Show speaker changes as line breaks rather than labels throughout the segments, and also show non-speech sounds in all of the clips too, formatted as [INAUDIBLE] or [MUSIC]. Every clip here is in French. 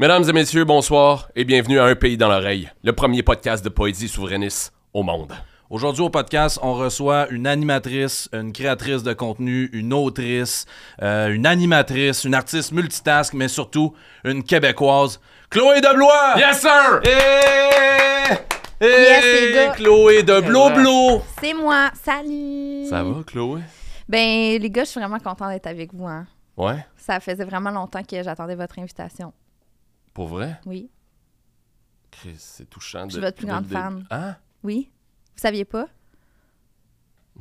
Mesdames et messieurs, bonsoir et bienvenue à Un pays dans l'oreille, le premier podcast de poésie souverainiste au monde.
Aujourd'hui au podcast, on reçoit une animatrice, une créatrice de contenu, une autrice, euh, une animatrice, une artiste multitask, mais surtout une québécoise, Chloé Deblois!
Yes, sir!
Hey! Hey!
Yes, les gars.
Eh! Chloé de Bloblo!
C'est moi, salut!
Ça va, Chloé?
Ben, les gars, je suis vraiment contente d'être avec vous. hein.
Ouais,
Ça faisait vraiment longtemps que j'attendais votre invitation.
pour vrai?
Oui,
Chris, c'est touchant.
Je
de-
suis votre plus
de-
grande
de-
fan.
Hein?
oui. Vous saviez pas?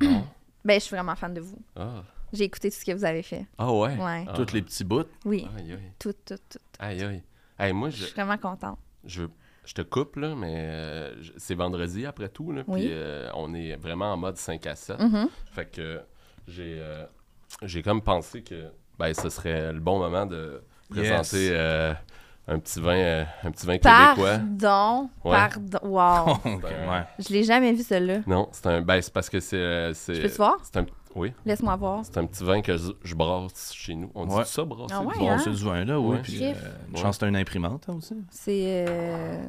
Non.
[COUGHS] Ben, je suis vraiment fan de vous.
Ah,
J'ai écouté tout ce que vous avez fait.
Ah ouais?
Ouais.
Ah.
Toutes les petits bouts.
Oui,
Aïe, aïe.
tout, tout, tout.
Aïe, aïe. Hey, moi,
Je
je,
suis vraiment contente.
je, veux- je te coupe, là, mais euh, je- c'est vendredi après tout, là,
Oui.
puis euh, on est vraiment en mode 5 à 7.
Mhm.
Fait que j'ai euh, j'ai comme pensé que ben, ce serait le bon moment de
Yes.
présenter euh, un petit vin euh, un petit vin québécois.
Pardon,
Ouais.
pardon.
Oh,
Wow!
ben,
Ok, ouais.
je l'ai jamais vu, celle-là.
Non, c'est un ben, c'est parce que c'est euh, c'est
Je peux te voir?
c'est un oui,
Laisse-moi voir.
c'est un petit vin que je, je brasse chez nous. On
Ouais.
dit ça brasser.
Ah
du
ouais,
vin?
Bon,
hein?
c'est du vin, là, oui.
Ouais.
Puis, euh, une
Ouais.
chance, t'as une imprimante, hein, aussi.
C'est. euh,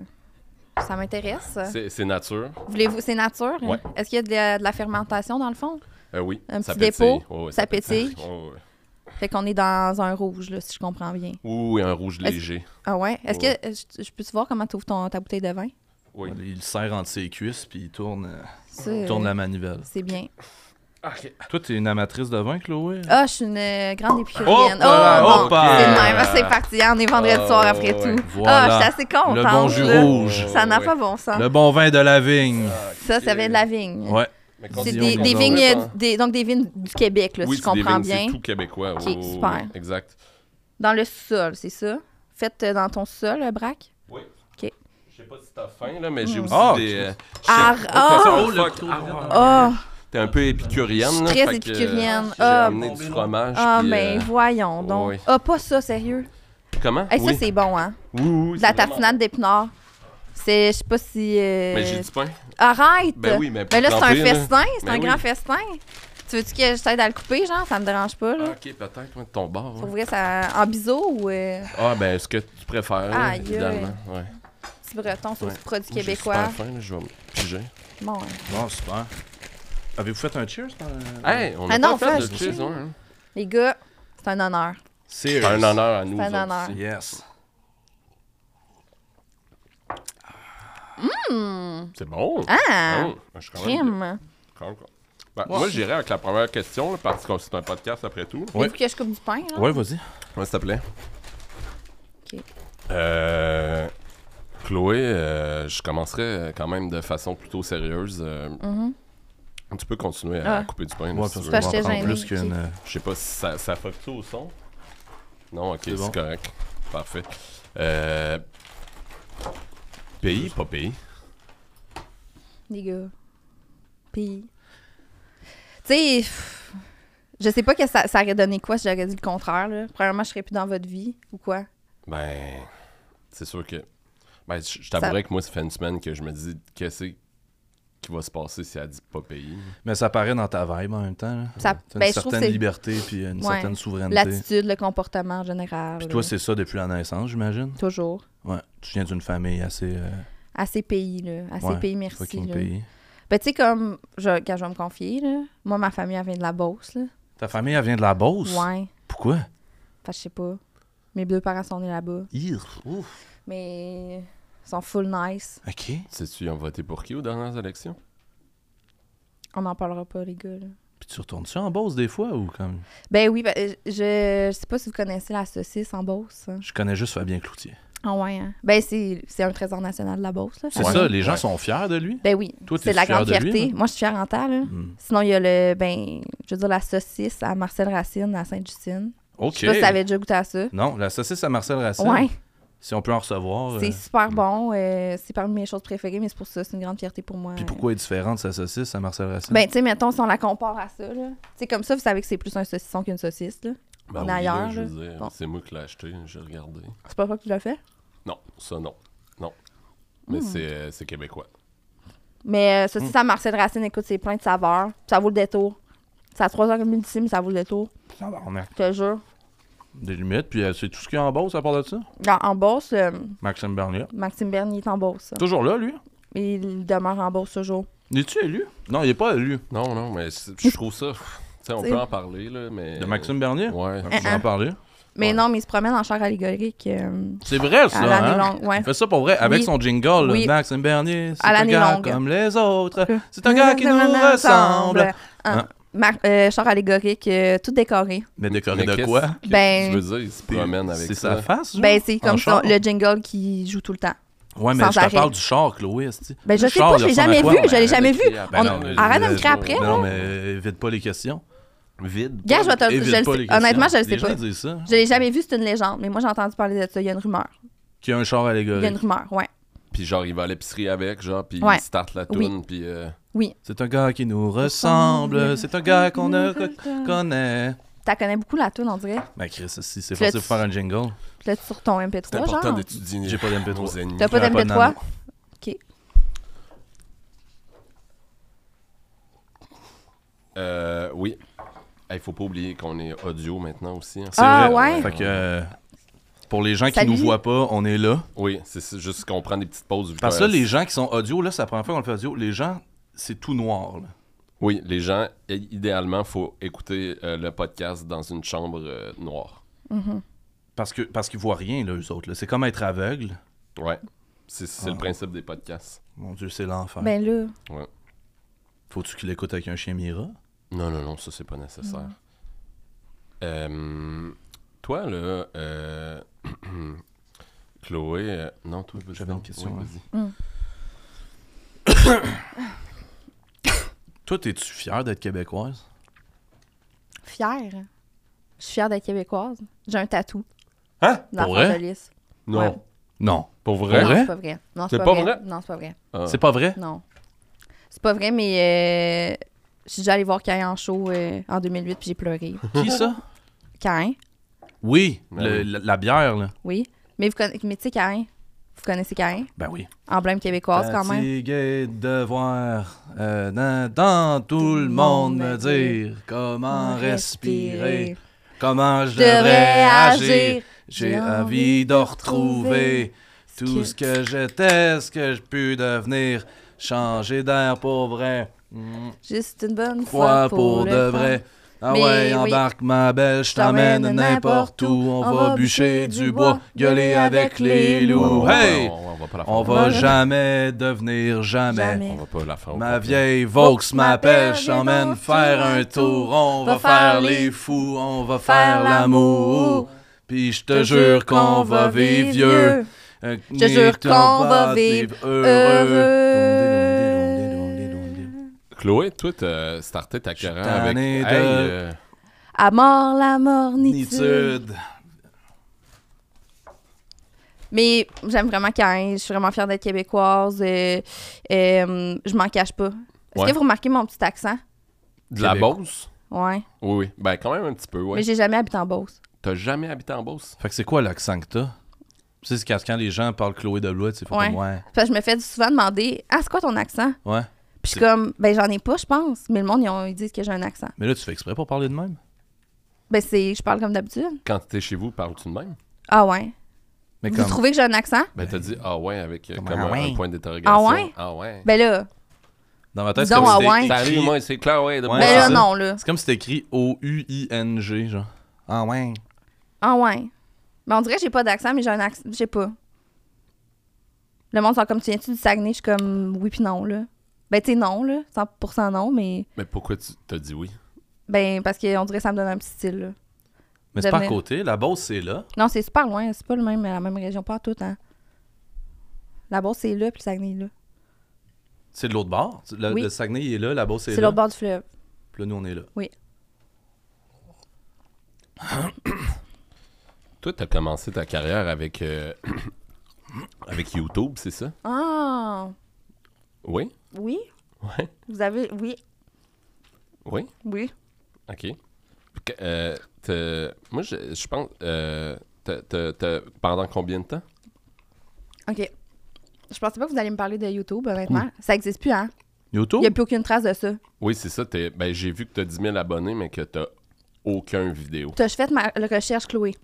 Ça m'intéresse. ça.
C'est c'est nature.
Voulez-vous. C'est nature? hein?
Ouais.
Est-ce qu'il y a de la, de la fermentation dans le fond?
Euh, oui,
Un
ça
petit
pétille.
dépôt,
Ouais, ouais,
ça pétille.
Ouais, ouais.
Fait qu'on est dans un rouge, là, si je comprends bien.
Ouh, et un rouge
Est-ce-
léger.
Ah ouais? Est-ce
Ouais.
que euh, je, je peux te voir comment tu ouvres ton, ta bouteille de vin?
Oui.
Il le serre entre ses cuisses, puis il tourne, euh,
Ça,
il tourne
euh,
la manivelle.
C'est bien.
Ah,
Toi, t'es une amatrice de vin, Chloé?
Ah, je suis une euh, grande
Hop
épicurienne. Oh,
là,
bon,
hop là.
c'est le même. C'est parti. hein, On est vendredi
Oh,
soir après tout. Ah,
Voilà.
je suis assez contente.
Le bon jus
là.
rouge.
Ça n'a
Ouais.
pas bon sens.
Le bon vin de la vigne.
Ça, ça vient de la
Euh,
vigne.
Ouais.
Mais
C'est
continuons,
des,
Continuons,
des
nous
vignes,
autres.
euh, des- donc des vignes du Québec, là,
oui,
si je
c'est des
comprends
vignes,
bien.
C'est tout québécois.
Ok,
Ouais, ouais, ouais,
super.
ouais, Exact.
Dans le sol, c'est ça? Faites euh, dans ton sol, le braque?
Oui.
Ok. Hmm.
Je sais pas si t'as faim, là, mais j'ai aussi
Ah,
des. euh,
Ah,
je-
ah!
Attention, fuck, ah, ah.
Oh,
T'es un peu épicurienne,
Je suis
là,
très
fait que, euh,
épicurienne.
J'ai
Ah,
amené du fromage.
ah
puis,
ben
euh,
voyons donc.
oui.
Ah, pas ça, sérieux.
Comment
Hey,
Oui.
Ça, c'est bon, hein?
Oui, oui, oui,
De la
c'est vraiment-
tartinade d'épinards. C'est, je sais pas si... euh,
Mais Ben, j'ai du pain.
Arrête!
Ben oui, mais.
Mais là, c'est un
planter,
festin, c'est
Ben
un
oui.
grand festin. Tu veux-tu que je t'aide à le couper, genre? Ça me dérange pas,
Ah,
là.
ok, peut-être, ouais, de ton bord.
Pour
ouais.
vrai, ça... en biseau ou euh,
Ah, ben, ce que tu préfères, là,
Aïe,
évidemment. Ouais.
petit breton sur
Ouais.
du produit
J'ai
québécois?
super faim, là, je vais me piger.
Bon, hein.
Bon, super. Avez-vous fait un cheers? par-
Hey, on a
Ah non,
pas
fais
fait
un
de cheese,
cheese.
ouais, hein.
les gars, c'est un honneur.
C'est un honneur à nous.
C'est un
autres
honneur.
aussi.
Yes.
C'est bon.
Ah!
Hum, je suis quand même-
Crime!
quand même- Ben, Moi, j'irai avec la première question, là, parce que c'est un podcast après tout.
Ouais.
Faut que je coupe du pain, là?
Ouais, vas-y.
Moi, s'il te plaît.
Ok.
Euh, Chloé, euh, je commencerai euh, quand même de façon plutôt sérieuse. euh, Tu peux continuer à
Ah.
couper du pain. là,
Ouais,
si tu
parce
veux.
parce
qu'on
que
va en prendre
j'étais
plus
gênée.
qu'une. euh,
Je sais pas si ça, ça fuck tout au son. Non, ok, c'est
bon.
correct. Parfait. Euh, Pays, pas pays.
les gars. Puis, tu sais, pff, je sais pas que ça, ça aurait donné quoi si j'aurais dit le contraire. Là. Premièrement, je serais plus dans votre vie ou quoi.
Ben, c'est sûr que. Ben, je je t'avouerais que moi, ça fait une semaine que je me dis qu'est-ce qui va se passer si elle dit pas pays.
Mais ça paraît dans ta vibe en même temps. là.
Ça-
T'as
ben,
une
je trouve que
certaine
c'est-
liberté puis une
Ouais.
certaine souveraineté.
L'attitude, le comportement en général.
Puis
là.
toi, c'est ça depuis la naissance, j'imagine?
Toujours.
Ouais. Tu viens d'une famille assez... euh,
À ces pays, là. À ces
Ouais,
pays, merci.
fucking
là.
pays.
Ben, tu sais, comme, je, quand je vais me confier, là, moi, ma famille, elle vient de la Beauce, là.
Ta famille, elle vient de la Beauce?
Ouais.
Pourquoi?
Fait que je sais pas. Mes deux parents sont nés là-bas.
Ir, ouf.
Mais ils sont full nice.
OK.
Sais-tu, ils ont voté pour qui aux dernières élections?
On n'en parlera pas, les gars, là.
Puis tu retournes-tu en Beauce des fois ou comme...
Ben oui, ben, euh, je, je sais pas si vous connaissez la saucisse en Beauce. hein.
Je connais juste Fabien Cloutier.
Ah ouais, hein. Ben c'est c'est un trésor national de la Beauce, là.
C'est
Fait-
ça, les gens
Ouais.
sont fiers de lui?
Ben oui,
Toi,
c'est
t'es-tu
la grande
fière de lui,
fierté.
hein?
Moi, je suis fière en terre, là.
Hmm.
Sinon, il y a le, ben, je veux dire, la saucisse à Marcel Racine, à Sainte-Justine.
OK.
Je sais pas si t'avais déjà goûté à ça.
Non, la saucisse à Marcel Racine.
Ouais,
Si on peut en recevoir.
c'est
euh,
super bon. euh, c'est parmi mes choses préférées, mais c'est pour ça, c'est une grande fierté pour moi.
Puis
euh.
pourquoi est différente sa saucisse à Marcel Racine?
Ben, tu sais, mettons, si on la compare à ça, là. Tu sais, comme ça, vous savez que c'est plus un saucisson qu'une saucisse, là.
Ben
On est
oui, là,
ailleurs,
je
là.
veux dire,
Bon.
C'est moi qui l'ai acheté, j'ai regardé.
C'est pas toi qui l'as fait?
Non, ça non. Non.
Hmm.
Mais c'est euh, c'est québécois.
Mais euh, saucisse
Hmm.
à Marcel Racine, écoute, c'est plein de
Ah,
saveurs. Ça vaut le détour. Ça a 3 heures comme ici, mais ça vaut le détour.
Tabarnak.
Je te jure.
ben, Des limites, puis euh, c'est tout ce qu'il y a en bourse à part de ça.
En, en bourse, euh,
Maxime Bernier.
Maxime Bernier est en bourse.
Toujours là, lui.
Il demeure en bourse toujours.
Il est-tu élu? Non, il n'est pas élu.
Non, non, mais c'est- je trouve ça. Tu sais, on
C'est-
peut en parler, là, mais.
De Maxime Bernier?
Ouais.
On
euh,
va en parler.
Mais
Ouais.
non, mais il se promène en char allégorique euh,
C'est vrai,
à
ça,
l'année
hein?
longue. Ouais.
Il fait ça pour vrai, avec
Oui.
son jingle, là,
Oui. Euh,
Maxime Bernier, c'est
À
un
l'année
gars
longue.
comme les autres, c'est un gars qui nous
Nanana,
ressemble.
Hein. Mar- euh, char allégorique, euh, tout décoré.
Mais décoré
Mais
de
qu'est-ce
quoi?
que
Ben-
Tu veux dire, il se promène avec
C'est
ça.
sa face,
Ben, c'est
En
comme
char?
son- le jingle qui joue tout le temps.
Ouais, mais
sans
je te
arrêt.
parle du char, Chloé, esti.
Ben, je
Le
sais
char,
pas,
il
je l'ai
ressemble à
jamais
quoi?
vu,
Ben,
je l'ai jamais vu.
Ben
On-
non, mais-
Arrête de me crier après,
Ben
là.
Non, mais évite pas les questions.
Vide.
Gars, je vais te-
Évite
je le
pas
sais-
les questions.
honnêtement, je le sais
Les gens
pas.
disent ça.
Je l'ai jamais vu, c'est une légende. Mais moi, j'ai entendu parler de ça. Il y a une rumeur.
Qu'il y a un char
Il y a une
allégorique.
rumeur, ouais.
Puis genre, il va à l'épicerie avec, genre, puis
Ouais.
il start la
Oui.
toune, puis. euh,
C'est un gars qui nous ressemble, c'est un gars qu'on ne co- connaît.
T'as connais beaucoup la tune, on dirait.
Ben Chris, si c'est
Fais-tu-
facile pour faire un jingle.
Tu l'as sur ton
C'est
MP3,
important
genre.
d'étudier.
J'ai pas d'MP3.
nos ennemis.
T'as pas
j'aurais pas de
d'MP3?
nano.
Euh, oui. Il faut pas oublier qu'on est audio maintenant aussi. hein.
C'est
Ah,
vrai.
ouais?
Fait que euh, pour les gens qui
Salut.
nous voient pas, on est là.
Oui, c'est c'est juste qu'on prend des petites pauses. vu
Parce
que-
que là, les gens qui sont audio, là, c'est la première fois qu'on le fait audio. Les gens, c'est tout noir. là.
Oui, les gens, i- idéalement, faut écouter euh, le podcast dans une chambre euh, noire.
Parce que parce qu'ils voient rien, là, eux autres. là. C'est comme être aveugle.
Ouais. C'est c'est
Ah.
le principe des podcasts.
Mon Dieu, c'est l'enfer.
Ben là,
Faut-tu qu'ils l'écoutent avec un chien Mira?
Non, non, non, ça, c'est pas nécessaire.
Mm.
Euh, toi, là, euh, [CLEARS THROAT] Chloé. euh, non, toi, vas-y,
J'avais une
non,
question,
oui,
hein.
vas-y.
[COUGHS] Toi, t'es-tu fière d'être québécoise?
fière. Je suis fière d'être québécoise. J'ai un tatou
Hein?
dans
Pour
la
vrai?
de lys.
Non,
Ouais.
Non.
pour
Pour
vrai.
Non,
vrai?
c'est pas vrai. Non, c'est pas, vrai. Non, c'est pas vrai.
Ah.
C'est pas vrai?
Non. C'est pas vrai, mais euh, je suis déjà allée voir Caïn en show euh, en 2008 puis j'ai pleuré.
Qui ça?
Caïn,
Oui,
Ben
le-
oui.
La, la bière, là.
oui. Mais, vous conna- mais tu sais, Caïn, vous connaissez Caïn?
Ben oui.
Emblème québécoise quand même.
Fatigué de voir euh, dans, dans tout le monde me dire comment respirer, comment je devrais agir. J'ai
J'ai
envie
envie
de retrouver
ce
tout
que-
ce que j'étais, ce que je peux devenir, changer d'air pour vrai, Mm,
Juste une bonne
fois
fois
pour
le
de
temps.
vrai. Ah
Mais
ouais,
oui.
embarque ma belle, je t'emmène n'importe où, on va bûcher du bois, gueuler avec les
Ouais,
loups.
ouais,
Hey!
ouais, on, on va pas la faire.
On va
Ouais.
jamais devenir
Jamais.
On va pas la faire. au
Ma
complet.
vieille Vaux
Vaux
m'appelle,
m'appelle,
je t'emmène
viens
faire
donc
un
faire
tour. On va faire les fous, on va
faire
faire l'amour.
l'amour.
Puis je te jure qu'on va vivre vieux. Je
te jure qu'on va vivre
heureux.
Chloé, toi, t'as starté ta
suis
carrière avec.
tanné
Hey,
de-
euh,
À mort la mornitude.
Nitude.
Mais j'aime vraiment Caïn. Je suis vraiment fière d'être québécoise. euh, euh, je m'en cache pas. Est-ce
Ouais.
que vous remarquez mon petit accent?
de la
Québec.
Beauce?
Ouais.
Oui, oui. Ben, quand même un petit peu,
Mais
ouais.
j'ai jamais habité en Beauce.
T'as jamais habité en Beauce?
Fait que c'est quoi l'accent que t'as? Tu sais, c'est quand- quand les gens parlent Chloé de Blois, c'est
Ouais.
comme ouais.
Parce que je me fais souvent demander Ah, c'est quoi ton accent?
Ouais.
Puis je suis comme Ben, j'en ai pas, je pense. Mais le monde, ils, ont- ils disent que j'ai un accent.
Mais là, tu fais exprès pour parler de même?
Ben, c'est. Je parle comme d'habitude.
Quand t'es chez vous, parles-tu de même?
Ah ouais.
Mais
Vous trouvez que j'ai un accent?
Ben, t'as dit ah ouais avec euh,
Comme
comme,
Ah
un,
ouais.
un point d'interrogation.
Ah ouais?
Ah ouais.
Ben là.
Dans ma tête, c'est
Dis
comme,
donc,
si
ah ouais.
t'écris-
Ça arrive, moi, c'est clair, ouais. de base.
Ouais,
ben là,
c'est ça.
non, là.
c'est comme si t'écris O-U-I-N-G, genre. Ah ouais.
Ah ouais. Mais on dirait que j'ai pas d'accent, mais j'ai un accent. Je sais pas. Le monde sont comme Tu viens-tu du Saguenay? Je suis comme Oui, puis non, là. Ben, tu sais, non, là. 100% non, mais.
Mais pourquoi tu t'as dit oui?
Ben, parce qu'on dirait que ça me donne un petit style, là.
Mais c'est pas à
Devenir-
côté, la Beauce, c'est là.
Non, c'est super loin. C'est pas le même, la même région, pas en tout, hein. La Beauce, c'est là, puis le Saguenay, est là.
C'est de l'autre bord. Le,
Oui.
le Saguenay, il est là, la Beauce, c'est
C'est
là.
l'autre bord du fleuve.
Puis là, nous, on est là.
Toi, t'as commencé ta carrière avec. euh, [COUGHS] avec YouTube, c'est ça?
Ah!
Oui?
Oui?
Ouais.
Vous avez. Oui.
Oui?
Oui.
OK. Que- euh, t'as- moi, je, je pense. euh, t'as- t'as- t'as- pendant combien de temps?
OK. Je pensais pas que vous alliez me parler de YouTube, honnêtement. Ça existe plus, hein?
Oh.
YouTube?
Il n'y a plus aucune trace de ça.
Oui, c'est ça. t'es- Ben, j'ai vu que t'as 10 000 abonnés, mais que t'as aucun vidéo.
T'as fait ma la recherche, Chloé.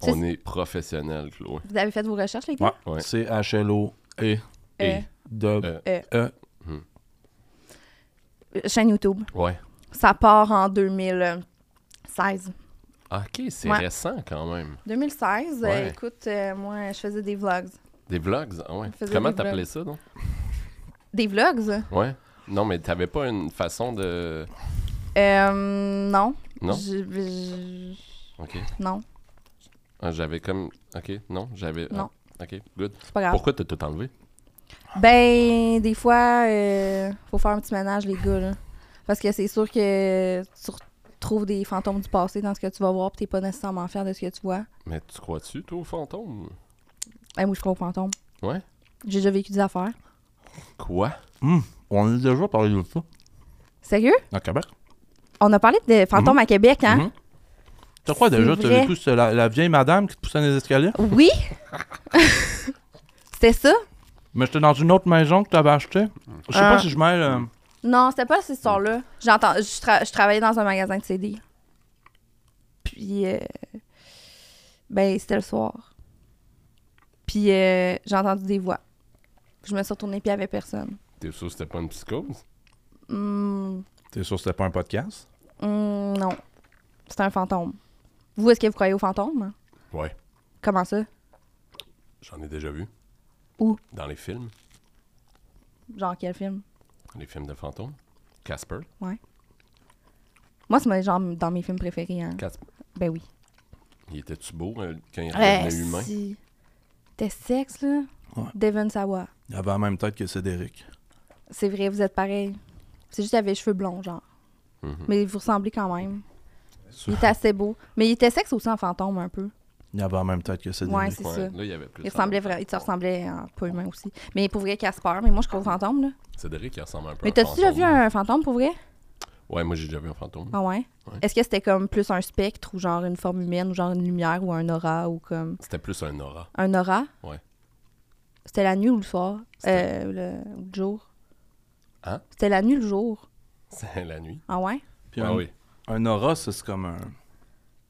C'est-
On est professionnel, Chloé.
Vous avez fait vos recherches, les gars?
Ouais.
Ouais.
C'est HLO et
Et-
de
Euh.
Euh.
E.
Euh, chaîne YouTube.
Ouais.
Ça part en 2016.
Ah, ok, c'est
Ouais.
récent quand même.
2016, euh,
Ouais.
écoute, euh, moi, je faisais des vlogs.
Des vlogs, ah ouais.
On faisait
Comment
des vlogs.
t'appelais ça, non?
Des vlogs?
Ouais. Non, mais t'avais pas une façon de.
Euh, non.
Non?
Je- je-
Ok.
non,
Ah, j'avais comme. Ok, non, j'avais. ah,
Non. Ah.
Ok, good.
c'est pas grave.
Pourquoi t'as tout enlevé?
Ben, des fois, euh, faut faire un petit ménage, les gars, là. Parce que c'est sûr que tu retrouves des fantômes du passé dans ce que tu vas voir, pis t'es pas nécessairement fier de ce que tu vois.
Mais tu crois-tu, toi, aux fantômes?
Ben, moi, je crois aux fantômes.
Ouais.
J'ai déjà vécu des affaires.
Quoi?
Hmm. On a déjà parlé de ça.
Sérieux?
À Québec.
On a parlé de fantômes à Québec, hein?
Mhm. T'as quoi
C'est
déjà? T'as
vrai.
vécu ce- la, la vieille madame qui te poussait dans les escaliers?
Oui! [LAUGHS] C'était ça?
Mais j'étais dans une autre maison que t'avais achetée. Je sais
Ah.
pas si je mêle. euh,
Non, c'était pas cette histoire-là. J'entends, je, tra- je travaillais dans un magasin de CD. Puis, euh, ben, c'était le soir. Puis, euh, j'ai entendu des voix. Je me suis retournée, puis il n'y avait personne.
T'es sûr que c'était pas une psychose?
Hum,
T'es sûr que c'était pas un podcast?
hum, non, c'était un fantôme. Vous, est-ce que vous croyez aux fantômes?
Ouais.
Comment ça?
J'en ai déjà vu.
Où?
Dans les films.
Genre, quel film?
Dans les films de fantômes. Casper.
Moi, c'est mon- genre dans mes films préférés. Hein.
Casper.
Ben oui.
Il était-tu beau euh, quand il
Euh,
revenait humain?
si. T'es sexe, là?
Ouais.
Devon Sawa.
Il avait la même tête que Cédric.
C'est vrai, vous êtes pareil. C'est juste qu'il avait les cheveux blonds, genre.
Mhm.
Mais vous ressemblez quand même.
Sûr.
Il était assez beau. Mais il était sexe aussi en fantôme, un peu.
Il avait la même tête que Cédric.
Ouais, c'est ça.
Là, il y avait plus.
Il ressemblait vraiment. Il se ressemblait en pas humain aussi. Mais pour vrai, Casper. Mais moi, je crois aux fantômes, là.
Cédric, il ressemble un peu à
Mais
un
t'as-tu déjà vu
Ah. fantôme.
un fantôme pour vrai?
Ouais, moi, j'ai déjà vu un fantôme.
Ah ouais?
Ouais.
Est-ce que c'était comme plus un spectre ou genre une forme humaine ou genre une lumière ou un aura ou comme.
C'était plus un aura. [LAUGHS]
Un aura?
Ouais.
C'était la nuit ou le soir?
C'était-
Euh, le... ou le jour?
Hein?
C'était la nuit ou le jour?
C'est la nuit.
Ah ouais?
Puis
ah
un,
oui.
un aura, ça, c'est comme un.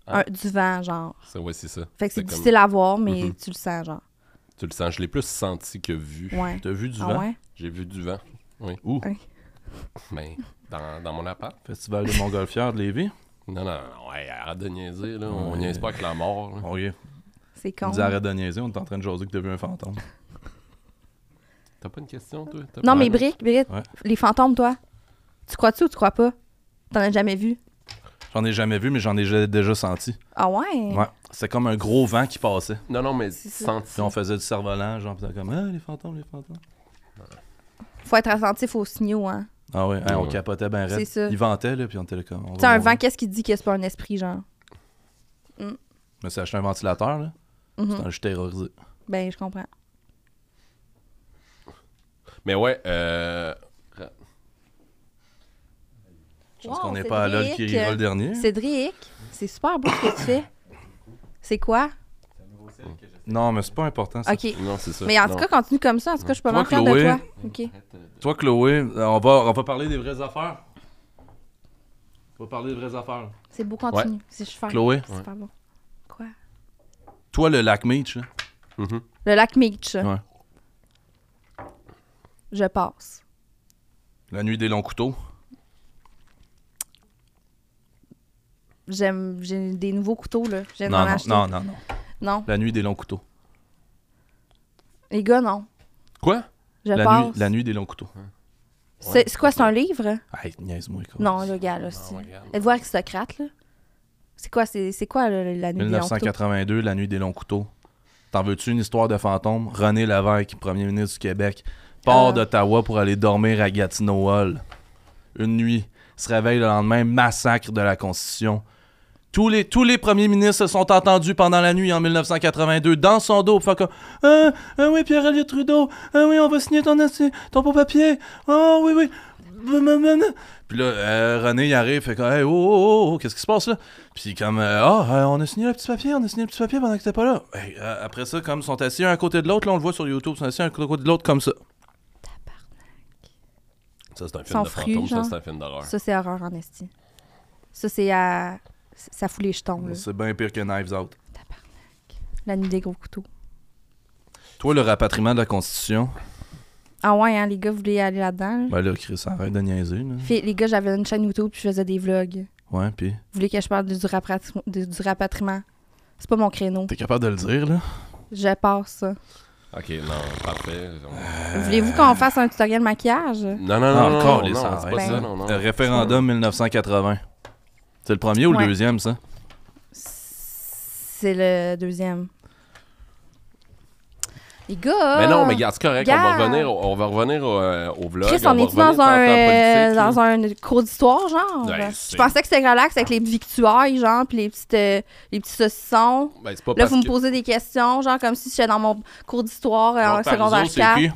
Ah.
Un- du vent, genre.
Ça, ouais, c'est ça.
Fait que
C'était
c'est
comme-
difficile à voir, mais
Mhm.
tu le sens, genre.
Tu le sens. Je l'ai plus senti que vu.
Ouais.
T'as vu du
Ah
vent?
ouais?
J'ai vu du vent.
Où?
Ouais.
Mais dans, dans mon appart.
Festival de Montgolfière de Lévis.
Non, non, non. Ouais, arrête de niaiser, là. On
Ouais.
niaise pas avec la mort. là.
Oh yeah.
C'est
On
con.
nous arrête de niaiser, on est en train de jaser que t'as vu un fantôme.
T'as pas une question, toi? T'as
Non,
pas-
mais Brick, Brick,
Ouais.
les fantômes, toi, tu crois-tu ou tu crois pas? T'en as jamais vu?
J'en ai jamais vu, mais j'en ai déjà- déjà senti.
Ah ouais?
Ouais. C'était comme un gros vent qui passait.
Non, non, mais
C'est ça.
senti.
Puis on faisait du cerf-volant, genre, pis t'as comme, ah, les fantômes, les fantômes.
Faut être attentif aux signaux, hein.
Ah ouais, hein, on
Ouais.
capotait ben raide.
C'est ça.
Ils vantaient, là, puis on était là comme. on
Tu sais,
va
un
mourir.
vent, qu'est-ce qui dit que c'est pas un esprit, genre?
Mais c'est acheté un ventilateur, là.
Mhm.
Putain, Je suis terrorisé.
Ben, je comprends.
Mais ouais, euh...
Je pense
Wow,
qu'on n'est
Cédric.
pas à LOL qui ira le dernier.
Cédric, c'est super beau ce que tu fais. C'est quoi?
Non, mais c'est pas important, ça.
OK.
non, c'est ça.
Mais en
Non.
tout cas, continue comme ça. En tout cas, je suis pas
Toi,
mal fière de
Chloé.
toi. OK.
Toi, Chloé, euh, on va, on va parler des vraies affaires. On va parler des vraies affaires.
C'est beau, continue. Si je fais.
Chloé,
C'est super beau. Quoi?
toi, le lac Meach, là.
Mhm.
Le lac Meech.
Ouais.
Je passe.
la nuit des longs couteaux.
J'aime. J'ai des nouveaux couteaux, là. J'aime
Non,
en
non,
acheter.
non, non, non.
Non.
La nuit des longs couteaux.
Les gars, non.
Quoi?
Je
La
passe.
nuit, la nuit des longs couteaux. Ah,
C'est c'est quoi, c'est un livre?
Hey, niaise-moi, quoi.
Non, le gars, là,
Non,
c'est...
regarde.
Êtes-vous aristocrate, là? C'est quoi, c'est, c'est quoi là, la nuit des Lampeaux?
1982, la nuit des longs couteaux. T'en veux-tu une histoire de fantôme? René Lévesque, premier ministre du Québec, part
Ah.
d'Ottawa pour aller dormir à Gatineau Hall. Une nuit, se réveille le lendemain, massacre de la Constitution. Tous les, tous les premiers ministres se sont entendus pendant la nuit en 1982 dans son dos. Fait comme Ah, ah oui, Pierre-Éliott Trudeau, ah oui, on va signer ton, assi- ton beau papier. Oh oui, oui. Blablabla. bah. Puis là, euh, René, il arrive, fait comme, hey, oh, oh, oh, oh, qu'est-ce qui se passe là? Puis comme, euh, ah, euh, on a signé le petit papier, on a signé le petit papier pendant que t'étais pas là. Hey, euh, après ça, comme, ils sont assis un à côté de l'autre, là, on le voit sur YouTube, ils sont assis un à côté de l'autre comme ça.
Ça, c'est un film
Sans
de
fruits,
fantôme. Ça,
genre.
c'est un film d'horreur.
Ça, c'est horreur en esti. Ça, c'est à c- ça fout les jetons, là.
C'est bien pire que Knives Out.
Tabarnak. La nuit des gros couteaux.
Toi, le rapatriement de la Constitution,
Ah ouais, hein, les gars, vous voulez aller là-dedans, là?
ben là, Chris, arrête de niaiser. Là.
Fait- les gars, j'avais une chaîne YouTube puis je faisais des vlogs.
Ouais, puis
Vous voulez que je parle du, rapatri- de- du rapatriement? C'est pas mon créneau.
t'es capable de le dire, là?
Je passe ça.
Ok, non,
Euh,
parfait. Euh.
Voulez-vous qu'on fasse un tutoriel maquillage?
Non, non, non,
Ah,
non,
encore,
non,
les
non,
sans-
c'est pas
ben.
ça, non, non.
Le référendum 1980. C'est le premier ou le
Ouais.
deuxième, ça?
C'est le deuxième. Les gars!
Mais non, mais garde, c'est correct. On va
Garde.
revenir, au- on va revenir au, euh, au vlog.
Ah, Chris,
on
on
va
est
revenir
dans
tantôt en
un, euh,
politique, là.
dans un cours d'histoire, genre?
Ouais,
je
c'est-
pensais que c'était relax avec les victuailles, genre, puis les, petites, euh, les petits saucissons.
Ben, c'est pas
Là,
parce
vous me
que-
posez des questions, genre comme si j'étais dans mon cours d'histoire euh, en
Jean
secondaire
Parizeau,
4.
qui?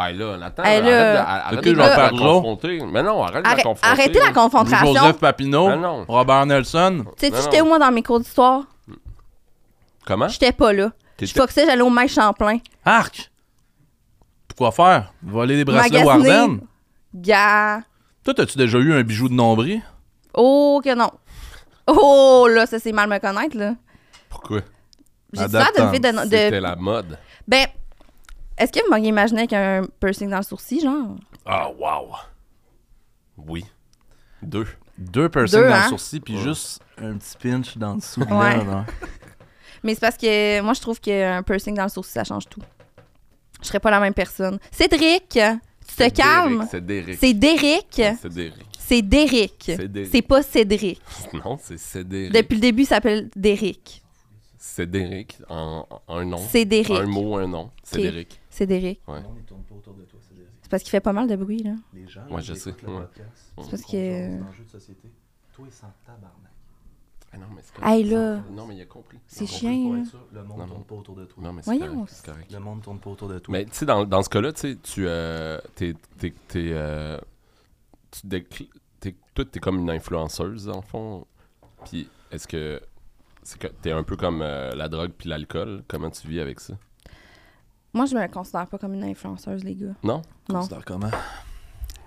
Ah, là, Nathan,
Hey,
arrête,
là.
de- arrête
Depuis
de
Jean
la
Parizeau.
confronter. Mais non, arrête de la
Arrête-
confronter.
arrêtez la confrontation.
Joseph Papineau,
Ah, non.
Robert Nelson.
Tu sais,
Non,
j'étais
non.
où, moi, dans mes cours d'histoire?
Comment?
J'étais pas là. Je
Hein? T'étais-
foxais, j'allais au Maï Champlain.
Arc! Pourquoi faire? Voler des bracelets
Magasiner.
Warden?
Gars.
Toi, t'as-tu déjà eu un bijou de nombril?
Oh, que non. Oh, là, ça, c'est mal me connaître, là.
Pourquoi?
J'ai dit ça
Adaptant.
d'une fille de. de-
C'était la mode.
Ben, est-ce que vous m'auriez imaginé avec un piercing dans le sourcil, genre?
Ah, wow. Oui. Deux.
Deux personnes
Deux,
dans
hein?
le sourcil, puis
Ouais.
juste un petit pinch dans le sou.
Ouais.
là,
Mais c'est parce que moi, je trouve qu'un piercing dans le sourcil, ça change tout. Je serais pas la même personne. Cédric, tu te
C'est
calmes.
Derrick, C'est Derrick.
C'est Derrick.
C'est Derrick. [LAUGHS]
C'est Derrick.
C'est Derrick.
C'est pas Cédric.
Non, c'est Cédric.
Depuis le début, il s'appelle Derrick.
C'est Derrick en en un nom.
C'est Derrick.
Oh, Un mot, un nom. C'est
Ok.
Derrick.
C'est Derrick. C'est parce qu'il fait pas mal de bruit, là.
Moi, je sais. ouais.
C'est parce que.
Ah non, mais c'est correct.
Hey, là.
Non, mais il a compris.
C'est chiant, là.
Le monde
Non, non.
tourne pas autour de toi.
Non, mais c'est
Voyons.
correct, c'est correct.
Le monde tourne pas autour de toi.
Mais tu sais, dans, dans ce cas-là, tu sais, tu. euh, t'es. t'es- t'es, euh, tu décl- t'es- Toi, t'es comme une influenceuse, dans le fond. Puis, est-ce que. C'est que t'es un peu comme euh, la drogue puis l'alcool. Comment tu vis avec ça?
Moi, je me considère pas comme une influenceuse, les gars.
Non?
Non.
Considère comment?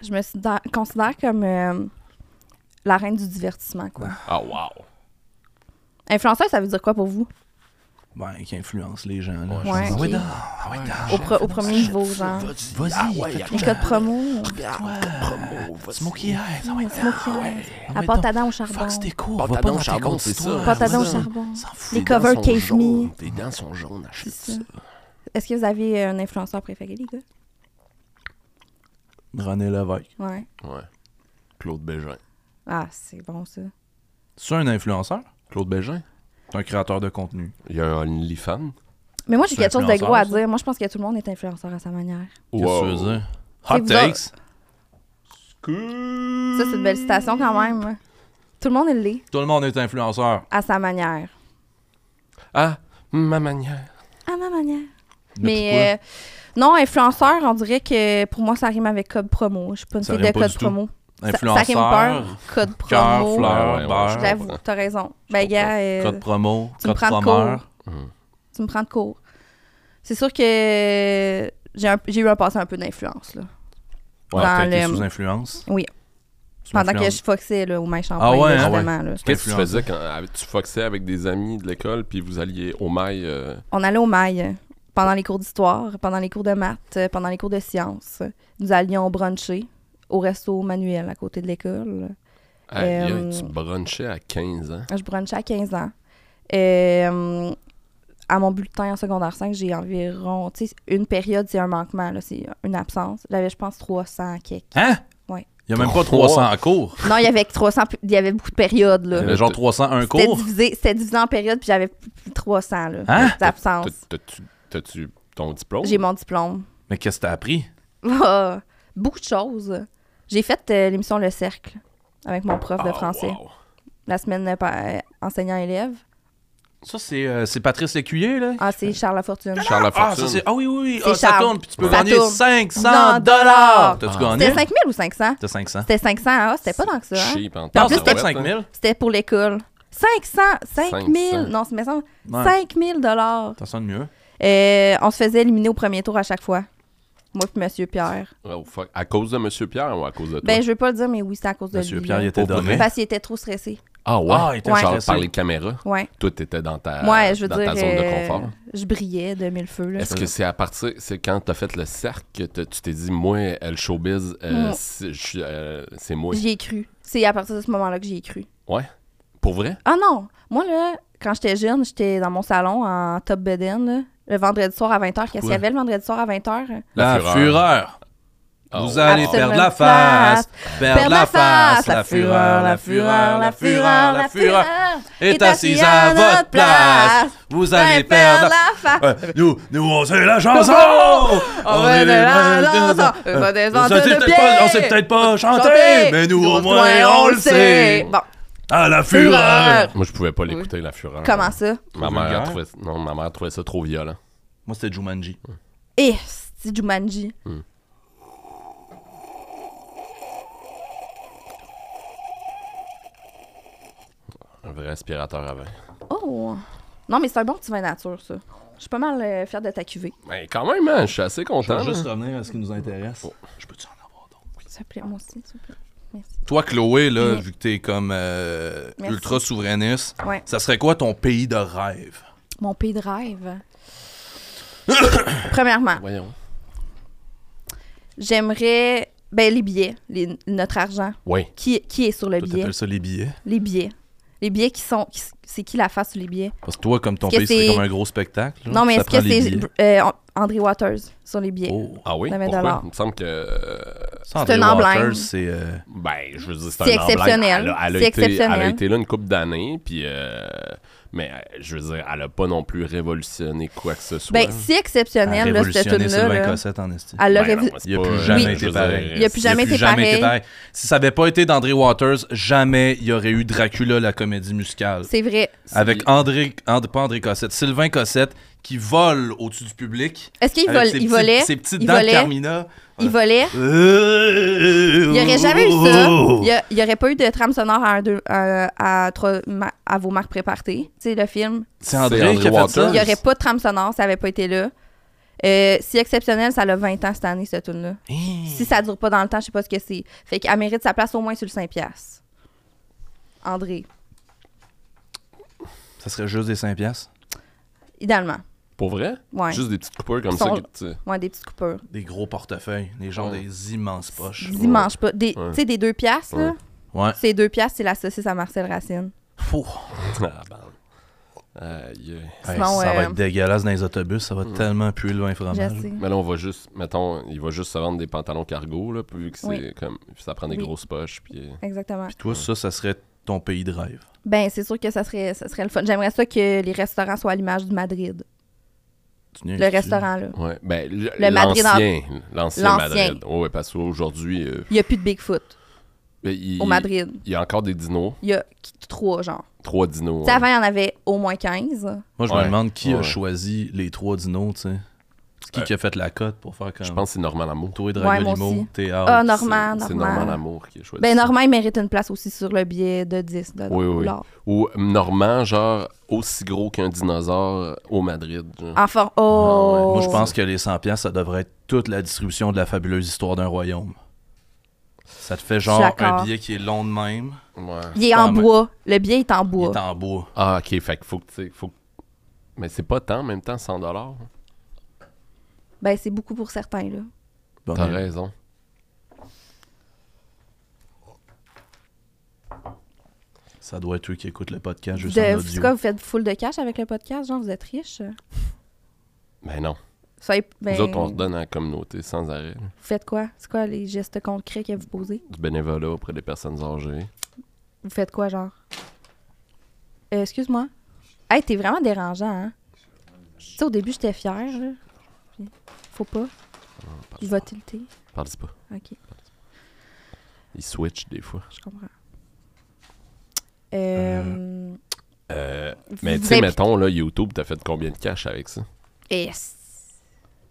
Je me sida- considère comme euh, la reine du divertissement, quoi.
Ah, wow!
Influenceuse, ça veut dire quoi pour vous?
Ben, qui influence les gens, là.
Ouais,
Ah
ok.
ouais, donc, ah ouais, donc.
Au, pre- au premier niveau, genre.
Vas-y, ah ouais,
Les codes promo.
Smokey Eyes, ah ouais,
La pâte à dents au charbon.
cool,
Pâte à dents au charbon, c'est ça.
Pâte à dents au
Ça,
charbon. Les
Tes dents
covers
sont
Cave
jaunes,
Me.
Tes dents sont jaunes, achète
C'est
ça.
ça. Est-ce que vous avez euh, un influenceur préféré, les gars?
René Lévesque.
Ouais.
Ouais. Claude Bégin.
Ah, c'est bon, ça.
C'est un influenceur?
Claude Bégin?
C'est un créateur de contenu.
Il y a un OnlyFans.
Mais moi, j'ai
C'est
quelque chose de gros à
influenceur,
dire. Moi, je pense que tout le monde est influenceur à sa manière.
Qu'est-ce que tu veux dire? Hot
C'est bizarre.
takes.
Ça, c'est une belle citation quand même. hein. Tout le monde il l'est
Tout le monde est influenceur.
à sa manière.
Ah, ma manière.
À ma manière.
Mais
Mais euh, non, influenceur, on dirait que pour moi, ça rime avec code promo. Je suis pas une
Ça
fille
rime
de
pas
code
du tout.
promo. euh, Ça- Ça, rime
Influenceur,
peur. Code
cœur,
promo.
Ouais,
fleur,
ouais, ouais, je
beurre,
J'avoue,
comprends.
t'as raison. Ben, gars, euh,
code promo,
tu me
code Hum.
prends de
promeur.
tu me prends de court. C'est sûr que j'ai un- j'ai eu un passé un peu d'influence, là.
Ouais,
Dans
t'as été
le-
sous influence.
Oui.
Sous
Pendant que
influence.
je foxais, là, au main
Ah
champlain,
ouais,
là,
hein?
justement, là.
Qu'est-ce que tu
Influenceur.
faisais quand euh, tu foxais avec des amis de l'école puis vous alliez au mail? euh,
On allait au mail euh, pendant les cours d'histoire, pendant les cours de maths, euh, pendant les cours de sciences. Nous allions bruncher au resto manuel à côté de l'école.
aïe, aïe,
Euh,
Tu brunchais à 15 ans.
Je brunchais à 15 ans. Euh, à mon bulletin en secondaire 5, j'ai environ... Tu sais, une période, c'est un manquement, là, c'est une absence. J'avais, je pense, 300 quelques.
[LAUGHS]
Hein?
Ouais.
Il y a même pas
Trois.
300 cours.
Non, il y avait que 300... pu- Il y avait beaucoup de périodes, là.
Il y avait genre 301
C'était
cours.
divisé, c'était divisé en périodes, puis j'avais plus de 300, là,
Hein?
T'as-
d'absence.
t'as-tu- T'as-tu ton diplôme?
J'ai mon diplôme. [LAUGHS]
Mais qu'est-ce que t'as appris?
Ah, Beaucoup de choses. J'ai fait euh, l'émission Le Cercle avec mon prof de
Ah,
français
wow.
la semaine euh, par- euh, enseignant-élève.
Ça, c'est euh, c'est Patrice Lécuyer, là?
Ah, c'est Charles Lafortune.
Charles
Ah,
Lafortune.
ça, c'est... Ah oui, oui, oui.
C'est
Ah, ça
Charles.
tourne, puis tu peux
Ça
gagner
tourne.
500
Non,
dollars.
dollars.
T'as-tu
C'était
gagné?
5000 ou 500?
T'as 500.
C'était 500, ah, c'était pas tant que ça. hein.
cheap en
En
Non,
plus,
c'était
tabarouette,
5000.
hein.
C'était pour l'école. 500, 5000,
500.
non, c'est me semble,
Ouais.
5000 dollars.
Ça sonne mieux.
Euh, on se faisait éliminer au premier tour à chaque fois. Moi puis Monsieur Pierre.
Oh, fuck. À cause de Monsieur Pierre ou à cause de toi?
Ben, je veux pas le dire, mais oui, c'est à cause de
Monsieur
lui.
Pierre,
là.
il était
Pauvre
doré.
Parce qu'il était trop stressé.
Ah ouais?
Ah, il était
Genre
stressé.
parler de caméra.
Ouais.
Tout était dans ta,
Moi, je veux
Euh, dans
dire.
ta zone de
euh,
confort.
je brillais de mille feux. Là.
Est-ce que c'est à partir, c'est quand t'as fait le cercle que t'as- tu t'es dit, moi, euh, le showbiz, euh,
Mm.
c'est je suis, euh, c'est moi.
J'y ai cru. C'est à partir de ce moment-là que j'y ai cru.
Ouais. Pour vrai?
Ah non! Moi, là, quand j'étais jeune, j'étais dans mon salon en top beden, là, le vendredi soir à 20h. Qu'est-ce qu'il y avait le vendredi soir à 20h?
La, fureur.
Ah
Vous
ouais.
allez
Absolument.
perdre la face, perdre la face,
la fureur, la fureur, la fureur, la fureur
est assise à votre place. Vous allez
ben,
perdre la
face. [LAUGHS]
Ouais, nous, nous, on sait la chanson!
On veut de la chanson, on veut des ventes
On sait
de
peut-être
bière.
pas- on sait peut-être pas chanter, mais nous, au moins, on le sait!
Bon,
À la
fureur!
fureur!
Moi, je pouvais pas l'écouter, la fureur.
comment ça?
Ma
Trop
mère,
vulgaire.
trouvait, non, ma mère trouvait ça trop violent.
Moi, c'était Jumanji.
Eh, c'est Jumanji.
Un vrai aspirateur avant.
Oh! Non, mais c'est un bon petit vin nature, ça. Je suis pas mal euh, fière de ta cuvée.
Mais quand même, hein, je suis assez
Je
content.
vais juste
là.
revenir à ce qui nous intéresse. Je peux-tu en avoir d'autres?
S'il te plaît, moi aussi, s'il te plaît. Merci.
Toi, Chloé, là,
Mm.
vu que t'es comme euh,
Merci.
ultra souverainiste,
Ouais.
ça serait quoi ton pays de rêve?
Mon pays de rêve. [COUGHS] Premièrement,
Voyons.
j'aimerais. Ben, les billets, les- notre argent.
Oui.
Qui, qui est sur le
Toi,
billet?
t'appelles ça les billets?
Les billets. Les billets qui sont. qui- c'est qui la face sur les billets?
Parce que toi, comme ton
Est-ce que
pays, c'est
c'est-
comme un gros spectacle. là,
non, mais
ça
est-ce que
prend les
c'est
billets.
euh, André Waters sur les billets?
Oh.
Ah oui?
Ça met
Pourquoi?
dollar.
Il me semble que. euh,
C'est
un
un
emblème.
emblème. C'est euh,
Ben, je veux dire, c'est
C'est
un emblème.
exceptionnel.
Elle a, elle a
C'est
été, elle a
exceptionnel.
été là une couple d'années, puis. euh, mais euh, je veux dire, elle a pas non plus révolutionné quoi que ce soit.
Ben, c'est exceptionnel, là, cette
révolutionné
tune-là.
Sylvain
là.
Cossette en esti.
Elle
Ben
l'aurait
non,
vu.
mais c'est
Il n'a
pas,
plus
euh,
jamais
je
été
veux
pareil.
dire,
Il a plus
c'est-
jamais été pareil.
Si ça n'avait pas été d'André Waters, jamais il y aurait eu Dracula, la comédie musicale.
C'est vrai.
Avec André, And- pas André Cossette, Sylvain Cossette qui vole au-dessus du public.
Est-ce qu'il
avec
vole-
ses
il
petites-
volait?
Ses petites
Il
dents de
volait?
Carmina.
Il volait. Il
Il
n'y aurait jamais eu ça. Il y a- Il n'y aurait pas eu de trame sonore à, un deux- à, à trois ma- à vos marques préparées. Tu sais, le film.
C'est André qui a fait
Waters.
ça.
Il n'y aurait pas de trame sonore, ça n'avait pas été là. Euh, si exceptionnel, ça a 20 ans cette année, cette tune-là. Si ça dure pas dans le temps, je sais pas ce que c'est. Fait qu'elle mérite sa place au moins sur le 5 piastres. André,
Ça serait juste des 5 piastres.
idéalement.
Pour vrai?
Ouais.
Juste des petites coupures comme
Ils sont-
ça. que tu- [LAUGHS]
Ouais, des petites coupures.
Des gros portefeuilles. Des gens
Ouais.
des immenses poches.
Dimanche pas. Des,
Ouais.
Tu sais, des 2 piastres, là.
Ouais.
Ces 2 piastres, c'est la saucisse à Marcel Racine.
Fou.
Ah, ben. Aïe, aïe.
Hey,
Sinon,
ça va
euh, Mm.
être dégueulasse dans les autobus, ça va tellement puer le vin
Ah,
fromage.
Je sais.
Mais là, on va juste, mettons, il va juste se vendre des pantalons cargo, là, vu que c'est
Oui.
comme. Ça prend des
Oui.
grosses poches, puis. euh,
Exactement.
Toi, ça, ça serait ton pays de rêve.
Ben, c'est sûr que ça serait, ça serait le fun. J'aimerais ça que les restaurants soient à l'image du Madrid.
Tu niaises-tu?
Le restaurant, là.
Ouais. Ben, le,
Madrid en-
l'ancien, l'ancien
L'ancien.
Madrid. Oui, parce qu'aujourd'hui, euh,
Il n'y a plus de Bigfoot
ben, il,
au Madrid.
il y a encore des dinos,
Il y a qu- trois, genre.
trois dinos.
Tu sais,
hein.
avant, il y en avait au moins 15.
Moi, je
Ouais.
me demande qui a
Ouais.
choisi les trois dinos, tu sais. C'est qui qui a fait la cote pour faire comme.
Je pense que c'est Norman Amour.
Toi,
Ouais, moi
Dragolimo,
aussi.
t'es
Ah,
out.
Normand,
C'est
Normand.
Norman Amour qui a choisi.
Ben,
ça.
Normand, il mérite une place aussi sur le billet de 10. De
Oui, oui.
dollars.
Ou euh, Normand, genre, aussi gros qu'un dinosaure euh, au Madrid. genre.
Enfin,
Ah
oh!
Moi, je pense que les 100 piastres, ça devrait être toute la distribution de la fabuleuse histoire d'un royaume. Ça te fait genre un
d'accord.
billet qui est long de même,
Ouais.
Il est en
Ah, mais-
bois. Le billet est en
il
bois.
est en bois.
Ah, ok, fait que faut que tu sais, faut que- Mais c'est pas tant en même temps, 100 dollars.
Ben, c'est beaucoup pour certains, là.
Bon,
T'as
mais-
raison.
ça doit être eux qui écoutent le podcast juste en
De, c'est
audio.
quoi, vous faites full de cash avec le podcast? Genre, vous êtes riche?
Mais non.
Soyez, ben,
Nous autres, on redonne à la communauté sans arrêt. là.
Vous faites quoi? C'est quoi les gestes concrets que vous posez?
Du bénévolat auprès des personnes âgées.
Vous faites quoi, genre? Euh, excuse-moi. Hey, t'es vraiment dérangeant, hein? Tu sais, au début, j'étais fière, là. Puis, faut pas. Il va tilter.
parle pas.
OK,
Ils switchent des fois.
je comprends. Euh...
Euh,
vous
mais
vous
tu sais,
impliquez-
mettons, là, YouTube, t'as fait combien de cash avec ça?
Yes.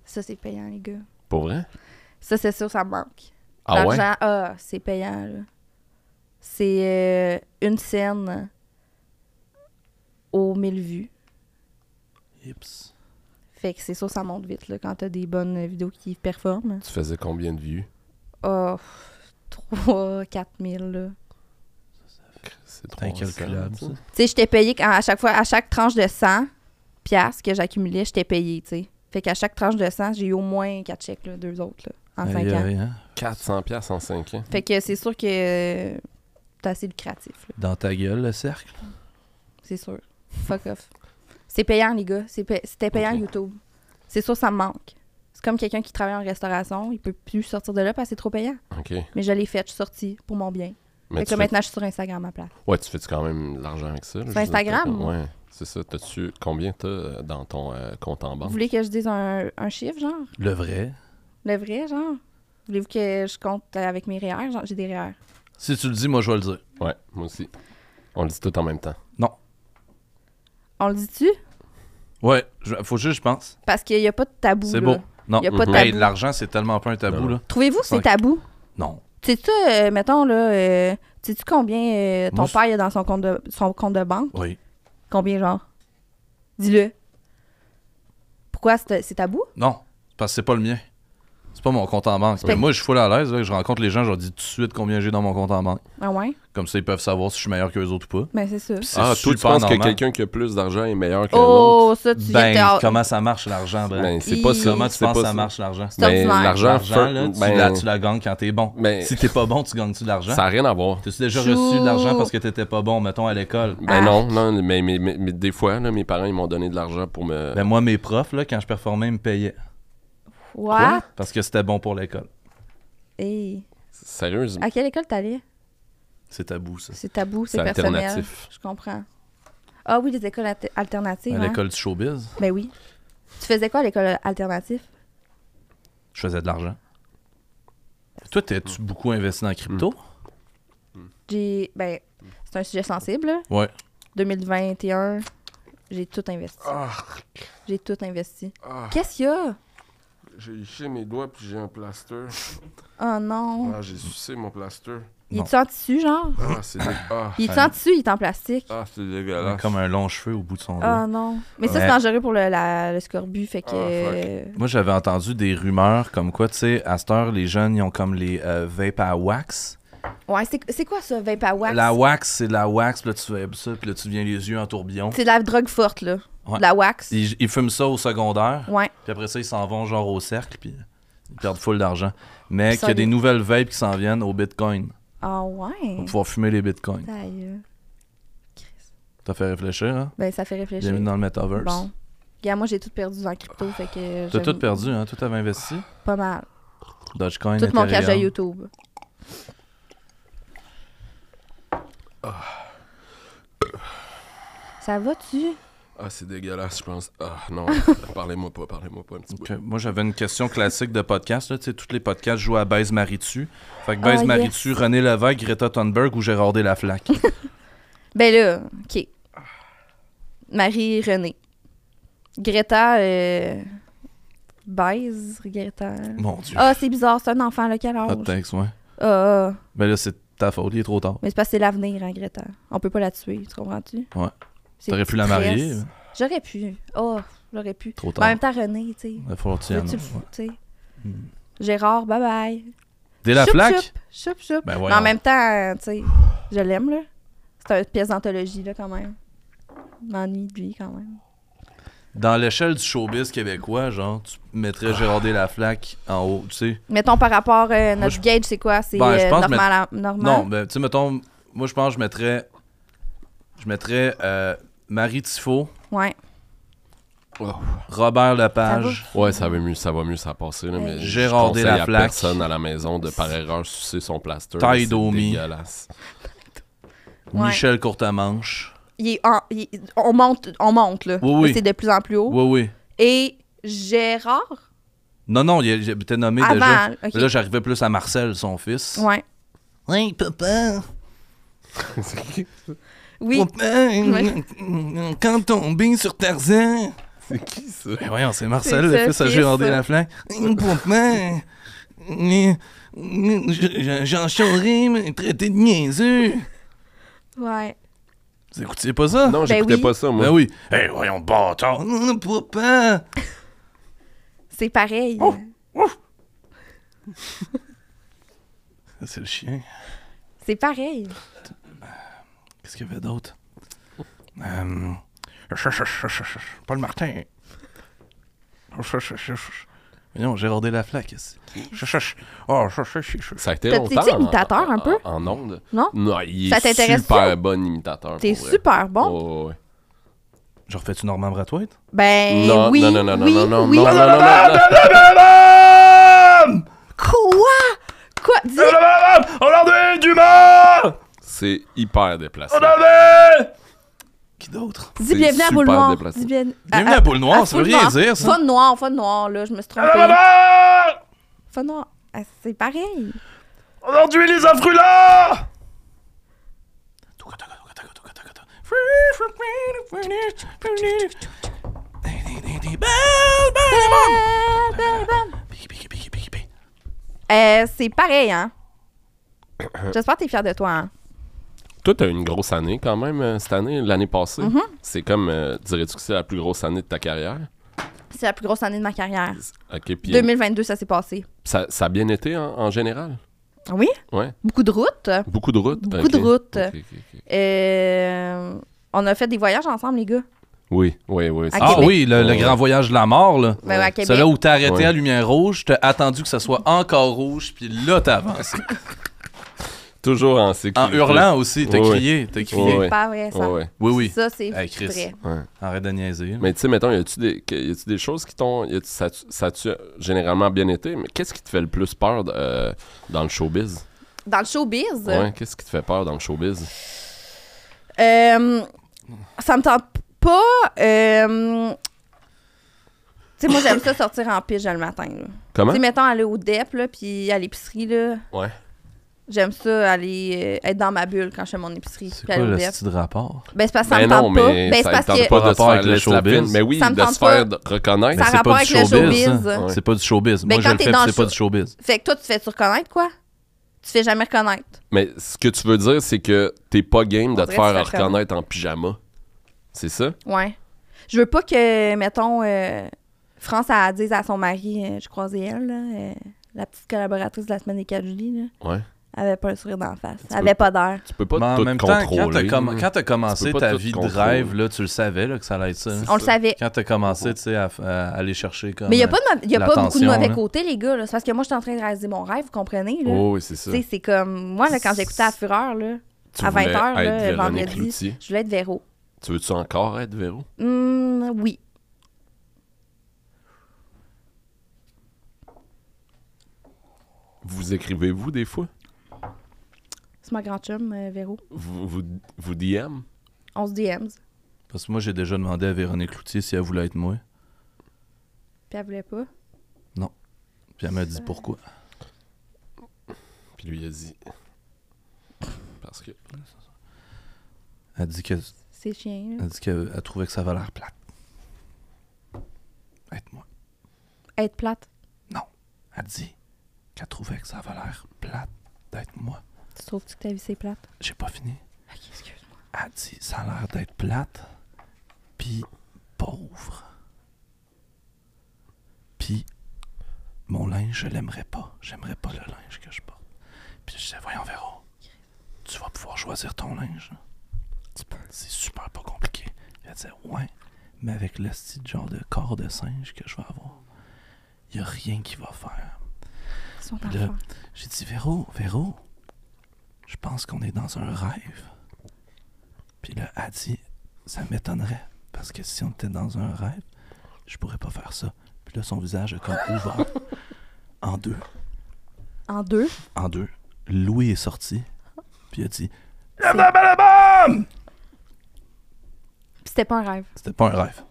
Ça, c'est payant, les gars.
Pour vrai?
Ça, c'est sûr, ça me manque.
Ah ouais?
L'argent, ah, c'est payant, là. C'est euh, une scène aux mille vues.
Hips.
Fait que c'est sûr, ça monte vite, là, quand t'as des bonnes euh, vidéos qui performent. Ah,
Tu faisais combien de vues?
Oh, 3, 4 000, là.
C'est- c'est
C'est incalculable, ça.
ça.
Tu sais, j'étais payée quand- à chaque fois, à chaque tranche de 100 piastres que j'accumulais, j'étais payée, tu sais. Fait qu'à chaque tranche de 100, j'ai eu au moins 4 chèques, là, deux autres, là, en 5
Aïe,
ans.
aïe, hein?
400 piastres en 5 ans.
Fait que c'est sûr que euh, c'est assez lucratif, là.
Dans ta gueule, le cercle.
c'est sûr. Fuck off. C'est payant, les gars. C'est pay- C'était payant,
Ok.
YouTube. C'est sûr, ça me manque. C'est comme quelqu'un qui travaille en restauration, il peut plus sortir de là parce que c'est trop payant.
Ok.
Mais je l'ai fait, je suis sortie pour mon bien.
Mais
fait que
tu
là,
fais...
maintenant, je suis sur Instagram à plat.
Ouais, tu fais-tu quand même de l'argent avec ça? là, je veux dire,
Instagram,
t'as-
moi.
Ouais, c'est ça. T'as-tu... Combien t'as euh, dans ton euh, compte en
Vous
banque?
voulez que je dise un, un chiffre, genre?
Le vrai.
Le vrai, genre? Voulez-vous que je compte avec mes REER? Genre, j'ai des E REER.
Si tu le dis, moi, je vais le dire.
Ouais, moi aussi. On le dit tout en même temps.
Non.
On le dit-tu?
Ouais, je- faut juste, je pense.
Parce qu'il n'y a pas de tabou.
C'est
là.
beau. Non.
Il n'y a pas de
Mhm.
Hey,
tabou.
l'argent, c'est tellement pas un tabou,
Non.
là.
Trouvez-vous que c'est
Cinq.
tabou?
Non.
Tu sais, euh, mettons, là, euh, sais-tu combien euh, ton
Moi, je-
père il a dans son compte, de, son compte de banque?
Oui.
Combien, genre? Dis-le. Pourquoi c'est c'est tabou?
Non. Parce que c'est pas le mien. C'est pas mon compte en banque.
C'est
Mais
pas-
moi, je suis full à l'aise. là. Je rencontre les gens, je leur dis tout de suite combien j'ai dans mon compte en banque.
Ah ouais?
Comme ça, ils peuvent savoir si je suis meilleur qu'eux autres ou pas.
Ben, c'est ça.
Puis c'est
Ah, toi, tu
super
penses que
normal.
quelqu'un qui a plus d'argent est meilleur qu'un
Oh, ça, tu viens de
Ben,
te-
comment ça marche l'argent, Brad?
Ben, c'est pas
Hi.
ça.
Comment tu
c'est
penses
pas
que ça marche l'argent?
C'est
Ben,
ordinaire.
l'argent,
L'argent, là,
feu-
tu,
ben,
la, tu la gagnes quand t'es bon.
ben-
si t'es pas bon, tu gagnes-tu de l'argent?
ça n'a rien à voir.
T'as-tu déjà
Chou.
reçu de l'argent parce que t'étais pas bon, mettons, à l'école?
Ben
Ah.
non, non, mais, mais, mais- mais des fois, là, mes parents, ils m'ont donné de l'argent pour me...
Ben, moi, mes profs, là, quand je performais, ils me payaient.
What?
Parce que c'était bon pour l'école.
Hey.
Sérieusement,
À quelle école t'allais?
C'est tabou, ça.
C'est tabou, c'est
c'est
personnel.
alternatif.
Je comprends. Ah oui, les écoles alter- alternatives.
À
hein?
l'école du showbiz,
Ben oui. Tu faisais quoi à l'école alternative?
je faisais de l'argent. Toi, t'es-tu beaucoup investi dans la crypto?
J'ai. Ben, c'est un sujet sensible. là.
Ouais.
2021, j'ai tout investi.
Ah,
J'ai tout investi. Qu'est-ce qu'il y a?
J'ai liché mes doigts puis j'ai un plaster.
Oh non.
Ah, j'ai sucé mon plaster.
Il est-tu en tissu, genre?
Ah, c'est dé- ah,
Il est-tu
Ben
en tissu, il est en plastique?
ah, c'est dégueulasse.
Comme un long cheveu au bout de son dos.
Oh non. Mais ça, c'est
Ah, Ouais.
dangereux pour le, la- le scorbut, fait que.
Ah, fuck.
Moi, j'avais entendu des rumeurs comme quoi, tu sais, à cette heure, les jeunes, ils ont comme les euh, vapes à wax.
Ouais, c'est c'est quoi ça, vape à wax?
La wax, c'est de la wax, puis là, tu fais ça, puis là, tu viens les yeux en tourbillon.
C'est de la drogue forte, là.
Ouais.
De la wax.
Ils, ils fument ça au secondaire,
Ouais.
puis après ça, ils s'en vont genre au cercle, puis ils perdent full d'argent. Mais
Puis
qu'il y a
ça,
des
les-
nouvelles vapes qui s'en viennent au bitcoin.
Ah ouais.
Pour pouvoir fumer les bitcoins.
Ta gueule.
T'as fait réfléchir, hein?
Ben, ça fait réfléchir.
Bienvenue dans le metaverse.
Bon. Gars, moi, j'ai tout perdu dans crypto, fait que.
T'as
j'avoue,
tout perdu, hein? Tout avait investi.
Pas mal.
Dogecoin,
Tout mon cash
Ethereum.
à YouTube.
Ah.
Ça va-tu?
Ah, c'est dégueulasse, je pense. Ah,
[LAUGHS]
non, parlez-moi pas, parlez-moi pas un petit peu.
Ok, Moi, j'avais une question classique de podcast. Là. Tu sais, Tous les podcasts jouent à Baise Marie dessus. Fait que Baise
Ah,
Marie
yes. Oh,
dessus, René Lévesque, Greta Thunberg ou Gérard
[LAUGHS]
Delaflaque.
Ben là, OK. Marie-Renée. Greta, euh... Baise, Greta.
Mon Dieu.
Ah, c'est bizarre, c'est un enfant, là, quel
Pas
âge?
de texte, ouais.
Ah, ah.
Mais là, c'est ta faute, il est trop tard.
Mais c'est parce que c'est l'avenir, hein, Greta. On peut pas la tuer, tu comprends-tu?
Ouais.
C'est
T'aurais pu la
triste.
marier, mais
J'aurais pu. Oh, j'aurais pu.
trop
Mais en
tard.
même temps, René, tu sais.
Il va falloir que tu y
Veux-tu
en- ouais.
le
Hmm.
fou- tu sais. Gérard, bye bye.
Dès la
Choup,
flaque?
choup, choup, choup.
Ben
Mais
voyons.
en même temps, tu sais, je l'aime, là. C'est une pièce d'anthologie, là, quand même. M'ennuie de lui, quand même.
Dans l'échelle du showbiz québécois, genre, tu mettrais Gérard Delaflaque en haut, tu sais.
Mettons par rapport à notre
je-
gauge, c'est quoi? C'est
Ben, je
euh,
pense,
normal, à- normal?
Non, mais tu sais, mettons, moi, je pense que je mettrais. Je mettrais euh, Marie Tifo,
Ouais.
Robert Lepage.
Ouais, ça va mieux, ça va mieux, ça a passé, là, mais
Gérard
je conseille à
Delaflaque.
personne à la maison de par erreur sucer son plaster.
Ty
là, c'est
Domi.
[LAUGHS]
dégueulasse.
Ouais.
Michel Courtemanche.
Il est en- il est- on, monte, on monte, là.
Oui, oui.
Là, C'est de plus en plus haut.
Oui, oui.
Et Gérard?
Non, non, il a- il était nommé déjà.
Avant, OK.
Là, j'arrivais plus à Marcel, son fils.
Ouais.
Oui, Hein, papa.
Oui.
Papa, quand tombé sur Tarzan.
C'est qui ça?
Ben voyons, c'est Marcel, le
C'est ça,
fils à
fils.
Gérard Laflaque. Papa, Hein, Jean Chaury m'a traité de niaiseux.
Ouais.
Vous écoutiez pas ça?
Non,
Ben
j'écoutais
oui.
pas ça, moi.
Ben oui. Eh, voyons, bâtard. Non, Hein, Papa.
C'est pareil.
Oh. C'est le chien. Oh,
C'est pareil.
Qu'est-ce qu'il y avait d'autre? Euh, Paul Martin. Oh, Mais non, Gérardé Laflaque. ici. Oh,
Ça a été
T'as- t'es-tu
longtemps. en-
imitateur un peu?
En, en onde.
Non?
Non, il
Ça
est
t'intéresse pas?
super bon imitateur.
T'es
pour vrai.
super bon.
Oh.
Ouais, ouais, ouais.
Je refais-tu Normand Brathwaite?
Ben
Non,
oui.
non, non, non, non,
oui,
non, non,
oui.
non, non, non, non,
[LAUGHS]
non.
Quoi? Quoi? Dis-
Regardez Dumas!
C'est hyper déplacé.
Regardez! Qui d'autre?
Dis
C'est
bienvenue à
super
Boule Noire.
déplacé.
Dis bien...
Bienvenue à Boule Noire, ça veut rien dire, ça.
Fun Noir, Fun Noir, là, je me suis trompée.
Aujourd'hui,
Fun Noir, Ah, c'est pareil.
les affrulats!
Bam, bam, bam. Euh, c'est pareil,
[COUGHS]
hein? J'espère que t'es fier de toi, hein?
Toi, t'as une grosse année quand même euh, cette année, l'année passée.
Mm-hmm.
C'est comme, euh, dirais-tu que c'est la plus grosse année de ta carrière?
C'est la plus grosse année de ma carrière.
Ok, puis euh,
2022, ça s'est passé.
ça, ça a bien été en, en général?
Ah Oui?
Ouais.
Beaucoup de routes.
Beaucoup de routes?
Beaucoup de
Ok.
routes.
Ok, ok, ok.
Euh, on a fait des voyages ensemble, les gars.
Oui, oui, oui.
À
c'est-
Ah
Québec.
oui, le, le grand voyage de la mort, là.
Ben, ouais, à Québec.
C'est là où t'as arrêté
Ouais.
à lumière rouge, t'as attendu que ça soit encore rouge, puis là t'as
[LAUGHS]
avancé.
Toujours en sécurité.
En hurlant aussi, t'as
Ouais, ouais.
crié, t'as crié.
Ouais, ouais.
C'est pas vrai, ça.
Ouais, ouais.
Oui, oui.
Ça, c'est
Hey, Chris.
vrai.
Arrête de niaiser. là.
Mais tu sais, mettons, y a-tu des, que- y a-tu des choses qui t'ont. y a-tu- Ça, a-tu- ça a-tu généralement bien été? Mais qu'est-ce qui te fait le plus peur euh, dans le showbiz?
Dans le showbiz,
Ouais, qu'est-ce qui te fait peur dans le showbiz?
euh, ça me tente pas. euh, tu sais, moi, j'aime ça sortir en pitch le matin. là. Tu
Comment?
sais, mettons, aller au DEP, là, puis à l'épicerie, là.
Ouais.
J'aime ça, aller euh, être dans ma bulle quand je fais mon épicerie.
C'est
puis
quoi
aller au
le
DEP.
style de rapport?
Ben, c'est parce que ça
Ben
me tente
non,
pas.
mais
Ben, c'est
ça ne
parce
tente
que
pas de se
Rapport
faire
avec le
laisser la
showbiz.
pine. Mais oui,
Ça me
de
tente
se faire
pas.
reconnaître.
ça a
c'est pas
rapport
du
avec le
showbiz,
showbiz.
hein.
Ouais.
C'est pas du showbiz.
Ben,
Moi, je
quand
le
t'es
fais,
dans
puis
le
c'est pas
show-
du showbiz.
Fait que toi, tu te fais-tu reconnaître, quoi? Tu te fais jamais reconnaître.
Mais ce que tu veux dire, c'est que t'es pas game de
On
te
dirait que
faire
tu fais comme-
reconnaître en pyjama. C'est ça?
Ouais. Je veux pas que, mettons, euh, France elle dise à son mari, euh, je croisais elle, là, euh, la petite collaboratrice de la semaine des 4 juillet, là,
Ouais.
elle avait pas le sourire d'en face.
peux
Elle avait pas d'air.
Tu peux pas
Mais en
tout Mm.
même temps, quand t'as
contrôler.
comm- quand t'as commencé
Tu peux pas
ta
tout
vie de
contrôler. Ah,
rêve, là, tu le savais là, que ça allait être ça. là.
On le savait.
Quand t'as commencé, tu sais, à, f- à aller chercher comme... euh,
Mais il n'y a pas, de ma- y a pas beaucoup de
l'attention,
mauvais
là.
côtés, les gars. là. C'est parce que moi, j'étais en train de réaliser mon rêve, vous comprenez? Là.
Oh, oui, c'est ça.
Tu sais, Mm. c'est comme. Moi, là, quand j'écoutais La Fureur, là,
Tu
à
voulais
20h,
être
là,
Véronique
vendredi,
Loutier.
je voulais être Véro.
Tu veux-tu encore être Véro?
Hum, oui.
Vous écrivez-vous des fois?
C'est ma grande chum, euh, Véro.
Vous, vous, vous DM?
11 DMs.
Parce que moi, j'ai déjà demandé à Véronique Loutier si elle voulait être moi.
Puis elle voulait pas.
Puis elle m'a dit pourquoi.
Puis lui, il a dit. Parce que.
Elle dit que- elle
C'est chiant.
Euh.
là.
dit qu'elle elle trouvait que ça avait l'air plate. Être moi.
Être plate.
Elle dit qu'elle trouvait que ça avait l'air plate d'être moi.
Tu trouves-tu que ta vie, c'est plate?
J'ai pas fini.
Ok, excuse-moi.
Elle dit ça a l'air d'être plate, puis pauvre. Puis mon linge, je l'aimerais pas. J'aimerais pas le linge que je porte. Puis je disais, voyons, Véro, tu vas pouvoir choisir ton linge. Tu peux. C'est super pas compliqué. Puis elle disait, ouais, mais avec le style de genre de corps de singe que je vais avoir, il y a rien qui va faire.
Son
Puis là,
enfant.
j'ai dit, Véro, Véro, je pense qu'on est dans un rêve. Puis là, elle dit, ça m'étonnerait, parce que si on était dans un rêve, je pourrais pas faire ça. Puis là, son visage est
[LAUGHS]
comme ouvert. en deux.
En deux.
En deux. Louis est sorti, puis il a dit,
Puis c'était pas un rêve.
c'était pas un rêve.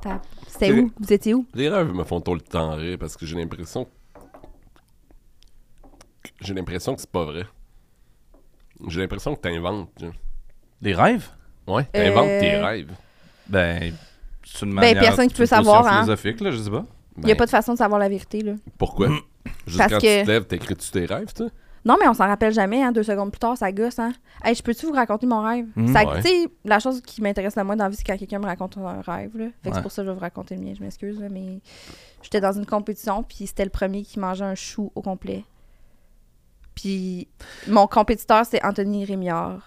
T'as- C'était où? Vous étiez où?
Les rêves me font tout le temps rire parce que j'ai l'impression. J'ai l'impression que c'est pas vrai. J'ai l'impression que t'inventes. genre.
Les rêves?
Ouais, t'inventes
Euh,
tes rêves.
Ben, c'est une
manière- personne qui c'est peut une position savoir, hein.
philosophique, là, je sais pas.
Il
Ben,
n'y a pas de façon de savoir la vérité, là.
Pourquoi? Juste
Parce
quand
que-
tu te lèves, t'écris-tu tes rêves, toi?
Non, mais on s'en rappelle jamais, hein. Deux secondes plus tard, ça gosse, hein. Hey, je peux-tu vous raconter mon rêve?
Mhm.
Ça-
Ouais.
Tu sais, la chose qui m'intéresse le moins dans la vie, c'est quand quelqu'un me raconte un rêve, là. Fait que
Ouais.
c'est pour ça que je vais vous raconter le mien, je m'excuse, là, mais j'étais dans une compétition, puis c'était le premier qui mangeait un chou au complet. Puis mon compétiteur, c'est Anthony Rémiard.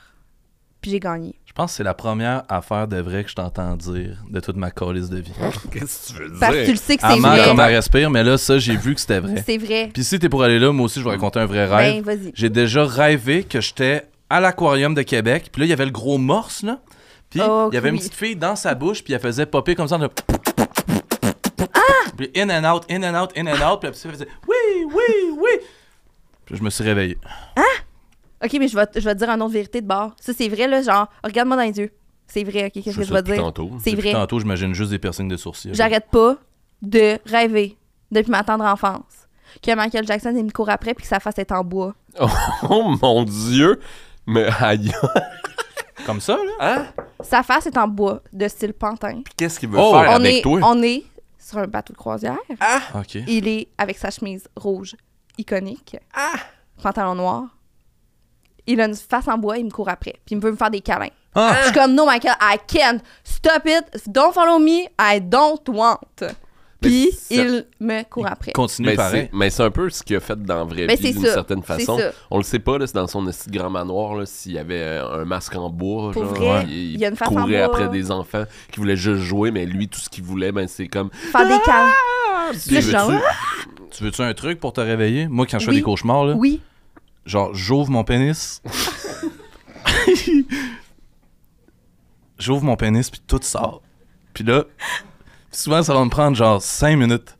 Puis j'ai gagné.
Je pense que c'est la première affaire de vrai que je t'entends dire de toute ma calice de vie.
Qu'est-ce que tu veux dire?
Parce que tu le sais que c'est
Amant
vrai.
comme elle respire, mais là, ça, j'ai vu que c'était vrai.
C'est vrai.
Puis si t'es pour aller là, moi aussi, je vais raconter un vrai rêve.
Ben, vas-y.
J'ai déjà rêvé que j'étais à l'aquarium de Québec, puis là, il y avait le gros morse, là. Puis
Oh,
il y avait une
oui.
petite fille dans sa bouche, puis elle faisait popper comme ça. Là.
Ah!
Puis in and out, in and out, in and out. Puis la petite fille faisait oui, oui, oui. Puis je me suis réveillé.
Ok, mais je vais, te- je vais te dire un autre vérité de bord. Ça, c'est vrai, là. Genre, regarde-moi dans les yeux. C'est vrai, ok, qu'est-ce que je
sais
vais te
depuis
dire?
tantôt.
C'est
Depuis
vrai.
tantôt, j'imagine juste des piercings de sourcils.
J'arrête pas de rêver depuis ma tendre enfance que Michael Jackson il me court après puis que sa face est en bois.
[LAUGHS] Oh mon dieu! Mais aïe!
Comme ça, là.
Sa face est en bois de style pantin.
Qu'est-ce qu'il veut
Ah,
Oh,
faire
On
avec
est,
toi?
on est sur un bateau de croisière.
OK.
Il est avec sa chemise rouge iconique. Pantalon noir. Il a une face en bois, il me court après. Puis il veut me faire des câlins.
Ah.
Je suis comme, no, Michael, I can't. Stop it. Don't follow me. I don't want. Puis
ça-
il me court après.
Continue
Mais c'est,
pareil.
mais c'est un peu ce qu'il a fait dans la vraie
Ben,
vie
c'est
d'une
ça.
certaine
C'est
façon.
ça.
On le sait pas, là, c'est dans son esti de grand manoir, là, s'il y avait euh, un masque en bois.
Pour
genre,
vrai,
il,
il y a une face en
courait
bois.
après des enfants qui voulaient juste jouer, mais lui, tout ce qu'il voulait, ben, c'est comme.
Faire des câlins.
Puis
là, je suis
veux-tu-
genre, ah,
Tu veux-tu un truc pour te réveiller? Moi, quand je fais
Oui.
des cauchemars, là,
Oui.
genre, j'ouvre
[LAUGHS]
mon pénis. j'ouvre mon pénis, puis tout sort. Puis là, souvent, ça va me prendre genre 5 minutes.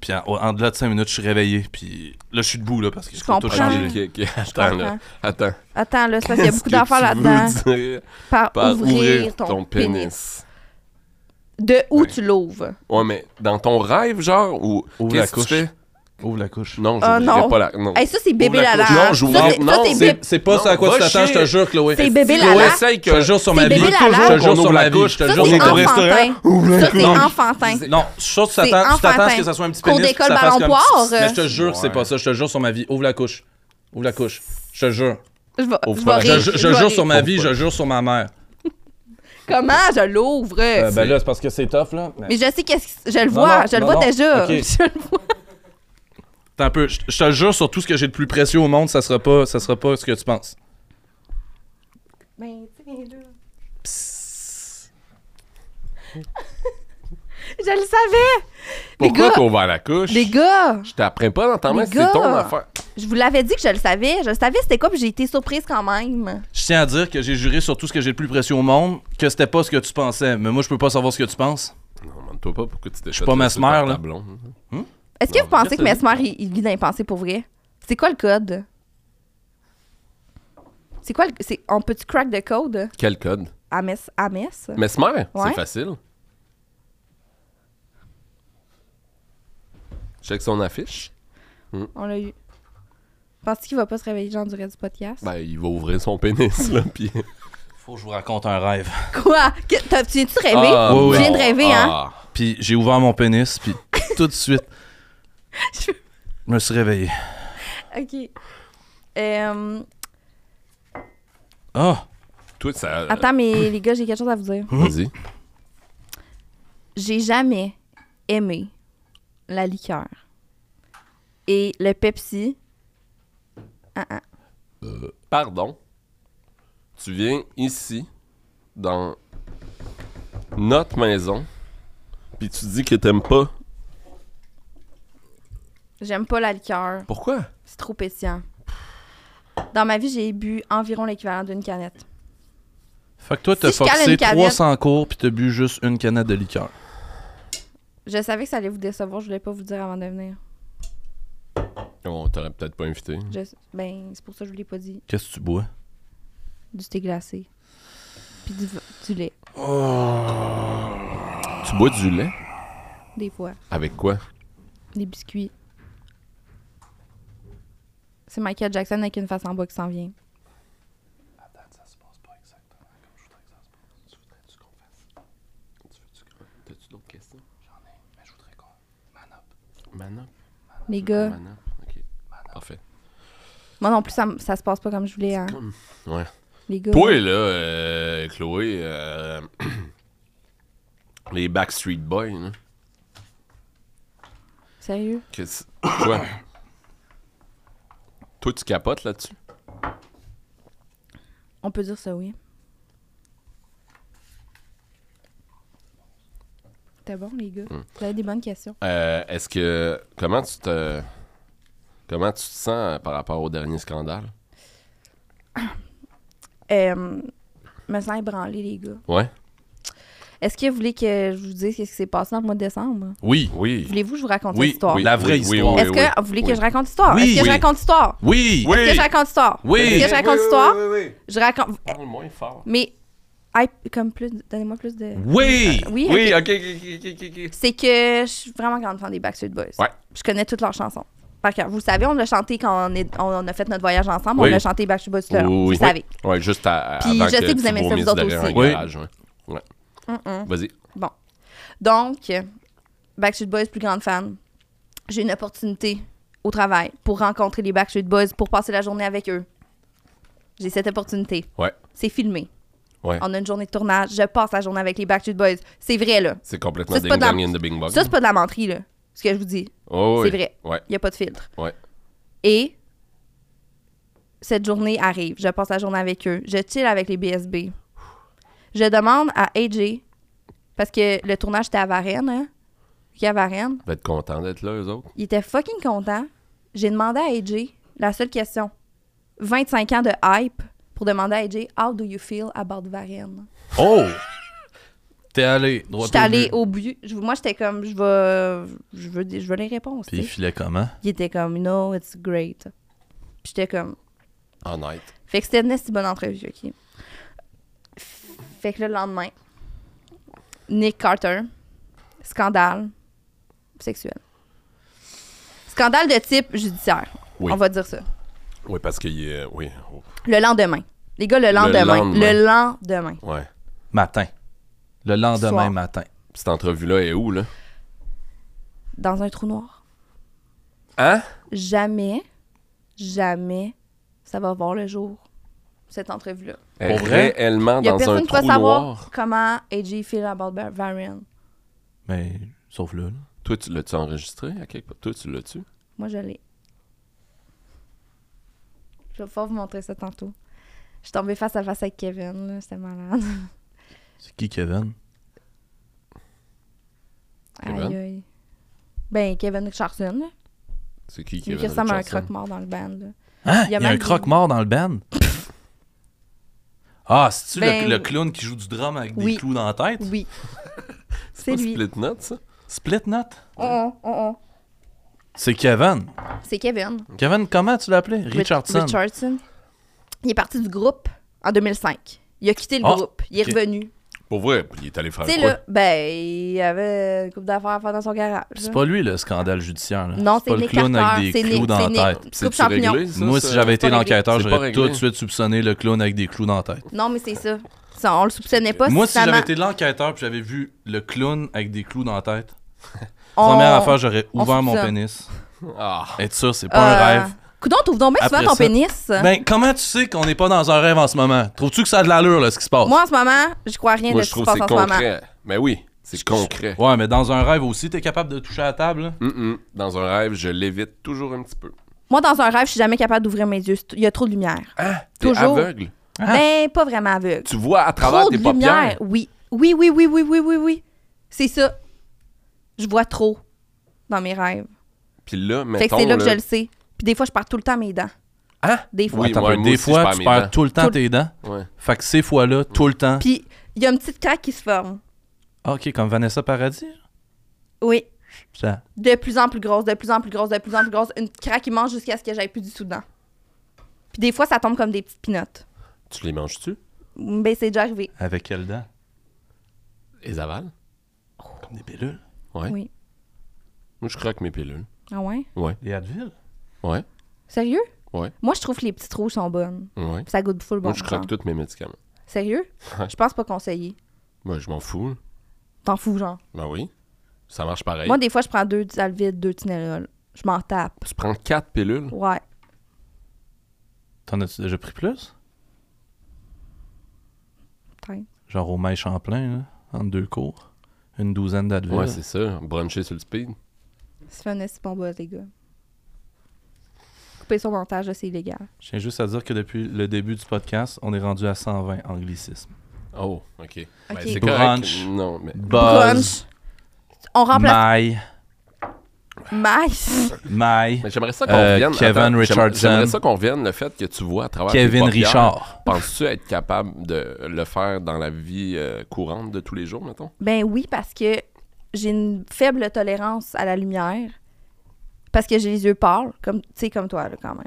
Puis en, en delà de 5 minutes, je suis réveillé. Puis là, je suis debout, là, parce que
Je
faut tout
comprends.
changer.
Ok, ok, ok. Attends, là. Attends.
Attends, là,
[LAUGHS]
c'est parce qu'il y a
Qu'est-ce
beaucoup
que
d'affaires
tu
là-dedans.
veux dire
Par,
par
ouvrir, ton, pénis. De où
Ouais.
tu l'ouvres.
Ouais, mais dans ton rêve, genre, ou.
Ouvre la
Qu'est-ce que tu
couche.
fais?
Ouvre la couche.
Non,
Ah,
j'ouvrirai
non.
pas la. Non.
Hey, ça, c'est bébé
la
Lala.
couche. Non,
Ça,
j'ouvre-
c'est-
non,
ça, c'est
c'est-
bébé-
C'est pas
ça à quoi tu t'attends, je te
jure, Chloé.
C'est bébé
Chloé,
Lala.
essaye que.
Je te jure sur ma
C'est
vie.
bébé
Je te
Lala.
Je te
jure
jure
sur
sur
ma
ma
vie.
couche.
Ça,
Je te
c'est
jure sur ma
enfantin. Ça, c'est enfantin.
Non, sûr, tu
C'est
t'attends, tu t'attends à ce
enfantin.
que ça soit un petit
Cours
pénis.
d'école, euh.
que ça fasse
ballon
comme-
poire.
Mais je te jure que c'est
Ouais.
pas ça. Je te jure sur ma vie. Ouvre la couche. Ouvre la couche. Je te jure.
Je vais,
Ouvre
je
pas
vais
la-
Je,
rire.
je- je
vais
jure
rire.
sur ma vie, je jure sur ma mère.
Comment je l'ouvre?
Euh, ben là, c'est parce que c'est tough, là. Mais-
mais je sais qu'est-ce que... Je le
Non,
vois.
non,
je le
non,
vois
non.
déjà.
Ok.
[LAUGHS] Je le vois.
Attends un peu. Je, je te jure sur tout ce que j'ai de plus précieux au monde, ça sera pas, ça sera pas ce que tu penses.
Ben, tiens, là. [LAUGHS] Je le savais. Les
Pourquoi
gars-
t'as ouvert la couche?
Les gars,
Je t'apprends pas dans ta
Les
main, c'est
gars.
ton affaire.
je vous l'avais dit que je le savais. Je le savais c'était quoi, puis j'ai été surprise quand même.
Je tiens à dire que j'ai juré sur tout ce que j'ai de plus précieux au monde que c'était pas ce que tu pensais. Mais moi, je peux pas savoir ce que tu penses.
Non, demande-toi pas pourquoi tu t'es Je
suis pas mesmer, là.
hein.
Est-ce que vous pensez que
Merci.
Mesmer, il, il vit dans les pensées pour vrai? C'est quoi le code? C'est quoi le... c'est- On peut-tu crack de code
Quel code?
à Mes... À Mes?
Mesmer,
Euh, Ouais.
c'est facile. Check son affiche.
On l'a eu. Penses-tu qu'il va pas se réveiller genre du reste du podcast?
Ben, il va ouvrir son pénis, là, puis...
Faut que je vous raconte un rêve.
[LAUGHS] Quoi? Que- t'as- Tu viens-tu rêver?
Ah,
oui,
Eh tu viens
bon.
de rêver, hein?
Ah.
Puis j'ai ouvert mon pénis, [LAUGHS] puis tout de suite,
Je-
je me suis réveillé.
Ok. Euh,
Ah!
Toi, ça...
attends,
Euh.
mais les gars, j'ai quelque chose à vous dire.
Vas-y.
J'ai jamais aimé la liqueur. Et le Pepsi. Ah, ah.
Pardon. Tu viens ici, dans notre maison, puis tu dis que t'aimes pas.
J'aime pas la liqueur.
Pourquoi?
C'est trop pétillant. Dans ma vie, j'ai bu environ l'équivalent d'une canette.
Fait que toi, t'as
Si je cale
forcé
une canette-
300 cours, puis t'as bu juste une canette de liqueur.
Je savais que ça allait vous décevoir, je voulais pas vous dire avant de venir.
On t'aurait peut-être pas invité.
Je- Ben, c'est pour ça que je vous l'ai pas dit.
Qu'est-ce que tu bois?
Du thé glacé. Puis du, du lait,
Tu bois du lait?
des fois.
Avec quoi?
Des biscuits. C'est Michael Jackson avec une face en bas qui s'en vient.
T'as-tu d'autres questions? J'en ai, mais je voudrais qu'on. Manop.
Les gars,
Manop? Manop, ok. Parfait.
moi non plus, ça, m- ça se passe pas comme je voulais, hein.
Ouais.
Les gars.
Toi, là, euh, Chloé, euh, [CLEARS THROAT] les Backstreet Boys, là.
Sérieux?
Qu'est-ce. Quoi? Toi, tu capotes là-dessus?
On peut dire ça, oui. T'es bon, les gars.
Hmm.
Mm.
Vous avez des bonnes questions.
Euh, Est-ce que. Comment tu te. Comment tu te sens euh, par rapport au dernier scandale?
Euh, me sens ébranlée, les gars.
Ouais?
Est-ce que vous voulez que je vous dise ce qui s'est passé dans le mois de décembre?
Oui.
Oui.
Voulez-vous que je vous raconte
Oui,
l'histoire?
oui. La vraie histoire.
Est-ce que vous voulez que
oui.
je raconte l'histoire?
Oui.
Est-ce que
Oui.
je raconte l'histoire?
Oui.
Oui.
Est-ce que je raconte l'histoire?
Oui.
Est-ce que je raconte l'histoire? Je raconte.
Parle moins fort.
Mais, hey, comme plus. Donnez-moi plus de. Ah,
Oui.
Oui, ok.
Oui, ok, ok, ok, ok, ok.
c'est que je suis vraiment grande fan des Backstreet Boys.
Ouais.
Je connais toutes leurs chansons. Par cœur. Vous le savez, on l'a chanté quand on, est- on a fait notre voyage ensemble.
Oui.
On a chanté Backstreet Boys tout le
Oui,
long.
oui,
Vous
oui.
le savez.
Ouais, juste à, à-
Puis
avant
je sais que vous
tu
aimez ça, vous
vomisses
autres
derrière
aussi.
un
Oui.
garage, ouais. Ouais.
Mm-mm.
Vas-y.
Bon. Donc, Backstreet Boys, plus grande fan. J'ai une opportunité au travail pour rencontrer les Backstreet Boys, pour passer la journée avec eux. J'ai cette opportunité.
Ouais.
C'est filmé.
Ouais.
On a une journée de tournage. Je passe la journée avec les Backstreet Boys. C'est vrai, là.
C'est complètement
Ça, c'est pas
ding
de la-
dong in the bing bong.
Ça, c'est pas de la menterie, là. Ce que je vous dis.
Oh, oui.
c'est vrai.
Ouais.
Il n'y a pas de filtre.
Ouais.
Et cette journée arrive. Je passe la journée avec eux. Je chill avec les BSB. Je demande à AJ, parce que le tournage était à Varennes, hein? Qui à Varennes.
Vous êtes contents d'être là, eux autres?
Il était fucking content. J'ai demandé à AJ la seule question. 25 ans de hype pour demander à AJ, How do you feel about Varennes?
Oh. T'es allé droit
J'étais allée au but. Je- moi, j'étais comme, je vais. Je veux, des- je veux les réponses.
Puis
tu
il
sais.
filait comment?
Il était comme, No, it's great. Puis j'étais comme,
Honnête.
Fait que c'était une si bonne entrevue, OK? Fait que là, le lendemain, Nick Carter, scandale sexuel. Scandale de type judiciaire,
Oui.
on va dire ça.
Oui, parce qu'il est. Oui. oh,
Le lendemain. Les gars, le lendemain.
lendemain.
Le lendemain.
Ouais.
Matin. Le lendemain
Soir.
matin.
Cette entrevue-là est où, là?
Dans un trou noir.
Hein?
Jamais, jamais, ça va voir le jour, cette entrevue-là.
Pour
vrai?
Réellement
Il y a
dans un
personne qui
trou
va savoir
noir.
comment AJ feel about Bar- Varian.
Mais sauf là. là.
Toi, tu l'as-tu enregistré à quelque part? Toi, tu l'as-tu?
Moi, je l'ai. Je vais pouvoir vous montrer ça tantôt. Je suis tombée face à face avec Kevin, là. C'était malade.
C'est qui Kevin?
Kevin?
Aïe, aïe. Ben, Kevin Richardson, là.
C'est qui qui
Lui
est
qui ressemble à un croque-mort dans le band,
[LAUGHS]
là.
Hein?
Il y a
Il y a,
même
un
des-
croque-mort dans le
[LAUGHS]
band? ah, c'est-tu le-
Ben-
le, clown qui joue du drum avec des
Oui.
clous dans la tête?
Oui.
C'est
C'est
lui.
lui.
Split Knot, ça?
Split Knot?
Oh, oh, oh,
C'est Kevin.
oh. C'est Kevin.
Kevin, comment tu l'appelais?
Ri-
Richardson.
Richardson. Il est parti du groupe en 2005. Il a quitté le
Ah,
groupe. Il est
ok.
revenu.
Pour vrai, il est allé faire
Tu sais,
quoi?
là, ben, il avait une coupe d'affaires à faire dans son garage. là.
C'est pas lui le scandale judiciaire. Là.
Non, c'est
pas le
Nick
clown
Carter.
avec des
C'est
clous
Nick.
dans
C'est
la tête.
Nick.
C'est-tu
Coupe champignon.
réglé, ça,
Moi,
ça?
si j'avais été
pas réglé.
l'enquêteur,
C'est pas
j'aurais tout de
réglé.
suite soupçonné le clown avec des clous dans la tête.
Non, mais c'est ça. Ça, On le soupçonnait pas.
Moi, si
finalement.
j'avais été l'enquêteur puis j'avais vu le clown avec des clous dans la tête,
On-
première affaire, j'aurais
on
ouvert mon
soupçonne.
pénis.
Ah!
Être sûr, c'est pas un rêve.
Coudon, t'ouvres euh, donc bien souvent
Après
ton
ça-
pénis.
Ben, comment tu sais qu'on n'est pas dans un rêve en ce moment? Trouves-tu que ça a de l'allure, là, ce qui se passe?
Moi, en ce moment, je crois rien
Moi, je
de ce qui
trouve
se
que
passe en
c'est
ce moment.
concret. Mais oui, c'est concret.
Ouais, mais dans un rêve aussi, t'es capable de toucher à la table, là?
Mm-mm. Dans un rêve, je l'évite toujours un petit peu.
Moi, dans un rêve, je suis jamais capable d'ouvrir mes yeux. Il y a trop de lumière.
Ah! T'es
Toujours.
aveugle.
Ah.
Ben, pas vraiment aveugle.
Tu vois à travers
Trop de
tes paupières.
lumière. Oui. Oui, oui, oui, oui, oui, oui, oui. C'est ça. Je vois trop dans mes rêves.
Puis là, mettons...
Fait que c'est là que je
là-
le sais. Puis des fois, je perds tout le temps mes dents.
Hein?
Des fois.
Oui,
Attends,
moi,
mais
moi
des
aussi, je
fois,
perds
tu
mes
perds
dents.
tout le temps
Tout-
tes dents.
Ouais.
Fait que ces fois-là, tout le temps.
Puis il y a une petite craque qui se forme.
Ah, OK, comme Vanessa Paradis?
Oui.
Ça.
De plus en plus grosse, de plus en plus grosse, de plus en plus grosse. Une craque qui mange jusqu'à ce que j'aille plus du tout dedans. Puis des fois, ça tombe comme des petites pinottes.
Tu les manges-tu?
Ben, c'est déjà arrivé.
Avec quelle dent?
Les avales?
Comme des pilules.
Ouais.
Oui.
Moi, je croque mes pilules.
Ah ouais?
Ouais.
Des Advil?
Ouais.
Sérieux?
Ouais.
Moi, je trouve que les petites rouges sont bonnes.
Ouais.
Puis Ça goûte full bon.
Moi, je croque
genre.
tous mes médicaments.
Sérieux?
Ouais.
Je pense pas conseiller.
Moi, je m'en fous.
T'en fous, genre.
Ben oui. Ça marche pareil.
Moi, des fois, je prends deux Alvid, deux Tylenol. Je m'en tape.
Tu prends quatre pilules.
Ouais.
T'en as-tu déjà pris plus?
Putain.
Genre au maïs Champlain, là, en deux cours. Une douzaine d'Advil.
Ouais, c'est ça. Bruncher sur le speed.
Ça fait un esti bon buzz, les gars. Couper son montage, là, c'est illégal.
Je tiens juste à dire que depuis le début du podcast, on est rendu à 120 anglicismes.
Oh, OK. Ben,
Ok.
c'est correct.
Brunch.
Non, mais...
Buzz.
Brunch. On remplace
Mai,
Mice.
Mai,
Mais j'aimerais ça qu'on
Euh,
revienne.
Kevin
attends, j'aimerais-
Richardson.
J'aimerais ça qu'on revienne le fait que tu vois à travers. tes
Kevin
paupières.
Richard.
Penses-tu être capable de le faire dans la vie euh, courante de tous les jours, mettons?
Ben oui, parce que j'ai une faible tolérance à la lumière. Parce que j'ai les yeux pâles, comme, tu sais, comme toi, là, quand même.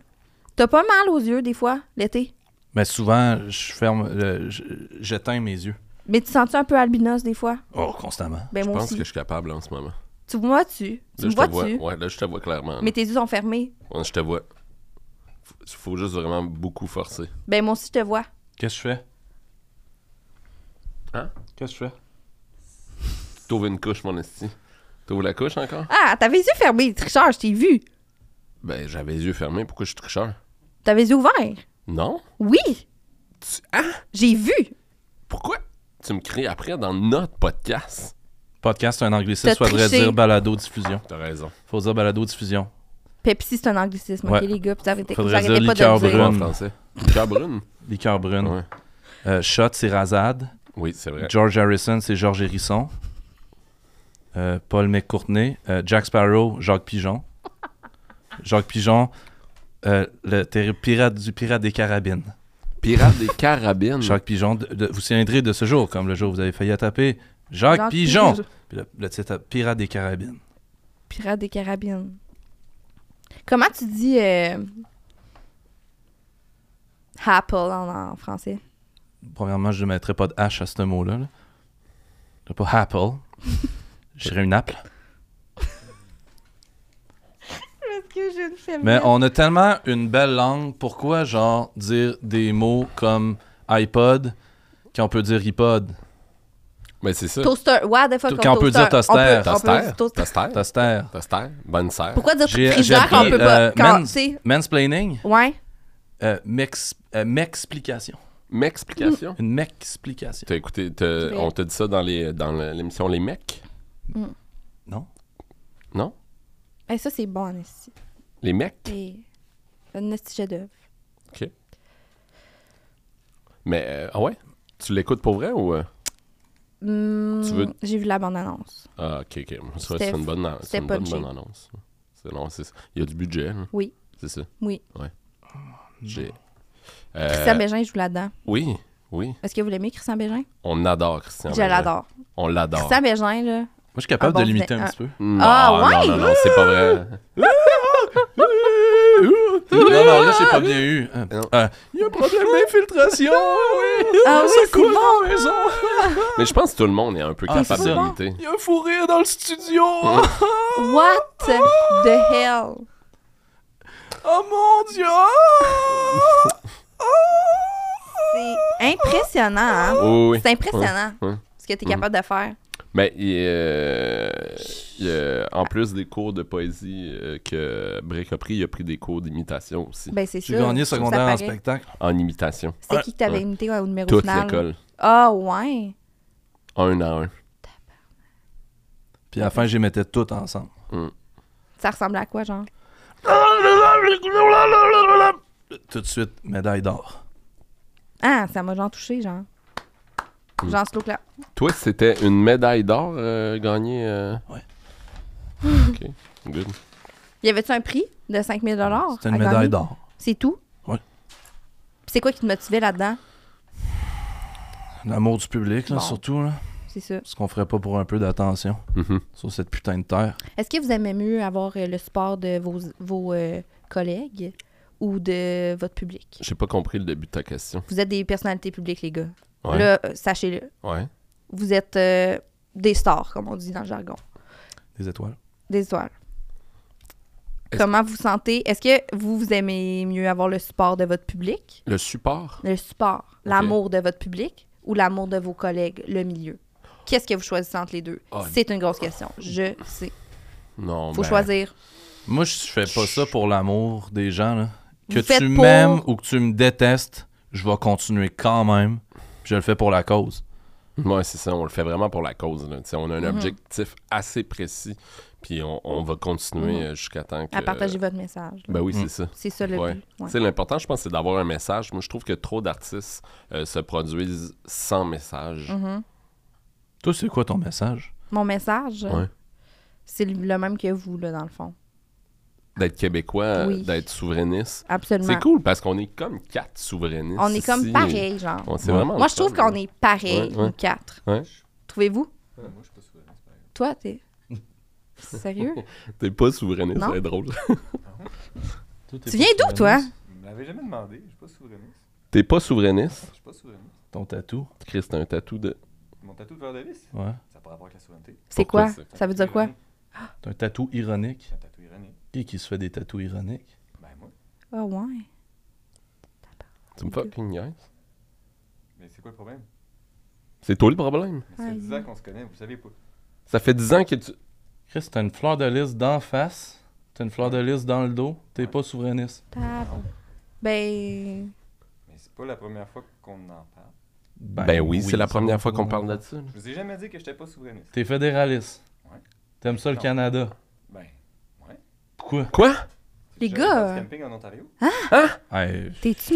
T'as pas mal aux yeux, des fois, l'été.
Mais souvent, je ferme, euh, je- j'éteins mes yeux.
Mais tu sens-tu un peu albinos, des fois?
Oh, constamment.
Ben
Je
moi
pense
aussi.
que je suis capable en ce moment.
Tu me vois-tu? Tu
Là,
me
je te vois.
vois-tu?
Ouais, là, je te vois clairement.
Mais tes yeux sont fermés.
Ouais, je te vois. F- Faut juste vraiment beaucoup forcer.
Ben moi aussi, je te vois.
Qu'est-ce que je fais?
Hein?
Qu'est-ce que je fais?
T'ouvres une couche, mon esti. T'ouvres la couche encore?
Ah, t'avais les yeux fermés, tricheur, je t'ai vu.
Ben, j'avais les yeux fermés. Pourquoi je suis tricheur?
T'avais les yeux ouverts.
Non?
Oui,
Tu... Hein?
j'ai vu.
Pourquoi tu me cries après dans notre podcast?
Podcast, c'est un anglicisme,
T'as
faudrait
triché.
dire balado-diffusion.
T'as raison.
Faut dire balado-diffusion.
Pepsi, c'est un anglicisme,
Ouais.
ok, les gars? Puis t'arrêtais
Faudrait
j'arrêtais
dire
pas
liqueur
de le
C'est quoi
dire.
en
Brune.
français? Cœur brune?
Liqueur brune.
Ouais.
Euh, shot, c'est Razad.
Oui, c'est vrai.
George Harrison, c'est George Hérisson. Euh, Paul McCourtney. Euh, Jack Sparrow, Jacques Pigeon. Jacques Pigeon, euh, le terrible pirate du pirate des carabines.
Pirate des Carabines.
Jacques Pigeon, de- de- vous tiendrez de ce jour, comme le jour où vous avez failli à taper. Jacques,
Ah,
Jacques
Pigeon.
Pigeon.
Puis le, le titre, euh, pirate des carabines.
Pirates des Carabines. Comment tu dis euh, Apple en, en français?
Premièrement, je ne mettrais pas de H à ce mot-là. là. Je pas Apple. Je dirais une apple.
Parce que j'ai une
Mais on a tellement une belle langue, pourquoi genre dire des mots comme iPod quand on peut dire iPod,
Mais Ben, c'est ça.
Toaster. What the fuck?
Tout- quand on peut dire toaster.
On peut- on peut
Toaster.
dire toaster.
Toaster.
toaster,
Toaster. Bonne serre.
Pourquoi dire
J'ai-
frigidaire
j'ai
quand on peut
appris,
pas?
euh,
quand,
men-
tu sais,
mansplaining,
ouais.
euh, m'ex- euh, m'explication,
M'explication.
une m'explication.
[LAUGHS] T'as écouté, t'as-
Oui.
on t'a dit ça dans les dans le- l'émission Les Mecs?
Non,
Non?
Hey, Eh, ça, c'est bon, ici.
Les Mecs?
C'est un esti chef-d'œuvre.
Ok. Mais, euh, ah ouais? Tu l'écoutes pour vrai ou. euh?
Hum,
Tu veux-
J'ai vu la bande-annonce.
Ah, ok, ok. Moi, ça, C'est
C'était-
une bonne, c'est
c'était
une bonne,
punchy.
bonne annonce. C'est long, c'est ça. Il y a du budget, hein,
Oui,
c'est ça.
oui.
J'ai- Euh,
Christian Bégin joue là-dedans.
oui, oui.
Est-ce que vous l'aimez, Christian Bégin?
On adore Christian.
Je
Bégin.
l'adore.
On l'adore. Mm.
Christian Bégin, là.
moi je suis capable
Ah bon,
de l'imiter
c'est
un
un-
petit peu.
Non,
Ah, ouais?
non, non, non, c'est pas vrai.
[GASPS]
Non, non, là j'ai pas bien eu. Euh,
Non.
euh, Il y a un problème d'infiltration. oui.
Ah
Ça
oui, c'est
coule dans
bon.
la maison.
Mais je pense que tout le monde est un peu
Ah,
capable
c'est
de
bon.
l'imiter.
Il y a un fou rire dans le studio.
Ah. What the hell?
Oh mon dieu. Oh!
C'est impressionnant, hein?
Oui, oui, Mhm. oui.
C'est impressionnant
Ouais, ouais.
ce que tu es capable de faire.
Mais il, Ben, euh, il, euh, en plus des cours de poésie euh, que Brick a pris, il a pris des cours d'imitation aussi.
Ben, c'est sûr.
[LAUGHS] J'ai gagné
ça
secondaire en
paraît.
spectacle.
En imitation.
C'est qui que t'avais
Ouais.
imité au numéro
Toute
final?
l'école.
Ah, ouais.
Un à un.
Puis à la fin, j'y mettais tout ensemble.
Ça ressemble à quoi, genre?
Tout de suite, médaille d'or.
Ah, ça m'a genre touché, genre.
Mhm.
Genre, slow clap.
Toi, c'était une médaille d'or euh, gagnée. euh?
Ouais.
Ok, good.
Y avait-tu un prix de 5000
C'était une médaille d'or.
C'est tout?
Ouais.
Puis c'est quoi qui te motivait là-dedans?
L'amour du public, là,
Bon.
surtout. Là.
C'est ça.
Ce qu'on ferait pas pour un peu d'attention
Mhm.
sur cette putain de terre.
Est-ce que vous aimez mieux avoir euh, le support de vos, vos euh, collègues ou de votre public?
J'ai pas compris le début de ta question.
Vous êtes des personnalités publiques, les gars.
Ouais.
Là, euh, sachez-le.
Ouais.
Vous êtes euh, des stars, comme on dit dans le jargon.
Des étoiles.
Des étoiles.
Est-ce-
Comment vous sentez? Est-ce que vous, vous aimez mieux avoir le support de votre public,
Le support.
le support, l'amour de votre public ou l'amour de vos collègues, le milieu? Qu'est-ce que vous choisissez entre les deux?
Ah.
C'est une grosse question. Je sais.
Non.
Faut
ben,
choisir.
Moi, je fais pas ça pour l'amour des gens. Là. Que
Vous faites
tu
pour-
m'aimes ou que tu me détestes, je vais continuer quand même. Puis je le fais pour la cause.
Ouais, c'est ça. On le fait vraiment pour la cause. là. Tu sais, On a un
Mhm.
objectif assez précis. Puis on, on va continuer euh, jusqu'à temps que.
Mhm. À partager votre message. là.
Ben oui,
Mm.
c'est ça.
C'est ça le
Ouais.
but. ouais.
Tu sais, L'important, je pense, c'est d'avoir un message. Moi, je trouve que trop d'artistes euh, se produisent sans message.
Mhm.
Toi, c'est quoi ton message?
Mon message,
Ouais.
C'est le le même que vous, là, dans le fond.
D'être québécois, euh,
Oui.
d'être souverainiste.
Absolument.
C'est cool parce qu'on est comme quatre souverainistes.
On est comme
ici.
pareil, genre.
On- c'est
Ouais.
vraiment
Moi, je trouve
le fun,
qu'on est pareil,
Ouais, ouais.
nous quatre.
Ouais.
Trouvez-vous?
Ouais, moi, je suis pas souverain. c'est pareil.
Toi,
[LAUGHS]
t'es. Sérieux?
T'es pas souverainiste,
Non.
c'est drôle. [LAUGHS]
Toi, t'es
Tu
pas
viens d'où, toi?
souverainiste? Vous me l'avez jamais demandé. Je suis pas souverainiste.
T'es pas souverainiste.
Je suis pas souverainiste.
Ton tatou.
Chris, t'as un tatou de.
Mon tatou de verre de vis,
Ouais.
ça pourrait avoir avec la souveraineté.
C'est
Pourquoi
quoi?
c'est-
Ça veut dire quoi?
Ironique.
T'as un tatou ironique.
J'ai un tatou ironique.
Qui qui se fait des tatous ironiques?
Ben, moi.
Ah ouais.
Tu me fucking niaises.
Mais c'est quoi le problème?
C'est toi le problème.
Mais Ça fait
Aïe.
10 ans qu'on se connaît, vous savez pas.
Ça fait 10 ans que tu.
Chris, t'as une fleur de lys d'en face. T'as une fleur de lys dans le dos. T'es pas souverainiste.
Tab- Ben.
Mais c'est pas la première fois qu'on en parle.
Ben, oui, c'est la première fois qu'on parle de ça. là.
Je vous ai jamais dit que j'étais pas souverainiste.
T'es fédéraliste.
Ouais.
T'aimes ça le
Non.
Canada.
Ben,
Pourquoi?
Quoi?
Les
J'ai jamais
gars! Hein?
fait du camping en Ontario.
Hey,
T'es-tu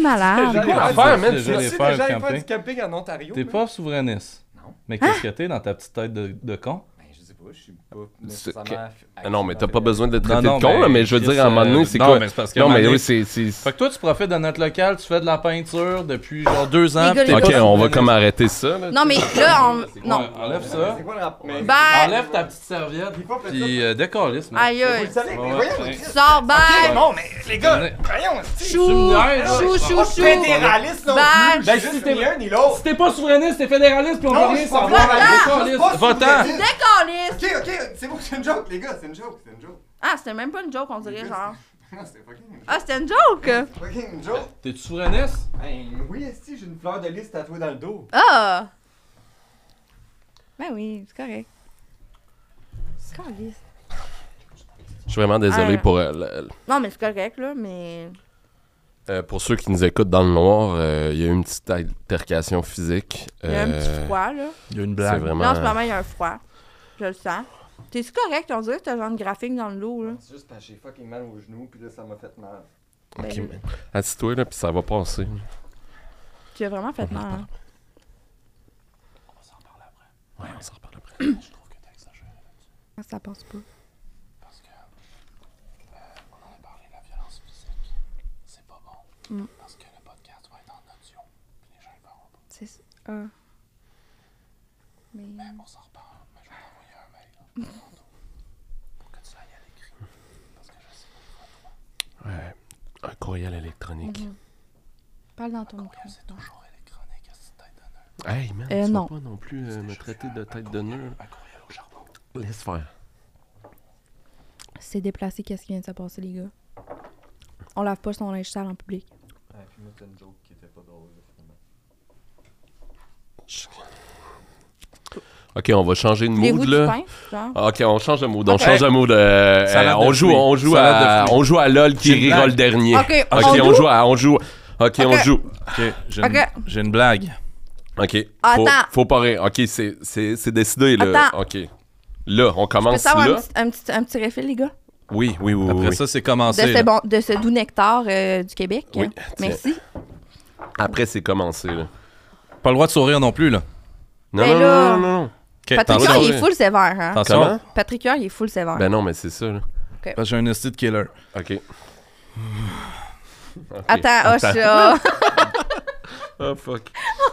quoi à
malade?
[LAUGHS] J'allais
faire,
pas-
man?
Je
J'allais
sais
faire
que j'allais
le
faire du
camping.
camping en Ontario.
T'es
man.
pas souverainiste.
Non.
Mais qu'est-ce que t'es dans ta petite tête de, de con?
Ben, je sais pas, je suis pas
C'est-
nécessairement.
que-
aff-
Ah non, mais t'as pas
activement
besoin de le traiter
Non, non,
de con,
mais
là, mais je veux
Chris,
dire, à un moment
euh,
donné, c'est
non,
quoi?
mais c'est parce que à un
Non, mais
moment
oui,
donné-
c'est. c'est-
Fait que toi, tu profites de notre local, tu fais de la peinture depuis genre deux ans.
Les gars,
pis t'es
les
Ok,
pas
on va
souverainiste.
comme arrêter ça, là.
Non, mais là, on.
Ouais,
Non.
enlève
fédéraliste.
ça.
C'est quoi le rapport? Mais-
Bye!
Enlève ta petite serviette,
faut faire
puis euh, décalisse, man.
Aïe,
Vous le
aïe.
savez, mais
Ouais,
voyons,
ouais.
Chris.
Sors,
Ok,
bye!
Non, mais les gars,
Ouais.
voyons, c'est
Chou!
lumière, là.
Chou, chou,
pas
chou!
fédéraliste non
Bye.
plus. Ben, juste ni un ni l'autre.
Si t'es pas souverainiste, t'es fédéraliste, puis on
Non,
va
je
rien
suis pas
savoir.
fédéraliste.
Décalisse.
Je suis pas
Va-t'en!
souverainiste.
Décaliste!
Ok, ok, c'est bon, c'est une joke, les gars, c'est une joke, c'est une joke. [LAUGHS]
Ah, c'était même pas une joke, on dirait, genre.
Non, c'est fucking une joke.
Ah, c'était une joke!
Fucking une joke.
T'es-tu souverainiste?
Ben oui, esti, j'ai une fleur de lys tatouée dans le dos.
Ah! Ben oui, c'est correct. C'est caliste.
Je suis vraiment désolé
Ah.
pour euh, le- le-
Non, mais c'est correct, là, mais.
Euh, pour ceux qui nous écoutent dans le noir, euh, il y a eu une petite altercation physique.
Il y a un
Euh,
petit froid, là.
Il y a une
C'est
Là, en ce
vraiment.
moment, il y a un froid. Je le sens. T'es correct, on dirait que t'as genre de graphique dans le lot, là.
C'est juste parce que j'ai fucking mal aux genoux, puis là, ça m'a fait mal.
Ok,
Ben,
man. Assis-toi là, puis ça va passer.
Tu as vraiment fait mal. hein.
Ouais, on s'en reparle après.
Ah, Ça passe pas. Mm. C'est ça. Ah. Mais.
Ouais, un courriel électronique.
Mhm. Parle dans ton micro.
Hey, man,
Euh,
tu
non.
vas pas non plus euh, me traiter de tête de nœud. Laisse faire.
C'est déplacé, qu'est-ce qui vient de se passer, les gars? On lave pas son linge sale en public.
Ouais, puis moi, c'est une joke qui était pas drôle, là, finalement.
Ok, on va changer de
Voulez-vous
mood,
du
là. Ah,
pain? Genre?
Ok, on change de mood, on
Ok.
change de mood. euh,
Salade
euh,
de
on, joue,
fruits.
on, joue
Salade
à,
de fruits.
on joue à LOL qui
J'ai une
rira
blague.
le dernier.
Ok,
ok,
on
on
joue?
joue à. On joue. Ok, on
Ok.
joue.
Ok, j'ai
Ok.
une, j'ai une blague.
Ok.
Attends.
Faut, faut pas rire. Ok, c'est- c'est c'est décidé, là.
Attends.
Ok. Là, on
Je peux
commence
savoir un
là.
petit, un, petit, un petit refill, les gars?
Oui, oui, oui.
Après
oui,
ça, c'est
De
commencé.
ce,
là.
Ben, bon, de ce doux nectar euh, du Québec.
Oui,
hein.
tiens.
Merci.
oui. Après, c'est commencé, là.
Pas le droit de sourire non plus, là.
Non,
Ben
non,
là.
non, non, non, non.
Ok,
Patrick
t'en
Huard,
veux
il
pas.
est full sévère. Hein?
Attention,
Comment?
Patrick Huard, il est full sévère.
Ben non, mais c'est ça, là.
parce que j'ai un esti de killer.
Ok.
Attends, oh, ça.
Oh, fuck.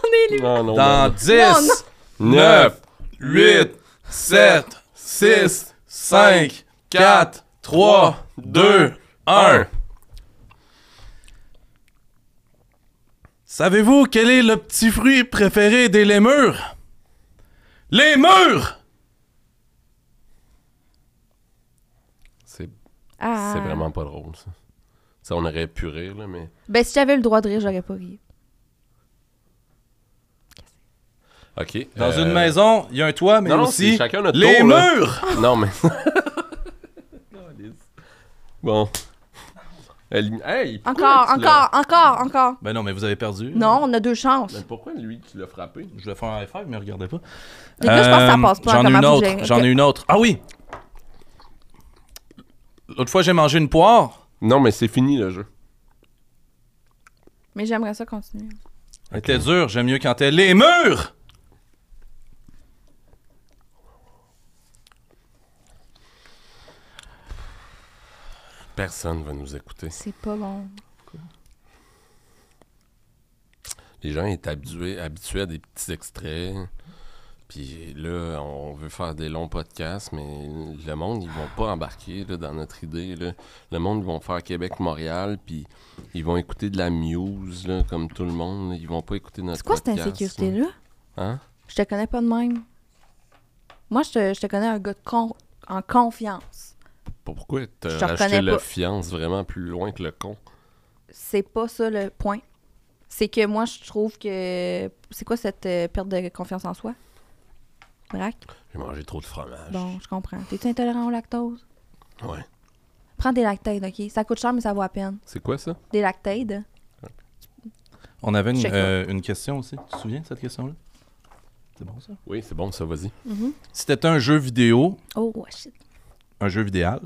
On est les-
Non, non,
Dans
non.
10,
9,
8, 7, 6, 5, 4, 3, 2, 1. Savez-vous quel est le petit fruit préféré des lémures? Les murs!
C'est
Ah.
c'est vraiment pas drôle, ça. Ça, on aurait pu rire, là, mais.
Ben, si j'avais le droit de rire, j'aurais pas ri.
Ok.
Dans
euh,
une maison, il y a un toit, mais
Non, non,
aussi
c'est chacun notre
les
tour, là.
murs!
Non, mais. [LAUGHS] bon. Elle- Hey, pourquoi
Encore,
tu l'as-
encore, encore, encore.
Ben non, mais vous avez perdu.
Non, on a deux chances.
Mais pourquoi lui, tu l'as frappé?
Je voulais faire un high five, mais regardez pas.
Les gars, je pense que ça
Euh,
passe pas.
J'en ai
comment
une
vous
autre.
gérez.
J'en ai une autre. Ah oui! L'autre fois, j'ai mangé une poire.
Non, mais c'est fini, le jeu.
Mais j'aimerais ça continuer.
Elle était dure. J'aime mieux quand elle. Les murs!
Personne va nous écouter.
C'est pas bon.
Les gens sont habitués, habitués à des petits extraits. Puis là, on veut faire des longs podcasts, mais le monde, ils vont pas embarquer là, dans notre idée. là. Le monde, ils vont faire Québec-Montréal, puis ils vont écouter de la muse, là, comme tout le monde. là. Ils vont pas écouter notre
C'est quoi cette
podcast. là.
insécurité-là?
Hein?
Je te connais pas de même. Moi, je te, je te connais un gars de con- en confiance.
Pourquoi te
Je te
racheter
reconnais
le
pas.
fiance vraiment plus loin que le con?
C'est pas ça le point. C'est que moi, je trouve que. C'est quoi cette euh, perte de confiance en soi? Braque?
J'ai mangé trop de fromage.
Bon, Ah, je comprends. T'es-tu intolérant au lactose?
Ouais.
Prends des lactaides, OK? Ça coûte cher, mais ça vaut la peine.
C'est quoi ça?
Des lactaides?
On avait une,
Check
euh, une question aussi. Tu te souviens de cette question-là? C'est bon ça?
Oui, c'est bon, ça, vas-y.
Si t'étais un jeu vidéo,
Oh, shit.
un jeu vidéal,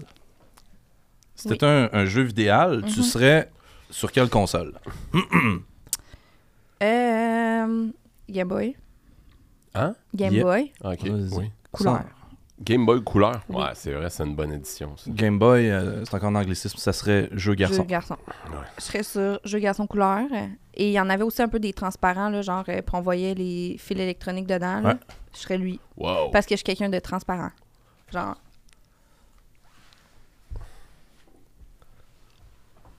si t'étais un, un jeu vidéal, tu serais sur quelle console?
Euh, Game Boy.
Hein?
Game
Yeah.
Boy.
Ah, Ok,
Vas-y.
oui.
Couleur.
Game Boy couleur?
Oui.
Ouais, c'est vrai, c'est une bonne édition, ça.
Game Boy, euh, c'est encore un anglicisme, ça serait jeu garçon.
Jeu garçon.
Ouais.
Je serais sur jeu garçon couleur. euh, Et il y en avait aussi un peu des transparents, là, genre, euh, puis on voyait les fils électroniques dedans. là.
Ouais.
Je serais lui.
Wow!
Parce que je suis quelqu'un de transparent. Genre.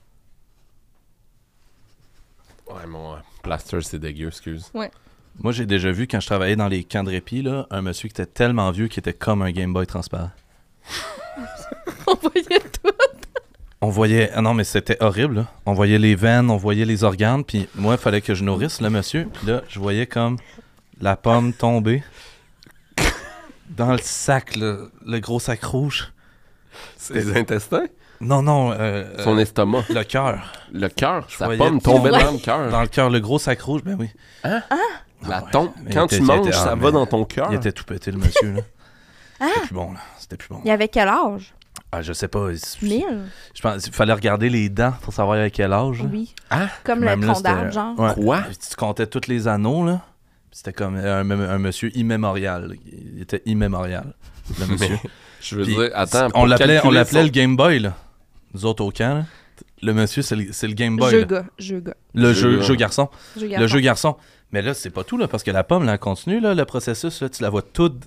[LAUGHS]
Ouais, mon euh, plaster, c'est dégueu, excuse.
Moi, j'ai déjà vu, quand je travaillais dans les camps de répit, là, un monsieur qui était tellement vieux qu'il était comme un Game Boy transparent.
On voyait tout.
On voyait... Ah non, mais c'était horrible. là. On voyait les veines, on voyait les organes, puis moi, il fallait que je nourrisse le monsieur. Puis là, je voyais comme la pomme
[LAUGHS]
tomber dans le sac, le, le gros sac rouge.
Ses intestins?
Non, non, euh,
Son
euh,
estomac.
le cœur.
Le cœur, sa
voyais-
pomme tombait
Ouais.
dans le
Dans
cœur.
le cœur, le gros sac rouge, ben oui.
La
ouais.
tombe,
Mais
quand
il était-
tu
il
manges,
était- ah,
ça
mais
va dans ton cœur.
Il était tout pété, le monsieur, là. C'était plus bon, là. C'était plus bon.
Il y avait quel âge?
Ah, je sais pas. il-
Mille?
Je pense il fallait regarder les dents pour savoir à quel âge. là.
Oui.
Ah,
Comme
Hein? Même
le
là,
tronc
c'était-
d'arbre, genre.
Ouais.
Quoi?
Tu comptais tous les anneaux, là. Puis C'était comme un, un monsieur immémorial. là. Il était immémorial, le monsieur.
Je veux
Puis,
dire, attends,
on
pour
l'appelait, on
calculer
l'appelait
son-
le Game Boy, là. Nous autres au camp, là. Le monsieur, c'est le, c'est le Game Boy.
Jeu
là.
gars, jeu gars.
Le
Jeu
jeu,
gars.
jeu garçon.
Jeu
Le
garçon.
jeu garçon. Mais là, c'est pas tout, là, parce que la pomme, là, elle continue, là, le processus, là, tu la vois toute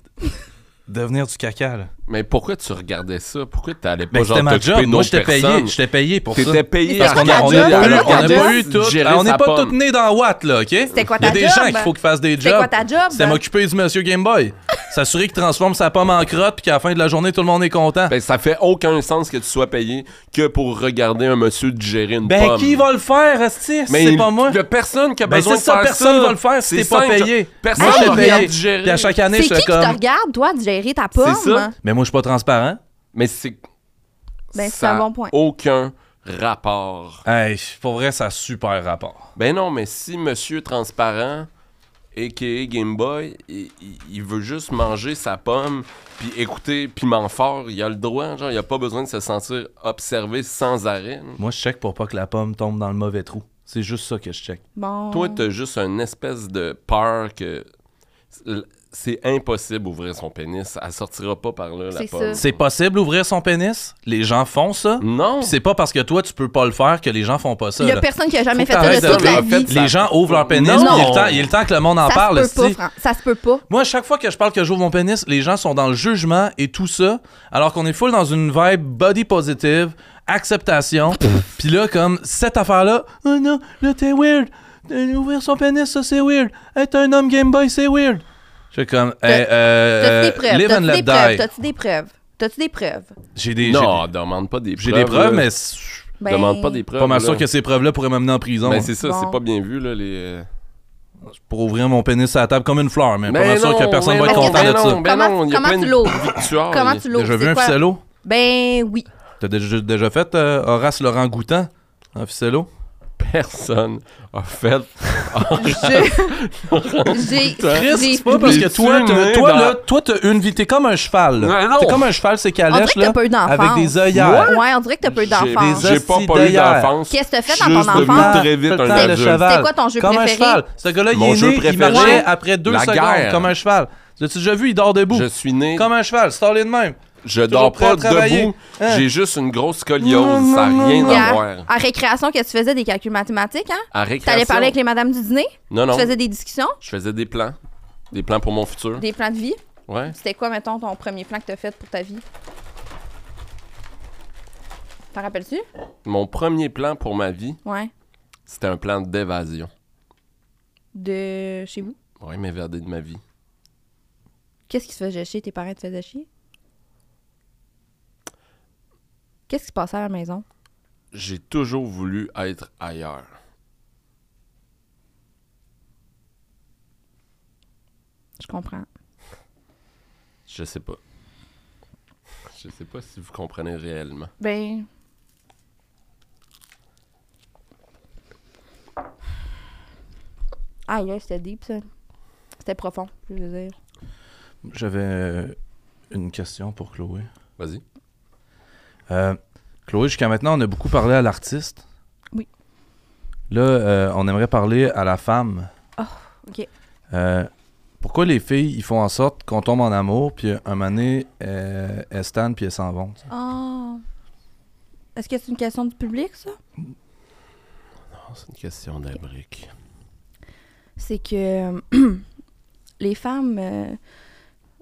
devenir du caca, là.
Mais pourquoi tu regardais ça? Pourquoi t'allais pas
Mais
genre
c'était ma job.
t'occuper
Moi,
d'autres
j'étais payé.
personnes?
J'étais payé pour ça.
T'étais payé
Parce
à
Parce qu'on a- on
regarder- à
a,
job,
on a- on
là,
a
regarder
pas
job,
eu
se
tout. Ah,
gérer
On n'est
sa
pas
pomme.
tous nés dans la Watt, là, OK?
C'était quoi
Il y
ta
a des
job?
gens qu'il faut qu'ils fassent des
C'était quoi
jobs.
ta job?
C'était m'occuper du monsieur Game Boy. S'assurer qu'il transforme sa pomme en crotte puis qu'à la fin de la journée, tout le monde est content.
Ben, ça fait aucun sens que tu sois payé que pour regarder un monsieur digérer une
Ben,
pomme.
qui va le faire, Asti?
Mais
C'est pas moi.
Il y a personne qui a
Ben,
besoin
c'est
de
ça,
faire
personne
ça.
va le faire si
C'est
t'es pas
simple.
payé.
Personne
Moi,
va
j'étais
regarde
payé.
digérer.
Puis à chaque année,
C'est
je
qui
fais
qui te
comme.
regarde, toi, de gérer ta pomme?
ça.
Mais moi, je suis pas transparent.
Mais c'est.
Ben, c'est
ça
un
a
bon point.
Aucun rapport.
Hey, pour vrai, ça a super rapport.
Ben non, mais si Monsieur Transparent, a.k.a. Game Boy, il, il- il veut juste manger sa pomme, puis écouter Piment Fort, il a le droit, genre, il a pas besoin de se sentir observé sans arrêt.
Moi, je check pour pas que la pomme tombe dans le mauvais trou. C'est juste ça que je check.
Bon.
Toi, t'as juste une espèce de peur que c'est impossible d'ouvrir son pénis, elle sortira pas par là, la
C'est
pomme.
ça.
C'est possible d'ouvrir son pénis? Les gens font ça?
Non!
Puis c'est pas parce que toi tu peux pas le faire que les gens font pas ça.
Il y a
là.
personne qui a jamais
Faut
fait ça
t'arrêter
de toute
de-
la
en fait,
vie.
Les gens ouvrent leur pénis,
Non.
puis il, est le temps, il est le temps que le monde en
Ça
parle.
se peut pas,
si.
Fran- Ça se peut pas.
Moi, à chaque fois que je parle que j'ouvre mon pénis, les gens sont dans le jugement et tout ça, alors qu'on est full dans une vibe body positive, acceptation. puis là, comme cette affaire-là, oh non, là t'es weird. Euh, Ouvrir son pénis, ça c'est weird. Être un homme Game Boy, c'est weird. Je suis comme, hey,
T'as-tu
euh,
des preuves?
live and
T'as-tu
let
des preuves?
die.
T'as-tu des preuves? T'as-tu des preuves?
J'ai des, j'ai
non,
des-
demande pas des preuves.
j'ai des
là.
preuves, mais c'est-
Ben,
Demande pas des preuves.
pas mal sûr
là.
que ces preuves-là pourraient m'amener en prison.
Ben,
hein.
c'est ça,
Bon.
c'est pas bien vu, là, les. euh,
pour ouvrir mon pénis à la table comme une fleur, mais,
Mais
pas mal sûr que personne va être content de ça.
Ben
Comment-
non, il y a
comment
plein
tu
de
l'ouvres?
victoires,
Comment
il-
tu l'ouvres?
Déjà vu
C'est
un
quoi?
ficello?
Ben
[LAUGHS]
oui.
T'as déjà, déjà fait euh, Horace Laurent Goutan, un ficello?
Personne a fait.
Je- J'ai.
Chris,
j'ai-
c'est pas parce que
j'ai
toi,
tué
t'as-
né
toi,
dans-
là, toi, t'as une vie, t'es comme un cheval,
Mais
là.
non.
T'es comme un cheval, c'est
On dirait
calèche,
que t'as
là,
pas eu d'enfance.
avec des œillères.
Ouais, on dirait que t'as pas eu
J'ai-
d'enfance.
des
J'ai pas
hosties
pas eu
d'ailleurs.
d'enfance.
Qu'est-ce que t'as fait
Juste
dans ton
devenu
enfance?
très vite
Fais le
un
temps, le
adulte.
cheval.
C'était quoi ton jeu
Comme
préféré?
un cheval. Ce gars-là, il
Mon
est
jeu
né, il
préféré,
marchait après deux
la
secondes,
guerre.
comme un cheval. L'as-tu déjà vu, il dort debout?
Je suis né.
Comme un cheval, stallé de même.
Je
Toujours
dors
prêt à
pas
travailler.
debout.
Hein?
J'ai juste une grosse scoliose. Ça n'a rien à voir.
Gars, à récréation, que tu faisais des calculs mathématiques, hein?
À
T'allais
récréation.
parler avec les madames du dîner?
Non, non.
Tu faisais des discussions?
Je faisais des plans. Des plans pour mon futur.
Des plans de vie?
Ouais.
C'était quoi, mettons, ton premier plan que t'as fait pour ta vie? T'en rappelles-tu?
Mon premier plan pour ma vie,
Ouais.
c'était un plan d'évasion.
De chez vous?
Ouais, m'évader de ma vie.
Qu'est-ce qui se faisait chier? Tes parents te faisaient chier? Qu'est-ce qui se passait à la maison?
J'ai toujours voulu être ailleurs.
Je comprends.
Je sais pas. Je sais pas si vous comprenez réellement.
Ben. Ah, là, c'était deep, ça. C'était profond, je veux dire.
J'avais euh, une question pour Chloé.
Vas-y.
Euh, Chloé, jusqu'à maintenant, on a beaucoup parlé à l'artiste.
Oui.
Là, euh, on aimerait parler à la femme.
Ah, ok.
Euh, pourquoi les filles, ils font en sorte qu'on tombe en amour, puis un moment donné, euh, elles stannent, puis elles s'en vont? tu sais?
Oh. Est-ce que c'est une question du public, ça?
Oh, c'est une question d'abrique.
C'est que [CLEARS THROAT] les femmes euh,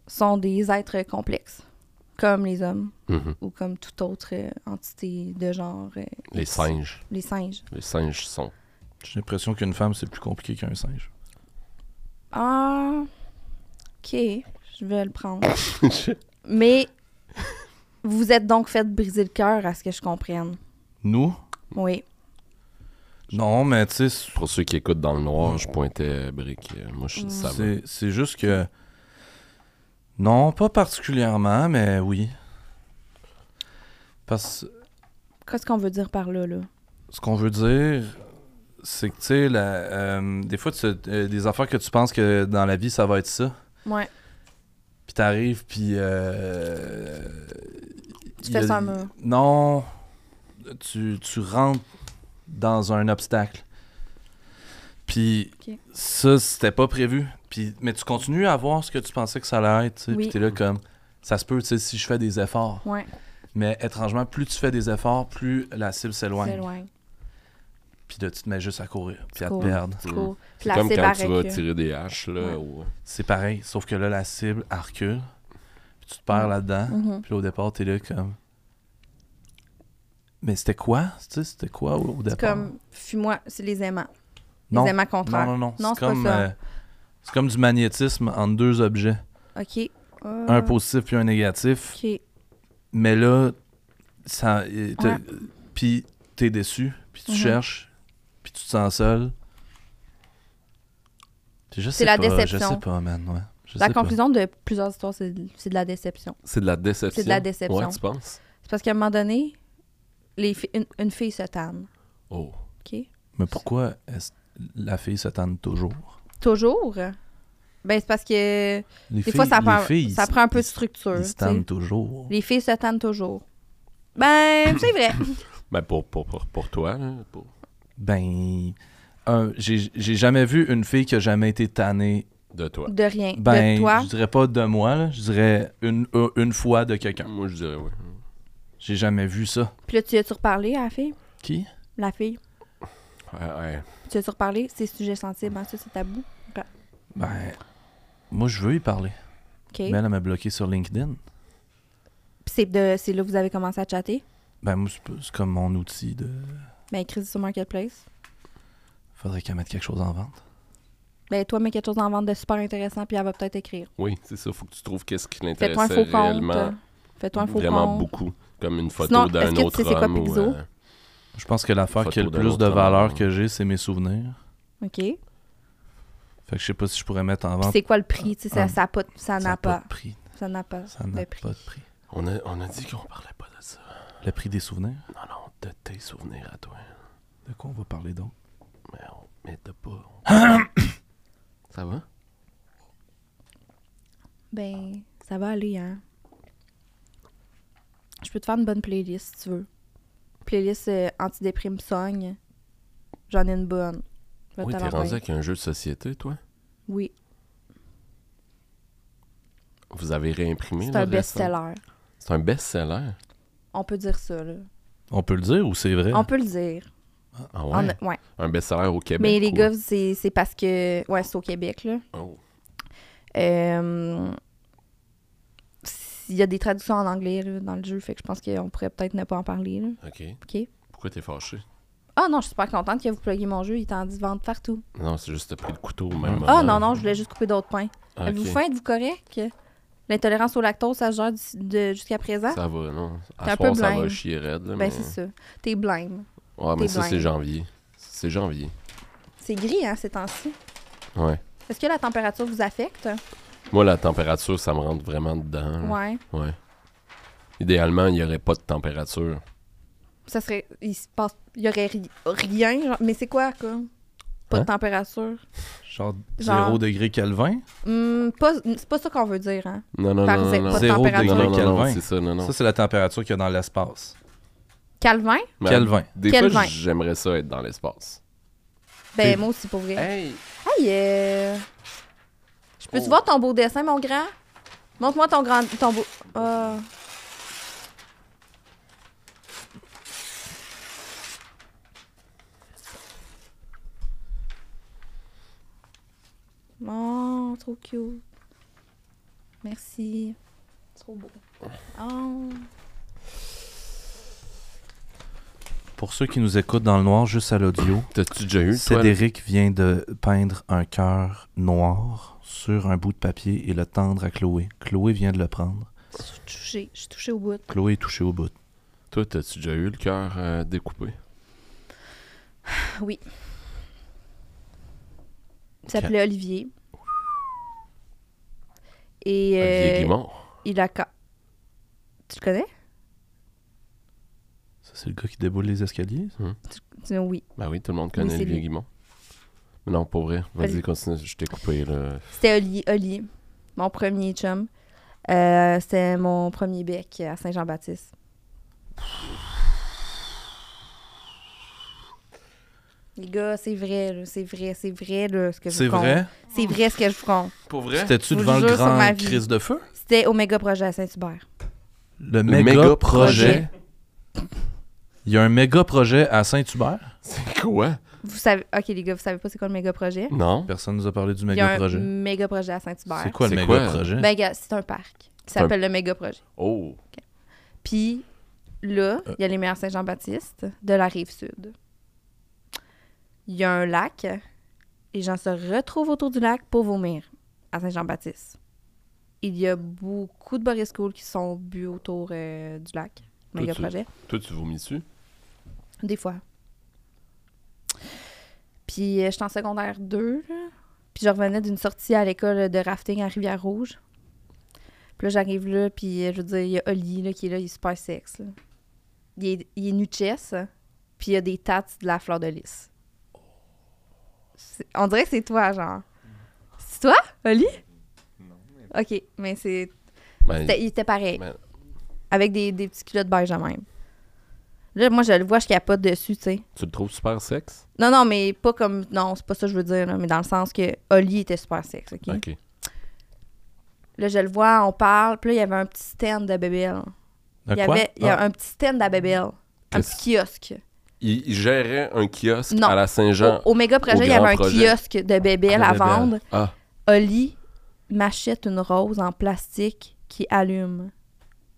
sont des êtres complexes, comme les hommes
Mm-hmm.
ou comme toute autre euh, entité de genre. euh,
Les singes.
Les singes.
Les singes sont.
J'ai l'impression qu'une femme, c'est plus compliqué qu'un singe.
Ah, ok, je vais
[LAUGHS]
le prendre. Mais vous êtes donc fait briser le cœur, à ce que je comprenne.
Nous?
Oui.
Non, mais tu sais,
Pour ceux qui écoutent dans le noir, je pointais brique. Euh, Moi,
Mm.
je ça va.
c'est- c'est juste que... Non, pas particulièrement, mais oui. Parce
Qu'est-ce qu'on veut dire par là, là?
ce qu'on veut dire, c'est que, tu sais, la- euh, des fois, tu- euh, des affaires que tu penses que dans la vie, ça va être ça.
Ouais,
Puis t'arrives, puis. euh,
tu
il
fais
y a-
ça un mur.
Non. Tu, tu rentres dans un obstacle. Puis
Ok.
ça, c'était pas prévu. Puis, mais tu continues à voir ce que tu pensais que ça allait être. tu sais.
Oui.
Puis t'es là comme. Ça se peut, tu sais, si je fais des efforts.
Ouais,
Mais étrangement, plus tu fais des efforts, plus la cible s'éloigne.
s'éloigne.
Puis là, tu te mets juste à courir, puis à te
Cours.
perdre.
Tu cours. Puis
Mm. C'est
là,
comme
c'est
quand tu vas
barré que-
tirer des haches, là. ou-
C'est pareil, sauf que là, la cible, elle recule. Puis tu te perds là-dedans.
Mhm.
Puis là, au départ, t'es là comme. Mais c'était quoi? Tu sais, c'était quoi au, au
C'est
départ?
comme, fuis-moi, c'est les aimants. Les
Non.
aimants contraires.
Non, non, non.
Non,
C'est
c'est pas
comme,
ça.
euh, c'est comme du magnétisme entre deux objets.
OK. Euh,
Un positif puis un négatif.
OK.
Mais là, ça. euh, t'as-
Ouais.
Puis t'es déçu. Puis tu
Mhm.
cherches. Puis tu te sens seul. Puis je sais
la
pas, Je
déception.
sais pas, man. Ouais. Je
La
sais pas.
conclusion de plusieurs histoires, c'est de c'est de la déception.
C'est de la déception.
C'est de la déception.
Ouais, tu penses?
C'est parce qu'à un moment donné, les fi- une, une fille se tanne.
Oh.
OK?
Mais pourquoi est-ce la fille se tanne toujours?
Toujours. Ben, c'est parce que
Les
des fois, ça,
les
prend,
filles,
ça
ils-
prend un peu de
ils-
structure.
Ils se
tu sais.
tannent toujours.
Les filles se tannent toujours. Ben, c'est
[LAUGHS]
vrai.
Ben, pour, pour, pour, pour toi, là. Pour...
Ben, un, j'ai j'ai jamais vu une fille qui a jamais été tannée.
De toi.
De rien.
Ben,
de toi.
je dirais pas de moi, là. je dirais une, euh, une fois de quelqu'un.
Moi, je dirais oui.
J'ai jamais vu ça.
Puis là, tu as-tu reparlé à la fille?
Qui?
La fille.
Ouais, ouais.
Tu as-tu reparlé? C'est sujet sensible. hein, Ça, c'est tabou.
Ben, moi, je veux y parler.
OK.
Mais elle, elle m'a bloqué sur LinkedIn.
Puis c'est de- c'est là que vous avez commencé à chatter.
Ben, moi, c'est pas- c'est comme mon outil de...
Ben, écris sur Marketplace.
Faudrait qu'elle mette quelque chose en vente.
Ben, toi, mets quelque chose en vente de super intéressant, puis elle va peut-être écrire.
Oui, c'est ça. Faut que tu trouves qu'est-ce qui
Fais-toi un
l'intéressait
faux
réellement.
compte. Fais-toi un faux
vraiment
compte.
beaucoup. Comme une
Sinon,
photo
est-ce
d'un
que tu
autre
sais c'est quoi
homme. ou,
Pixo?
euh,
Je pense que l'affaire
Photo
qui a le
d'un
plus de
autre
valeur
homme.
que j'ai, c'est mes souvenirs.
OK.
Fait que je sais pas si je pourrais mettre en
Puis
vente.
c'est quoi le prix? Tu sais,
Ah.
ça- ça a pas de- ça
Ça a
n'a pas.
de prix.
Ça n'a pas
Ça
de
n'a
prix.
pas de prix.
on, a, on a dit qu'on parlait pas de ça.
Le prix des souvenirs.
Non, non, de tes souvenirs à toi.
De quoi on va parler donc?
Mais, on, mais t'as pas. [COUGHS] ça va?
Ben, ça va aller, hein. Je peux te faire une bonne playlist si tu veux. Playlist euh, antidéprime song. J'en ai une bonne. Je vais
Oui,
te
t'es
la
rendu
faire.
avec un jeu de société, toi?
Oui,
Vous avez réimprimé
c'est
là,
un
récemment?
best-seller.
C'est un best-seller.
On peut dire ça, là.
On peut le dire ou c'est vrai?
On peut le dire.
Ah
On
ouais? Eh ben,
a- ouais.
Un best-seller au Québec.
Mais les
quoi.
gars, c'est c'est parce que. Ouais, c'est au Québec, là.
Oh.
Euh, Il y a des traductions en anglais là, dans le jeu, fait que je pense qu'on pourrait peut-être ne pas en parler. Là.
Ok.
Ok.
Pourquoi t'es fâché?
Ah non, je suis super contente que vous pluguiez mon jeu, il est en vente partout.
Non, c'est juste que t'as pris le couteau au même
Ah
moment.
non, non, je voulais juste couper d'autres pains.
Ah,
Avez-vous
ok.
faim? Êtes-vous correct? L'intolérance au lactose, ça se gère d'ici- de- jusqu'à présent?
Ça va, non?
hein? T'es
À
un
soir,
peu
ça va
blême.
chier raide, là,
ben
mais...
c'est ça. T'es blême.
Ouais, mais
t'es
ça, c'est
blême.
janvier. C'est janvier.
C'est gris, hein, ces temps-ci.
Ouais.
Est-ce que la température vous affecte?
Hein. Moi, la température, ça me rentre vraiment dedans. là.
Ouais.
Ouais. Idéalement, il n'y aurait pas de température.
Ça serait. Il se passe. Il y aurait ri- rien, genre- Mais c'est quoi, quoi? Pas
Hein?
de température.
Genre
Genre-
0 degré Kelvin?
Hum, pas- c'est pas ça qu'on veut dire, hein?
Non, non,
Par
non,
zé-
non, non.
pas de
Zéro
Non,
température.
degré
non, non, non,
Kelvin.
c'est ça, non, non.
Ça, c'est la température qu'il y a dans l'espace.
Calvin?
Mais
Kelvin.
Des
Kelvin.
fois, j'aimerais ça être dans l'espace.
T'es-
Ben, moi aussi, pour vrai.
Hey!
Aïe! euh, Je
Oh.
peux-tu voir ton beau dessin, mon grand? Montre-moi ton grand. ton beau. Ah. Oh, trop cute. Merci. Trop beau. Oh.
Pour ceux qui nous écoutent dans le noir, juste à l'audio,
T'as-tu déjà eu, toi?
Cédric vient de peindre un cœur noir sur un bout de papier et le tendre à Chloé. Chloé vient de le prendre.
Je suis touchée. Je suis touchée au bout.
Chloé est touchée au bout.
Toi, t'as-tu déjà eu le cœur euh, découpé?
Oui. Il s'appelait Olivier. Et
Olivier
euh,
Guimard.
il a. ca- Tu le connais?
Ça, c'est le gars qui déboule les escaliers? ça?
Tu- Oui.
Ben oui, tout le monde
Oui,
connaît
c'est
Olivier
lui.
Guimond. Mais non, pour vrai. Vas-y,
Olivier.
continue. Je t'ai coupé, là.
C'était Oli, Oli, mon premier chum. Euh, C'était mon premier bec à Saint-Jean-Baptiste. Les gars, c'est vrai, là, c'est vrai, c'est vrai là, ce que je
C'est
vous compte.
vrai?
C'est vrai ce que je vous compte.
Pour vrai? C'était-tu
Je vous
devant le
jure sur ma
grand
vie.
crise de feu?
C'était au méga projet à Saint-Hubert.
Le
méga
méga
projet.
projet. Il y a un méga projet à Saint-Hubert.
C'est quoi?
Vous savez, ok les gars, vous savez pas c'est quoi le méga projet?
Non?
Personne nous a parlé du
Il y a
méga
un
projet.
méga projet à
C'est
Saint-Hubert.
quoi le
C'est
méga
quoi?
projet?
Ben, gars, c'est un parc qui
un-
s'appelle le méga projet.
Oh!
Puis là, il y a les meilleurs Saint-Jean-Baptiste de la rive sud. Il y a un lac. Les gens se retrouvent autour du lac pour vomir à Saint-Jean-Baptiste. Il y a beaucoup de Boris School qui sont bu autour euh, du lac.
Toi,
Méga
tu-
projet.
Toi, tu vomis dessus?
Des fois. Puis euh, j'étais en secondaire 2, là. Puis je revenais d'une sortie à l'école de rafting à Rivière-Rouge. Puis là, j'arrive là, puis euh, je veux dire, il y a Oli là, qui est là, il est super sexe. là. Il est, il est nu de chess, hein. puis il y a des tats de la fleur de lys. C'est- On dirait que c'est toi, genre. C'est toi, Oli?
Non, mais
OK, mais c'est...
Ben,
c'était- Il était pareil.
ben,
Avec des, des petits culottes beige à même. Là, moi, je le vois, je capote dessus, tu sais.
tu le trouves super sexe?
Non, non, mais pas comme. Non, c'est pas ça que je veux dire, là, mais dans le sens que Oli était super sexe, OK?
Ok.
Là, je le vois, on parle, puis là, il y avait un petit stand de Bébel.
De
Il y
quoi?
avait il y a
Ah,
un petit stand à Bébel, un
Qu'est-ce-
petit kiosque.
Il, il gérait un kiosque
Non.
à la Saint-Jean.
Au, au méga projet,
au
il y avait
grand
un
projet.
kiosque de Bébel
De
à
Bébel.
vendre.
Ah,
Oli m'achète une rose en plastique qui allume.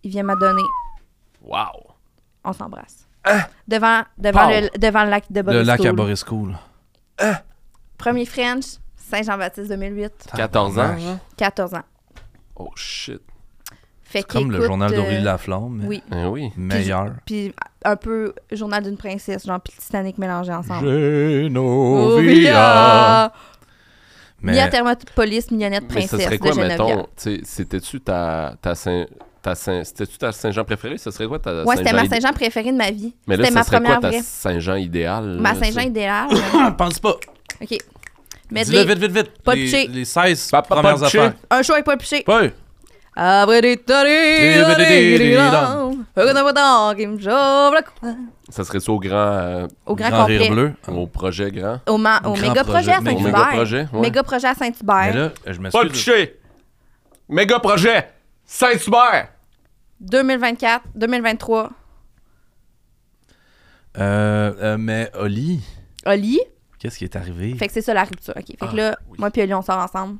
Il vient m'a donner.
wow!
On s'embrasse. Devant, devant,
Pow!
le, devant le lac de
Ah! Le
Boris
lac à
School. Ben,
Boris School.
Premier French, Saint-Jean-Baptiste 2008,
14 ans? genre?
14 ans.
Oh shit!
Fait
C'est comme le
qu'écoute,
journal
euh,
d'Aurélie Laflamme, mais
Oui.
Ben oui.
meilleur.
Puis un peu Journal d'une princesse, genre puis Titanic mélangé ensemble. Oh,
Genovia. Mais
Mia Thermopolis, Mignonnette
Mais ça
Princesse
serait quoi,
de Geneviève.
mettons? tu sais, C'était-tu ta, ta Saint... Ta Saint... C'était-tu ta Saint-Jean préférée? Ce serait quoi ta
ouais, c'était
Saint-Jean
ma
idé-
Saint-Jean préférée de ma vie.
euh, Mais là,
C'était
ça
ma
serait
première
quoi ta euh,
vraie.
Saint-Jean idéale?
Ma
là,
Saint-Jean
ça? [LAUGHS]
idéale.
[COUGHS] pense pas.
OK. Mais
Dis-le
des-
vite, vite, vite.
Pas de
les,
chier.
les 16
Pas- pas- pas
premières
de chier.
affaires.
un show avec Paul Piché.
Pas.
Ah, vrai des tarés,
Tri-
des- des-
Tri-
des- des- des- qui me chauffe le cou-
Ça serait-tu au grand... euh,
Au grand,
rire
complet.
bleu.
au projet grand?
Au, ma- au
Grand
méga projet à
projet.
Au méga
Saint-Hubert.
projet? Ouais.
Méga projet à
Mais
Saint-Hubert.
là,
Pas
je
le
m'excuse.
toucher! Méga projet! Saint-Hubert!
2024, 2023,
Euh, euh, mais Oli,
Oli.
qu'est-ce qui est arrivé?
Fait que c'est ça la rupture. OK. Fait que
Ah,
là,
oui.
moi puis Oli, on sort ensemble.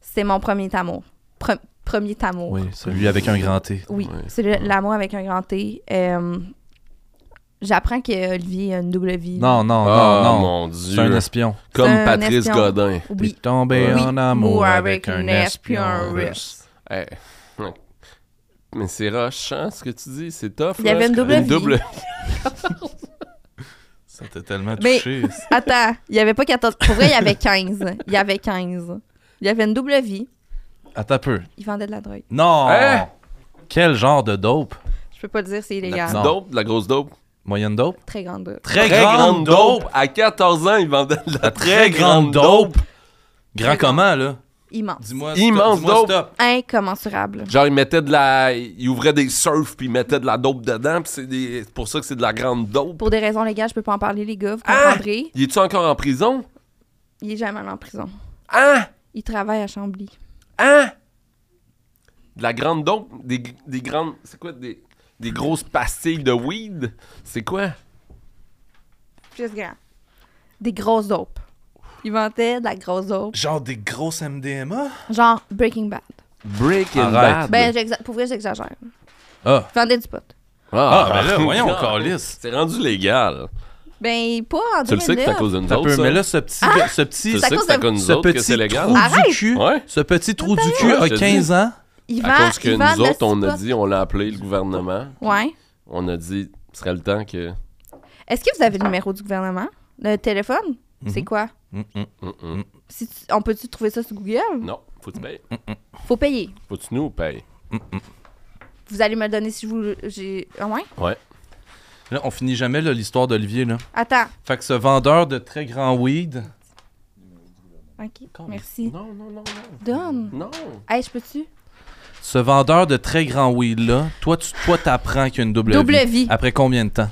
C'est mon premier amour. Pre- premier amour.
Oui, celui avec un grand T.
Oui,
Ouais.
c'est le- l'amour avec un grand T. Euh, J'apprends que Olivier a une double vie.
Non, non,
Ah,
non, non.
mon
C'est un
dieu.
espion.
Comme
C'est un
Patrice
espion.
Godin.
Puis
Oui.
tombé
Oui.
en amour
Ou
avec, un espion. russe.
russe.
Hey. Eh, Mais c'est rush, hein, ce que tu dis, c'est tough.
Il y
là.
avait une double vie.
Ça t'a tellement
Mais-
touché.
[LAUGHS]
ça.
Attends, il n'y avait pas 14. Pour vrai, il y avait 15. Il y avait 15. Il avait une double vie.
Attends un peu.
Il vendait de la drogue.
Non!
Hein?
Quel genre de dope?
Je peux pas le dire, c'est
La
illégal.
petite [LAUGHS]
Non.
dope, la grosse dope.
Moyenne dope?
Très grande. dope.
Très,
À 14 ans, il vendait de la
Très grande dope! Grand comment, là?
Immense.
Dis-moi
Immense
dis-moi
dope.
stop.
Incommensurable.
Genre, il mettait de la. Il ouvrait des surfs, puis il mettait de la dope dedans, puis c'est des- c'est pour ça que c'est de la grande dope.
Pour des raisons légales, je peux pas en parler, les gars. Vous
Ah!
comprendrez.
Il est-tu encore en prison?
Il est jamais allé en prison.
Hein?
Il travaille à Chambly.
Hein? De la grande dope? Des, des grandes. C'est quoi? Des, des grosses pastilles de weed? C'est quoi?
Juste grand. Des grosses dopes. Il vantait de la grosse dope.
Genre des grosses MDMA?
Genre Breaking Bad.
Breaking Bad.
Arrête.
Ben, j'exa- pour vrai, j'exagère.
Ah!
Il vendait du pot.
Ah, ben là, voyons,
God.
calisse.
C'est rendu légal.
Ben, pas en 2009.
Tu le sais que c'est à cause d'une
Ça
dope,
peut,
ça?
mais là, ce petit.
Tu
Ce petit.
le
C'est à
sais que
cause
c'est à
de-
cause de nous
Ce
autres que
petit
c'est légal?
trou
Arrête!
du cul.
Ouais.
Ce petit trou du cul
Ouais,
a
je te
15 ans.
Il vend,
À cause que
il vend de
nous
la
autres, on a
spot.
dit, on l'a appelé le gouvernement.
Ouais.
On a dit, ce serait le temps que.
Est-ce que vous avez le numéro du gouvernement? Le téléphone? C'est
Mhm.
quoi?
Mm, mm.
Mm, mm.
Si tu- on peut-tu trouver ça sur Google?
Non, faut que tu payes.
Faut payer.
Faut que tu nous payes.
Vous allez me le donner si je vous. J'ai. Ah ouais?
Là, on finit jamais là, l'histoire d'Olivier. là.
Attends.
Fait que ce vendeur de très grand weed.
Ok.
Quand-
Merci.
Non, non, non, non.
Donne.
Non.
Hey, je peux-tu?
Ce vendeur de très grand weed là, toi tu toi t'apprends qu'il y a une double,
Double
vie.
vie.
Après combien de temps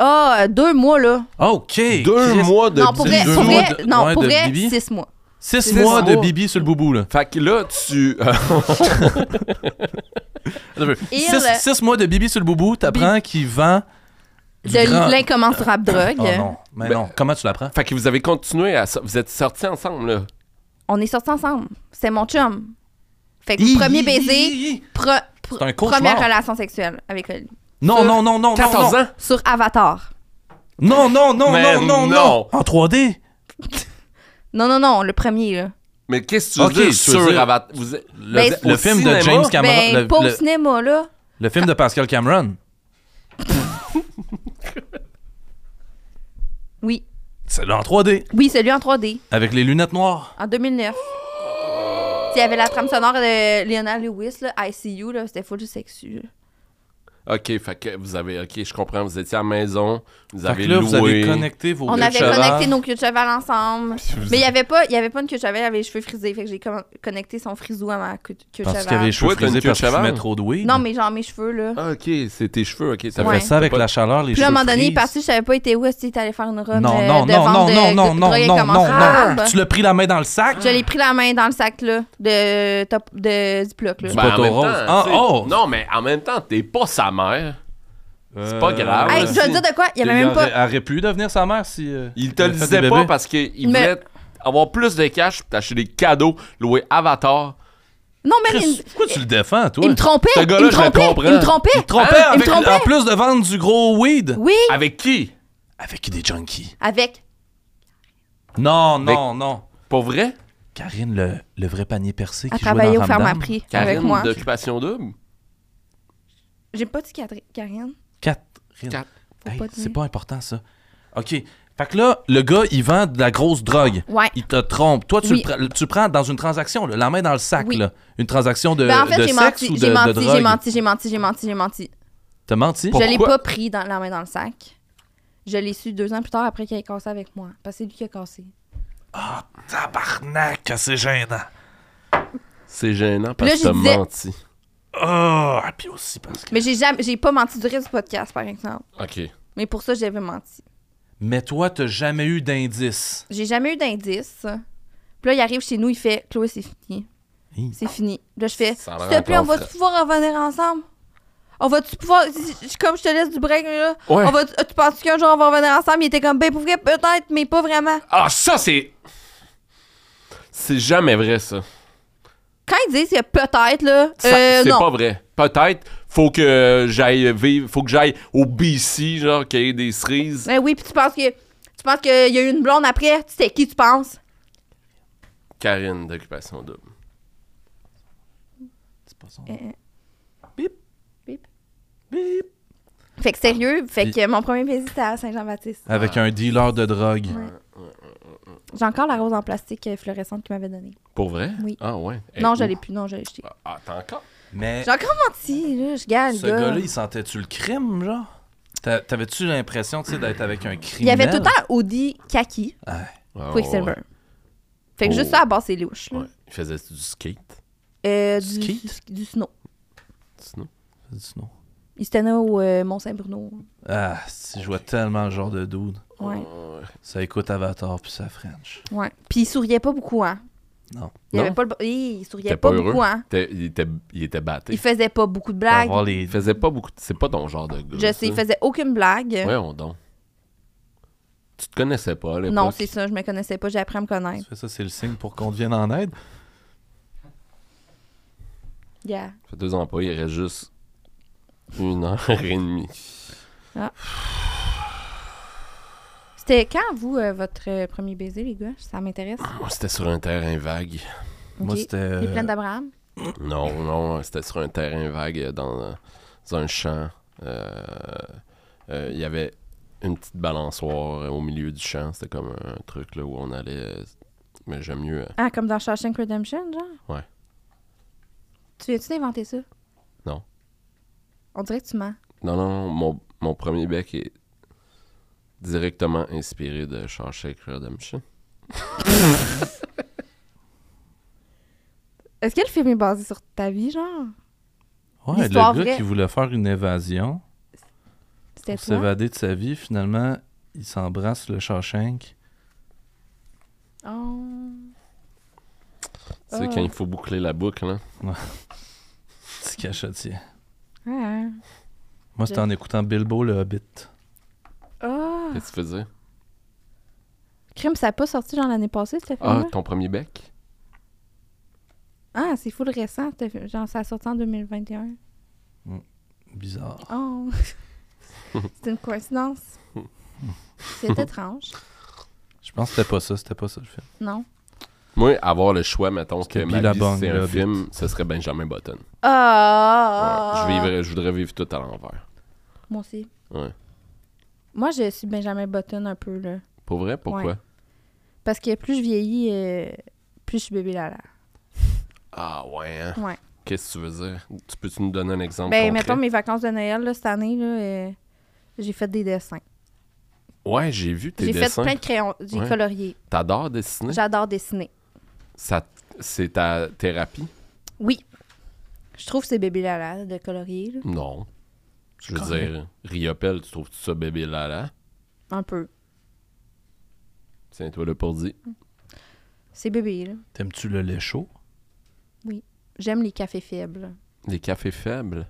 Ah, euh, deux mois, là.
OK.
Deux
Chris.
mois de
non, pour
bi-
vrai,
Deux
pour
mois
vrai,
de-
non,
ouais,
pour
de
vrai,
bibi.
six mois.
Six,
Six
mois, de
mois.
bibi sur le boubou là.
Fait que là, tu. euh,
Il-
Six, six mois de bibi sur le boubou, t'apprends qu'il vend du
De
grand-
l'incommensurable drogue.
Oh non, mais
Ben-
non, comment tu l'apprends
[LAUGHS] fait que vous avez continué à. so- Vous êtes sortis ensemble, là.
On est sortis ensemble. C'est mon chum. Fait que
Hi,
premier
hi,
baiser,
hi, hi.
pro- pro-
C'est un cauchemar.
première relation sexuelle avec lui.
Non,
Sur-
non, non, non, non,
14 ans?
Sur Avatar.
non, non, non,
Mais
non, non, non,
non.
en 3D.
Non, non, non, le premier, là.
Mais qu'est-ce que tu veux
Ok,
dire
tu veux
sur
dire-
Avatar? Vous êtes-
Le,
Ben,
le
au
film de
cinéma?
James Cameron,
ben,
le,
pas au
le-
cinéma, là.
le film de Pascal Cameron.
Oui.
C'est en 3D
Oui, celui en 3D,
avec les lunettes noires.
en 2009. Il y avait la trame sonore de Leonard Lewis, là, I See You, là, c'était full sexu. là.
Ok, fait que vous avez. Ok, je comprends. Vous étiez à la maison. Vous
Fait que
avez
là,
loué.
vous avez connecté vos
On
queues de
avait
cheval.
connecté nos queues de cheval ensemble.
vous-
Mais il n'y avait, pas- il y avait pas une queue de cheval, il avait les cheveux frisés. Fait que j'ai com- connecté son frisou à ma queue de queue de
Parce qu'il avait
cheval.
les cheveux
Toi, t'as une
frisés
queue de
parce que tu
cheval?
mets trop de weed.
Non, mais genre mes cheveux, là.
Ah, ok, c'est tes cheveux, ok. Ça
Ça
Ouais.
fait ça avec la chaleur, les
Puis
cheveux
là, à un moment donné, il
frisent.
est parti, je savais pas, il était où, est-ce qu'il était allé faire une run
Non,
euh,
non,
de
non,
vente
non,
de,
non,
de
non, non,
drogue
non, non,
incommensurable.
Tu l'as pris la main dans le sac?
Je l'ai pris la main dans le sac, là, de, top, de Ziploc, là.
Ben, poteau
en même
rose.
temps,
Ah,
tu sais,
oh!
Non, mais en même temps, t'es pas sa mère.
Euh,
C'est pas
ah
grave.
Hey,
ouais,
je vais te dire de quoi, il y avait même pas...
Elle aurait pu devenir sa mère si... euh,
Il te
avait
le
fait
disait
des
pas
bébés.
parce qu'il
Mais-
voulait avoir plus de cash pour t'acheter des cadeaux, louer Avatar.
Non, mais
Chris,
il,
Pourquoi tu le défends, toi?
il me trompait,
Ce
il
gars-là, je
me
le
trompait,
comprends.
il me trompait.
Il Ah, te trompait
Hein? Il me
avec-
trompait.
en plus de vendre du gros weed.
Oui,
Avec qui?
Avec des junkies.
avec...
Non, non, non.
Pour vrai?
Karine, le, le vrai panier percé
à
qui jouait
travailler
dans
au ferme à
Ramdam.
prix avec
Karine
moi.
d'Occupation Double?
J'ai pas dit Catherine- Karine.
Catherine.
Quatre.
Faut
Hey,
pas
c'est
tenir.
pas important, ça. OK. Fait que là, le gars, il vend de la grosse drogue.
Ouais.
Il te trompe. Toi, tu,
Oui.
le, prends- tu le prends dans une transaction, là, la main dans le sac.
Oui.
Là. Une transaction de,
Ben, en fait,
de
j'ai
sexe
menti,
ou de,
j'ai
de
menti,
drogue.
j'ai menti, j'ai menti, j'ai menti, j'ai menti.
T'as menti?
Je l'ai
Pourquoi?
pas pris dans la main dans le sac. Je l'ai su deux ans plus tard après qu'il ait cassé avec moi. Parce que c'est lui qui a cassé.
Oh, Tabarnak, c'est gênant.
C'est gênant parce
Là,
que
je
t'as
disais-
menti.
Oh, puis aussi parce que...
Mais j'ai jamais, j'ai pas menti du reste du podcast, par exemple.
Ok.
Mais pour ça, j'avais menti.
Mais toi, t'as jamais eu d'indice.
J'ai jamais eu d'indice. Puis là, il arrive chez nous, il fait Chloé, c'est fini.
Hi.
C'est fini. Puis là, je fais
Ça a
S'il
l'air
te plaît, on
encore
va pouvoir revenir ensemble. On va-tu pouvoir. si- si- Comme je te laisse du break, là.
Ouais.
On va, tu penses qu'un jour on va revenir ensemble? Il était comme, ben, pour vrai, peut-être, mais pas vraiment.
Ah, ça, c'est. C'est jamais vrai, ça.
Quand ils disent que peut-être, là.
Ça,
euh,
c'est
non.
pas vrai. Peut-être, faut que j'aille vivre, faut que j'aille au BC, genre, qu'il y ait des cerises.
Ben oui, puis tu penses que. Tu penses qu'il y a eu une blonde après? Tu sais qui, tu penses?
Karine d'occupation double.
C'est pas ça.
Eh. Euh, Fait que sérieux, fait
Puis-
que mon premier baiser, c'était à Saint-Jean-Baptiste.
Ah.
Avec un dealer de drogue.
J'ai encore la rose en plastique euh, fluorescente qu'il m'avait donnée.
Pour vrai?
Oui.
Ah, ouais.
non, je
j'allais
l'ai plus, non, je l'ai jetée.
Ah, t'as encore?
Mais
J'ai encore menti, là, je gale,
ce
gars.
gars-là, il sentait-tu le crime, genre? T'a- T'avais-tu l'impression, tu sais, d'être avec un criminel?
il y avait tout le temps Audi, Kaki,
Ah,
Quicksilver.
ouais.
Fait que
Oh.
juste ça, à base, c'est louche. là.
Ouais. Il faisait du skate.
Euh,
Du
du,
skate?
du snow.
sinon.
Sinon.
Il se tenait au euh, Mont-Saint-Bruno.
Ah, si je vois tellement le genre de dude.
Oh.
Ouais,
Ah,
Ça écoute Avatar puis ça French.
ouais. Puis il souriait pas beaucoup, hein.
Non.
Il
Non.
avait pas le... Hi, il souriait
T'es
pas,
pas heureux.
beaucoup, hein.
T'es- Il était, il était batté.
Il faisait pas beaucoup de blagues.
Avoir les...
Il faisait pas beaucoup. de- C'est pas ton genre de gars.
Je sais, il
ça.
faisait aucune blague.
Voyons donc. Tu te connaissais pas à l'époque.
non, c'est ça, je me connaissais pas, j'ai appris à me connaître.
Ça, c'est le signe pour qu'on devienne en aide.
Yeah.
Ça fait deux ans pas, il reste juste une heure et demie.
C'était quand, vous, euh, votre euh, premier baiser, les gars? Ça m'intéresse.
Moi, c'était sur un terrain vague.
Moi,
Ok.
c'était...
Les
euh,
plaines d'Abraham?
Non, non, c'était sur un terrain vague euh, dans, euh, dans un champ. Euh, euh, Il y avait une petite balançoire euh, au milieu du champ. C'était comme un truc là, où on allait. euh, mais j'aime mieux. euh,
Ah, comme dans Shawshank Redemption, genre?
Ouais.
Tu viens-tu d'inventer ça?
Non.
On dirait que tu mens.
Non, non, non, mon, mon premier bec est directement inspiré de Shawshank Redemption.
Est-ce que le film est basé sur ta vie, genre?
euh, Ouais, le gars
l'histoire vraie.
qui voulait faire une évasion
C'était
pour
toi?
s'évader de sa vie, finalement, il s'embrasse le Shawshank.
Oh.
Tu sais,
Ah.
quand il faut boucler la boucle, hein, là.
Petit cachotier.
Ouais.
Moi, c'était en écoutant Bilbo le Hobbit.
Oh.
Qu'est-ce que tu faisais?
Crime, ça a pas sorti, genre, l'année passée, ce film-là?
Ah, ton premier bec?
Ah, c'est fou le récent. t'as fait- Genre, ça a sorti en 2021.
Bizarre.
[LAUGHS]
Oh! c'est une coïncidence.
[LAUGHS]
c'est étrange.
Je pense que c'était pas ça, c'était pas ça le film.
Non?
Moi, avoir le choix, mettons, que
C'était
ma
Bill
vie,
Abong,
c'est
le
un
Hobbit.
film, ce serait Benjamin Button. Ouais,
Ah!
je, vivrais- je voudrais vivre tout à l'envers.
Moi aussi.
Ouais.
Moi, je suis Benjamin Button un peu, là.
Pour vrai? Pourquoi?
Ouais. Parce que plus je vieillis, euh, plus je suis bébé là
Ah ouais, hein?
Ouais.
Qu'est-ce que tu veux dire? Tu peux-tu nous donner un exemple
Ben,
concret?
mettons mes vacances de Noël, là, cette année, là, euh, j'ai fait des dessins.
Ouais, j'ai vu tes
J'ai fait
dessins.
plein de crayons. J'ai
Ouais.
colorié.
T'adores dessiner?
J'adore dessiner.
Ça- C'est ta thérapie?
Oui. Je trouve que c'est bébé Lala de colorier, là.
Non. Je veux
Quand
dire, Riopel, tu trouves-tu ça bébé Lala?
Un peu.
Tiens-toi le pour dire.
C'est bébé, là.
T'aimes-tu le lait chaud?
J'aime les cafés faibles.
Des cafés faibles?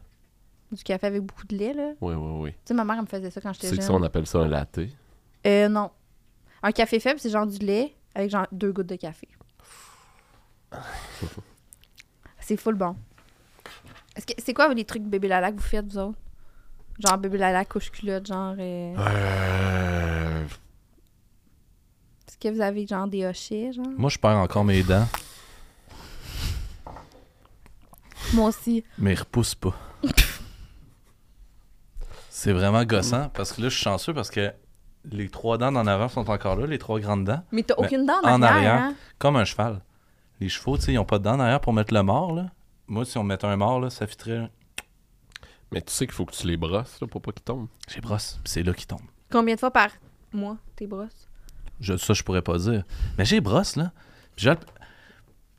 Du café avec beaucoup de lait, là.
Oui, oui, oui.
Tu sais, ma mère, elle me faisait ça quand
Tu
j'étais
sais
jeune.
que ça, on appelle ça un latte.
Euh, non. Un café faible, c'est genre du lait avec genre deux gouttes
[LAUGHS]
de café. c'est full bon. Est-ce que c'est quoi les trucs bébé lala que vous faites, vous autres? Genre bébé lala couche culotte, genre. euh,
Euh,
Est-ce que vous avez genre des hochets, genre?
Moi, je perds encore mes dents,
Moi aussi.
mais ils repoussent pas. C'est vraiment gossant parce que là, je suis chanceux parce que les trois dents d'en avant sont encore là, les trois grandes dents,
Mais t'as
Mais
aucune dent en
Ben, en
arrière,
arrière.
hein?
comme un cheval. Les chevaux, tu sais, ils n'ont pas de dents derrière pour mettre le mort, là. Moi, si on mettait un mort, là, ça fitterait.
Mais tu sais qu'il faut que tu les brosses là, pour pas qu'ils tombent.
J'ai brosse, puis c'est là qu'ils tombent.
Combien de fois par mois tes brosses?
Je- ça, je pourrais pas dire. Mais j'ai brosse, là. Puis j'ai-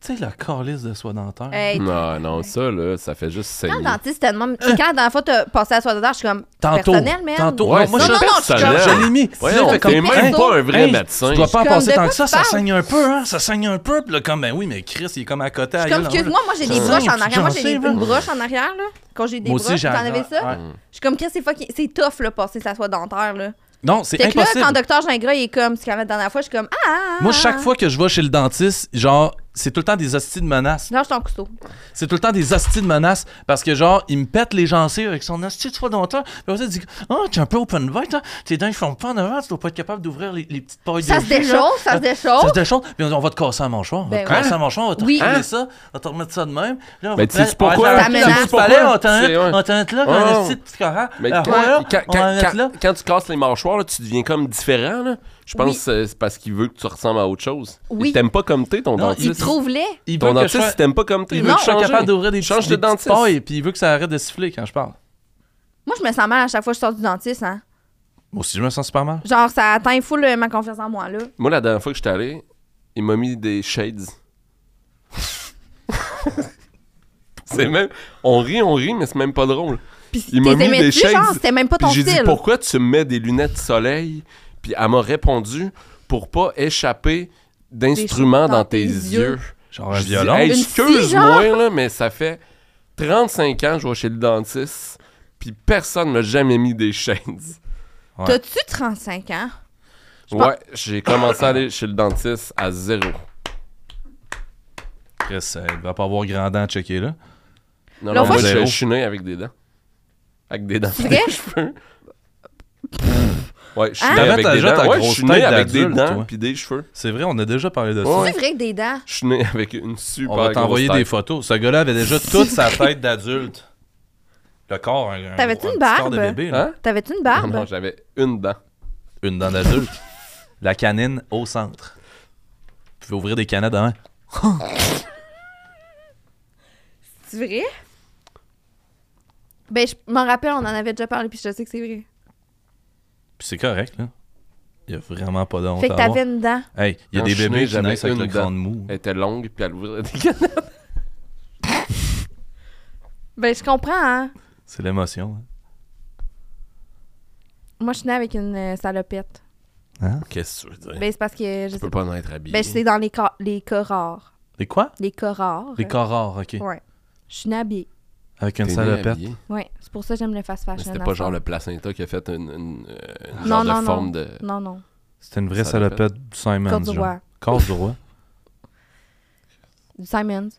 Tu sais, la calice de soie dentaire.
Hey,
non, non, ça, là, ça fait juste saigner.
Quand le dentiste te demande. Quand la dernière fois t'as passé à soi dedans, je suis comme.
Tantôt.
Personnel, man.
Tantôt.
Ouais,
non, moi,
c'est
je,
non, non,
je,
personnel.
je l'ai mis.
Voyons,
Là,
t'es
fait comme,
même
hey,
pas un vrai
hey,
médecin.
Tu dois pas en
Comme
passer
de
tant
quoi
que ça,
tu
ça
parles?
saigne un peu, hein. Ça saigne un peu. Puis là, comme, ben oui, mais Chris, il est comme à côté.
Je
aïe,
suis comme,
là,
excuse-moi, moi j'ai des
Ça,
broches en
tu
arrière. Moi j'ai
chances,
une
là.
broche en arrière, là. quand j'ai des
Moi
broches,
aussi, j'ai
t'en avais ça?
ouais.
Mm.
Je suis comme, Chris, c'est fucking... c'est tough, là, passer sa soie dentaire, là.
Non, c'est
Fait que là,
impossible.
quand Docteur Gingras, il est comme, c'est quand même la dernière fois, je suis comme, ah!
Moi, chaque fois que je vais chez le dentiste, genre, c'est tout le temps des hosties de menaces.
Lâche ton couteau.
C'est tout le temps des hosties de menaces parce que, genre, il me pète les gencives avec son hostie de fois dentaire. Puis après ça, il dit Oh, t'es un peu open bite, hein. Tes dents, ils font pas en avant, tu dois pas être capable d'ouvrir les, les petites pailles
Ça
de
se
jus, là.
déchauffe, ça se
Ça
déchauffe.
se déchausse, puis on on va te casser un manchoir, on va
Ben
te
oui.
casser un manchoir, on va te
Oui.
reculer
Hein?
ça, on va te remettre ça de même. Là,
Ben,
on va
tu sais-tu pourquoi?
on va
Ça
te
m'énerve.
mettre un petit palais, on t'en
C'est- ouais.
on t'en met
Ouais,
là, on a un
ouais.
petit petit coran.
Mais
Ah,
quand,
ouais, là,
quand-
on va
quand-
en mettre
quand-
là.
quand tu casses les mâchoires, là, tu deviens comme différent. Là. Je pense
Oui.
que c'est- c'est parce qu'il veut que tu ressembles à autre chose.
Oui.
Il t'aime pas comme t'es, ton
Non,
dentiste.
Il trouve-les.
Il veut
Ton
que je
dentiste,
sois-
il t'aime pas comme t'es.
il
Il
veut
veut
que
te
je sois
changer.
capable d'ouvrir des,
Change
petits-
de
des petites
dentiste.
pailles, puis il veut que ça arrête de siffler quand je parle.
Moi, je me sens mal à chaque fois que je sors du dentiste, hein.
Moi aussi, je me sens super mal.
Genre, ça atteint full euh, ma confiance en moi, là.
Moi, la dernière fois que j'étais allé, il m'a mis des
[LAUGHS]
shades. c'est même. On rit, on rit, mais c'est même pas drôle.
Puis
Il m'a mis
t'étais
des
tu genre,
shades,
c'était même pas
Puis
ton
j'ai dit
style.
pourquoi tu me mets des lunettes soleil Puis elle m'a répondu pour pas échapper d'instruments
choses
dans tes yeux.
Genre un
Je dis,
violon.
Hey,
Une scie,
excuse-moi là, mais ça fait 35 ans que je vais chez le dentiste, puis personne m'a jamais mis des chaînes.
T'as-tu 35 ans?
Ouais, j'ai commencé à aller chez le dentiste à zéro.
Chris, euh, il va pas avoir grand dent à checker là.
Non,
L'autre
non, moi
fois-
je
Zéro.
je suis né avec des dents. Avec des dents.
C'est vrai?
Des cheveux. Ouais, je suis
Hein?
né
T'avais
avec
ta-
des
déjà ta
dents. Ouais, je
grosse
suis né
tête
avec des
d'adulte,
dents
toi.
puis des cheveux.
C'est vrai, on a déjà parlé de ça.
Ouais.
C'est vrai que des dents.
Je suis né avec une super
On va t'envoyer
grosse
des
tête.
photos. Ce gars-là
[LAUGHS]
avait déjà toute sa tête d'adulte. Le corps, un, un-
T'avais-tu
un
une
petit corps de
barbe?
bébé, là.
Hein?
T'avais-tu une
Non,
barbe?
non, j'avais une dent.
Une dent d'adulte. La canine au centre. Tu pouvais ouvrir des canettes hein?
C'est vrai? Ben, je m'en rappelle, on en avait déjà parlé, puis je sais que c'est vrai.
Puis c'est correct, là. Il y a vraiment pas de honte
fait que
à avoir.
t'avais une dent.
Hey, il y a
Quand
des
je suis
bébés
né,
qui
j'avais
naissent avec
une
le
dent.
crâne mou.
Elle était longue puis elle ouvrait des canettes.
Ben, je comprends, hein.
C'est l'émotion. hein.
Moi, je suis née avec une euh, salopette.
Qu'est-ce que tu veux dire?
Ben, c'est parce que je
Tu
sais
peux
pas.
pas en être habillé.
Ben, c'est dans les cas, les cas rares.
Des quoi?
Les cas rares.
Des corps rares, ok.
Ouais. Je suis née habillée.
Avec une
T'es né
salopette.
habillé.
Ouais. C'est pour ça que j'aime le fast
Mais
fashion.
C'était
dans
pas
ce
genre le
sens.
placenta qui a fait une, une, euh, une genre
Non, non,
de
non.
forme de.
Non, non.
C'était une vraie
Salopette.
salopette du Simon.
Corps du roi.
Corps du roi.
Du Simons.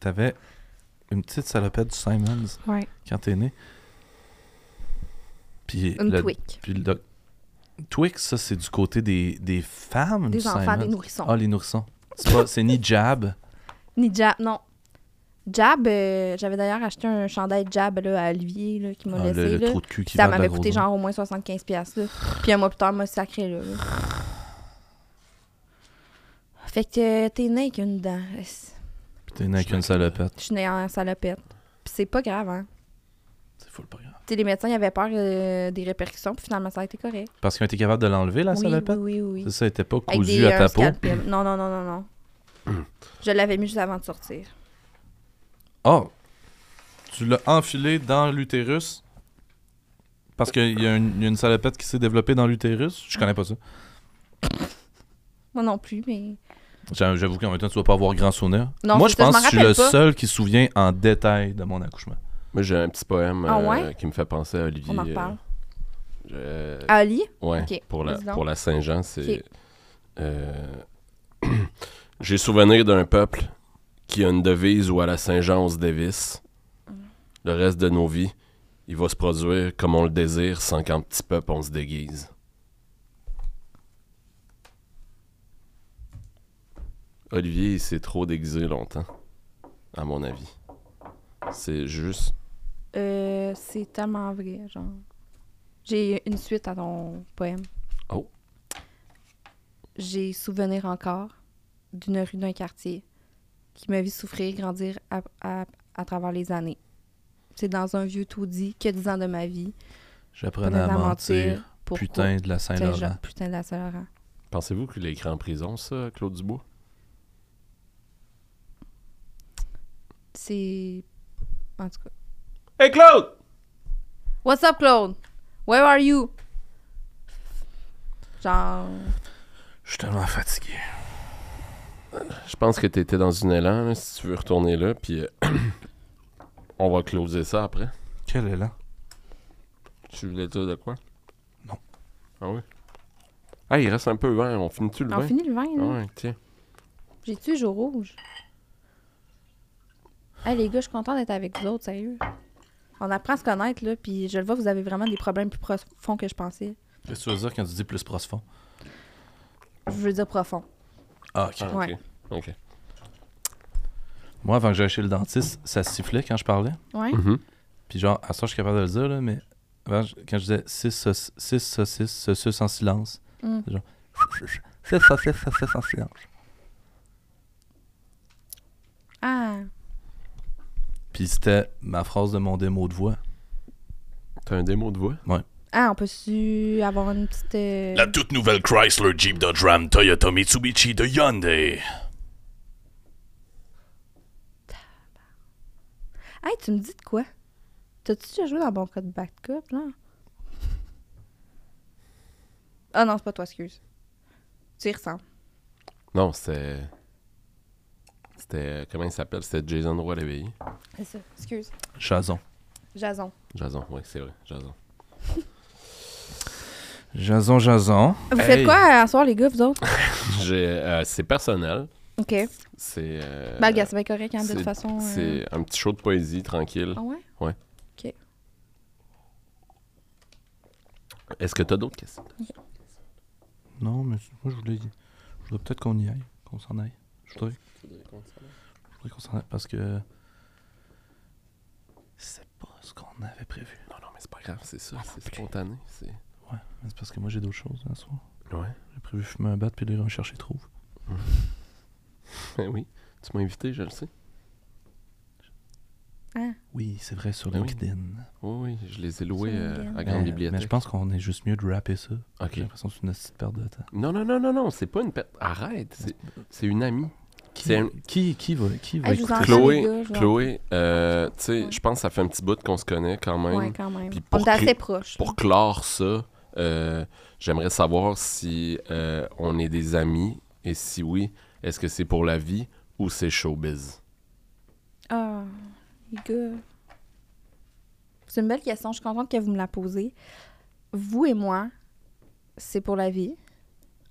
T'avais une petite salopette du Simons
Ouais.
quand t'es né. Puis
Une
le-
Twix.
Puis le doc- Twix, ça, c'est du côté des, des femmes
Des
du
enfants,
Simons.
des nourrissons.
Ah, les nourrissons. C'est pas- C'est ni
[LAUGHS]
Jab.
Ni Jab, non. Jab, euh, j'avais d'ailleurs acheté un chandail Jab là, à Olivier là, qui m'a
Ah,
laissé.
le, le
là.
trou de cul qui
Ça
va de la
m'avait
grosse
coûté
dent.
genre au moins 75$. piastres, Là. Puis un mois plus tard, m'a sacré là, là. Fait que euh, t'es né avec une dent. Je
Puis t'es né avec une salopette.
suis née en salopette. Puis c'est pas grave, hein.
C'est full pas grave.
Tu sais, les médecins, ils avaient peur euh, des répercussions, puis finalement, ça a été correct.
Parce qu'ils ont été capables de l'enlever, la
oui,
salopette?
oui, oui,
C'est
oui.
ça, elle était pas
Avec euh,
cousue à
un
ta peau.
scalpel. Non, non, non, non, non.
[CLEARS THROAT]
Je l'avais mis juste avant de sortir.
Oh! Tu l'as enfilé dans l'utérus? Parce qu'il y, a une il y a une salopette qui s'est développée dans l'utérus? Je connais pas ça.
Moi non plus, mais.
J'a- J'avoue qu'en même temps, tu vas pas avoir grand souvenir.
Non,
Moi,
c'est
je
ça, je
pense
m'en
que je suis le
rappelle pas.
seul qui se souvient en détail de mon accouchement.
Moi, j'ai un petit poème
Ah
euh,
ouais?
qui me fait penser à Olivier.
On en
euh,
reparle.
euh,
À Oli?
ouais,
ok,
pour, la,
vas-y donc.
pour la Saint-Jean, c'est.
Ok.
euh, [CLEARS THROAT] j'ai souvenir d'un peuple qui a une devise où à la Saint-Jean, on se dévisse.
Mm.
Le reste de nos vies, il va se produire comme on le désire sans qu'en petit peuple, on se déguise. Olivier, il s'est trop déguisé longtemps, à mon avis. C'est juste
Euh, c'est tellement vrai, genre. J'ai une suite à ton poème.
Oh.
J'ai souvenir encore d'une rue d'un quartier qui m'a vu souffrir, grandir à, à- à travers les années. C'est dans un vieux taudis que 10 ans de ma vie.
J'apprenais à mentir.
pour
Putain de la Saint-Laurent.
Putain de la Saint-Laurent.
Pensez-vous qu'il a écrit en prison, ça, Claude Dubois?
C'est... En tout cas.
Hey Claude!
What's up, Claude? Where are you? Genre...
Je suis tellement fatigué.
Je pense que t'étais dans une élan, là, si tu veux retourner là, puis... euh, [CLEARS THROAT] On va closer ça après.
Quel élan.
Tu voulais dire de quoi?
Non.
Ah oui? Ah, il reste un peu vert. On finit-tu le
On
vin?
finit le vin,
Ah
là.
ouais, tiens.
J'ai tué Jour Rouge. Hey, les gars, je suis contente d'être avec vous autres, sérieux. On apprend à se connaître, là, puis je le vois, vous avez vraiment des problèmes plus profonds que je pensais.
Qu'est-ce que tu veux dire quand tu dis plus profond?
Je veux dire profond.
Ah, ok.
Ah,
Ouais.
ok. Ok.
Moi, avant que j'aille chez le dentiste, ça sifflait quand je parlais.
Ouais?
Mhm.
Puis genre, à ça, je suis capable de le dire, là, mais avant, je- quand je disais 6 saucisses, saucisses en silence,
Mm.
c'est genre 6 saucisses, saucisses en silence.
Ah,
Puis c'était ma phrase de mon démo de voix.
T'as un démo de voix?
ah on peut-tu avoir une petite... euh,
La toute nouvelle Chrysler Jeep Dodge Ram Toyota Mitsubishi de Hyundai.
Hey, tu me dis de quoi? T'as-tu déjà joué dans Bon Code Back Cup, là? Ah non, c'est pas toi, excuse. Tu y ressembles.
Non, c'était. C'était. euh, Comment il s'appelle? C'était Jason Roy Léveillé.
C'est ça, excuse.
Jason.
Jason.
Jason, oui, c'est vrai. Jason. [LAUGHS]
Jason, Jason.
Vous faites quoi euh, à soir, les gars, vous autres?
J'ai, euh, c'est personnel.
OK.
C'est. euh,
Ben, gars, c'est bien correct, hein, de
c'est-
toute façon. euh,
C'est un petit show de poésie, tranquille.
Ah ouais?
Est-ce que t'as d'autres questions?
Non, mais moi, je voulais. Je voudrais peut-être qu'on y aille, qu'on s'en aille. Je voudrais, je voudrais qu'on s'en aille parce que. C'est pas ce qu'on avait prévu.
Non, non, mais c'est pas grave, c'est ça. c'est spontané. C'est...
Mais C'est parce que moi, j'ai d'autres choses à soir.
Ouais.
J'ai prévu fumer un bat puis de rechercher trouve.
Ben oui. Tu m'as invité, je le sais.
Oui, c'est vrai, sur
Ah oui.
LinkedIn.
Oui, oui, je les ai loués
C'est
euh,
une
à
Mais-
Grande
Ben,
Bibliothèque.
Mais je pense qu'on est juste mieux de rapper ça.
Ok.
J'ai l'impression que c'est une petite perte de temps.
Non, non, non, non, non, c'est pas une perte. Arrête, c'est, c'est une amie.
Qui,
C'est un-
qui, qui va, qui va
Hey, je vous
écouter
entends,
ça?
Chloé,
les gars, je vous
Chloé, euh, tu sais,
Ouais.
je pense que ça fait un petit bout qu'on se connaît quand même.
Ouais, quand même.
Puis
On
pour
est assez
cré-
proches. là.
Pour clore ça, euh, j'aimerais savoir si euh, on est des amis et si oui, est-ce que c'est pour la vie ou c'est showbiz?
Ah, les gars. C'est une belle question. Je suis contente que vous me la posez. Vous et moi, c'est pour la vie.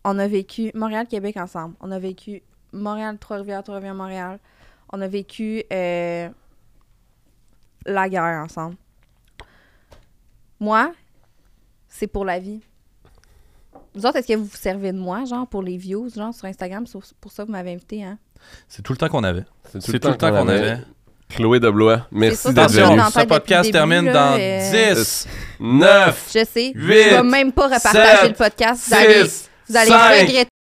On a vécu Montréal-Québec ensemble. On a vécu Montréal-Trois-Rivières, Trois-Rivières-Montréal. On a vécu euh, la guerre ensemble. Moi, c'est pour la vie. Vous autres, est-ce que vous vous servez de moi, genre, pour les views, genre, sur Instagram? C'est pour ça que vous m'avez invité, hein?
C'est tout le temps qu'on avait.
C'est Chloé de Blois, merci
ça,
d'être
attention.
venue.
dans la
Attention, ce
tête
podcast
depuis le début,
termine
là,
dans
euh,
10,
Neuf!
Je sais.
Huit,
je vais même pas repartager
sept,
le podcast. Vous allez,
6,
vous allez
5,
regretter.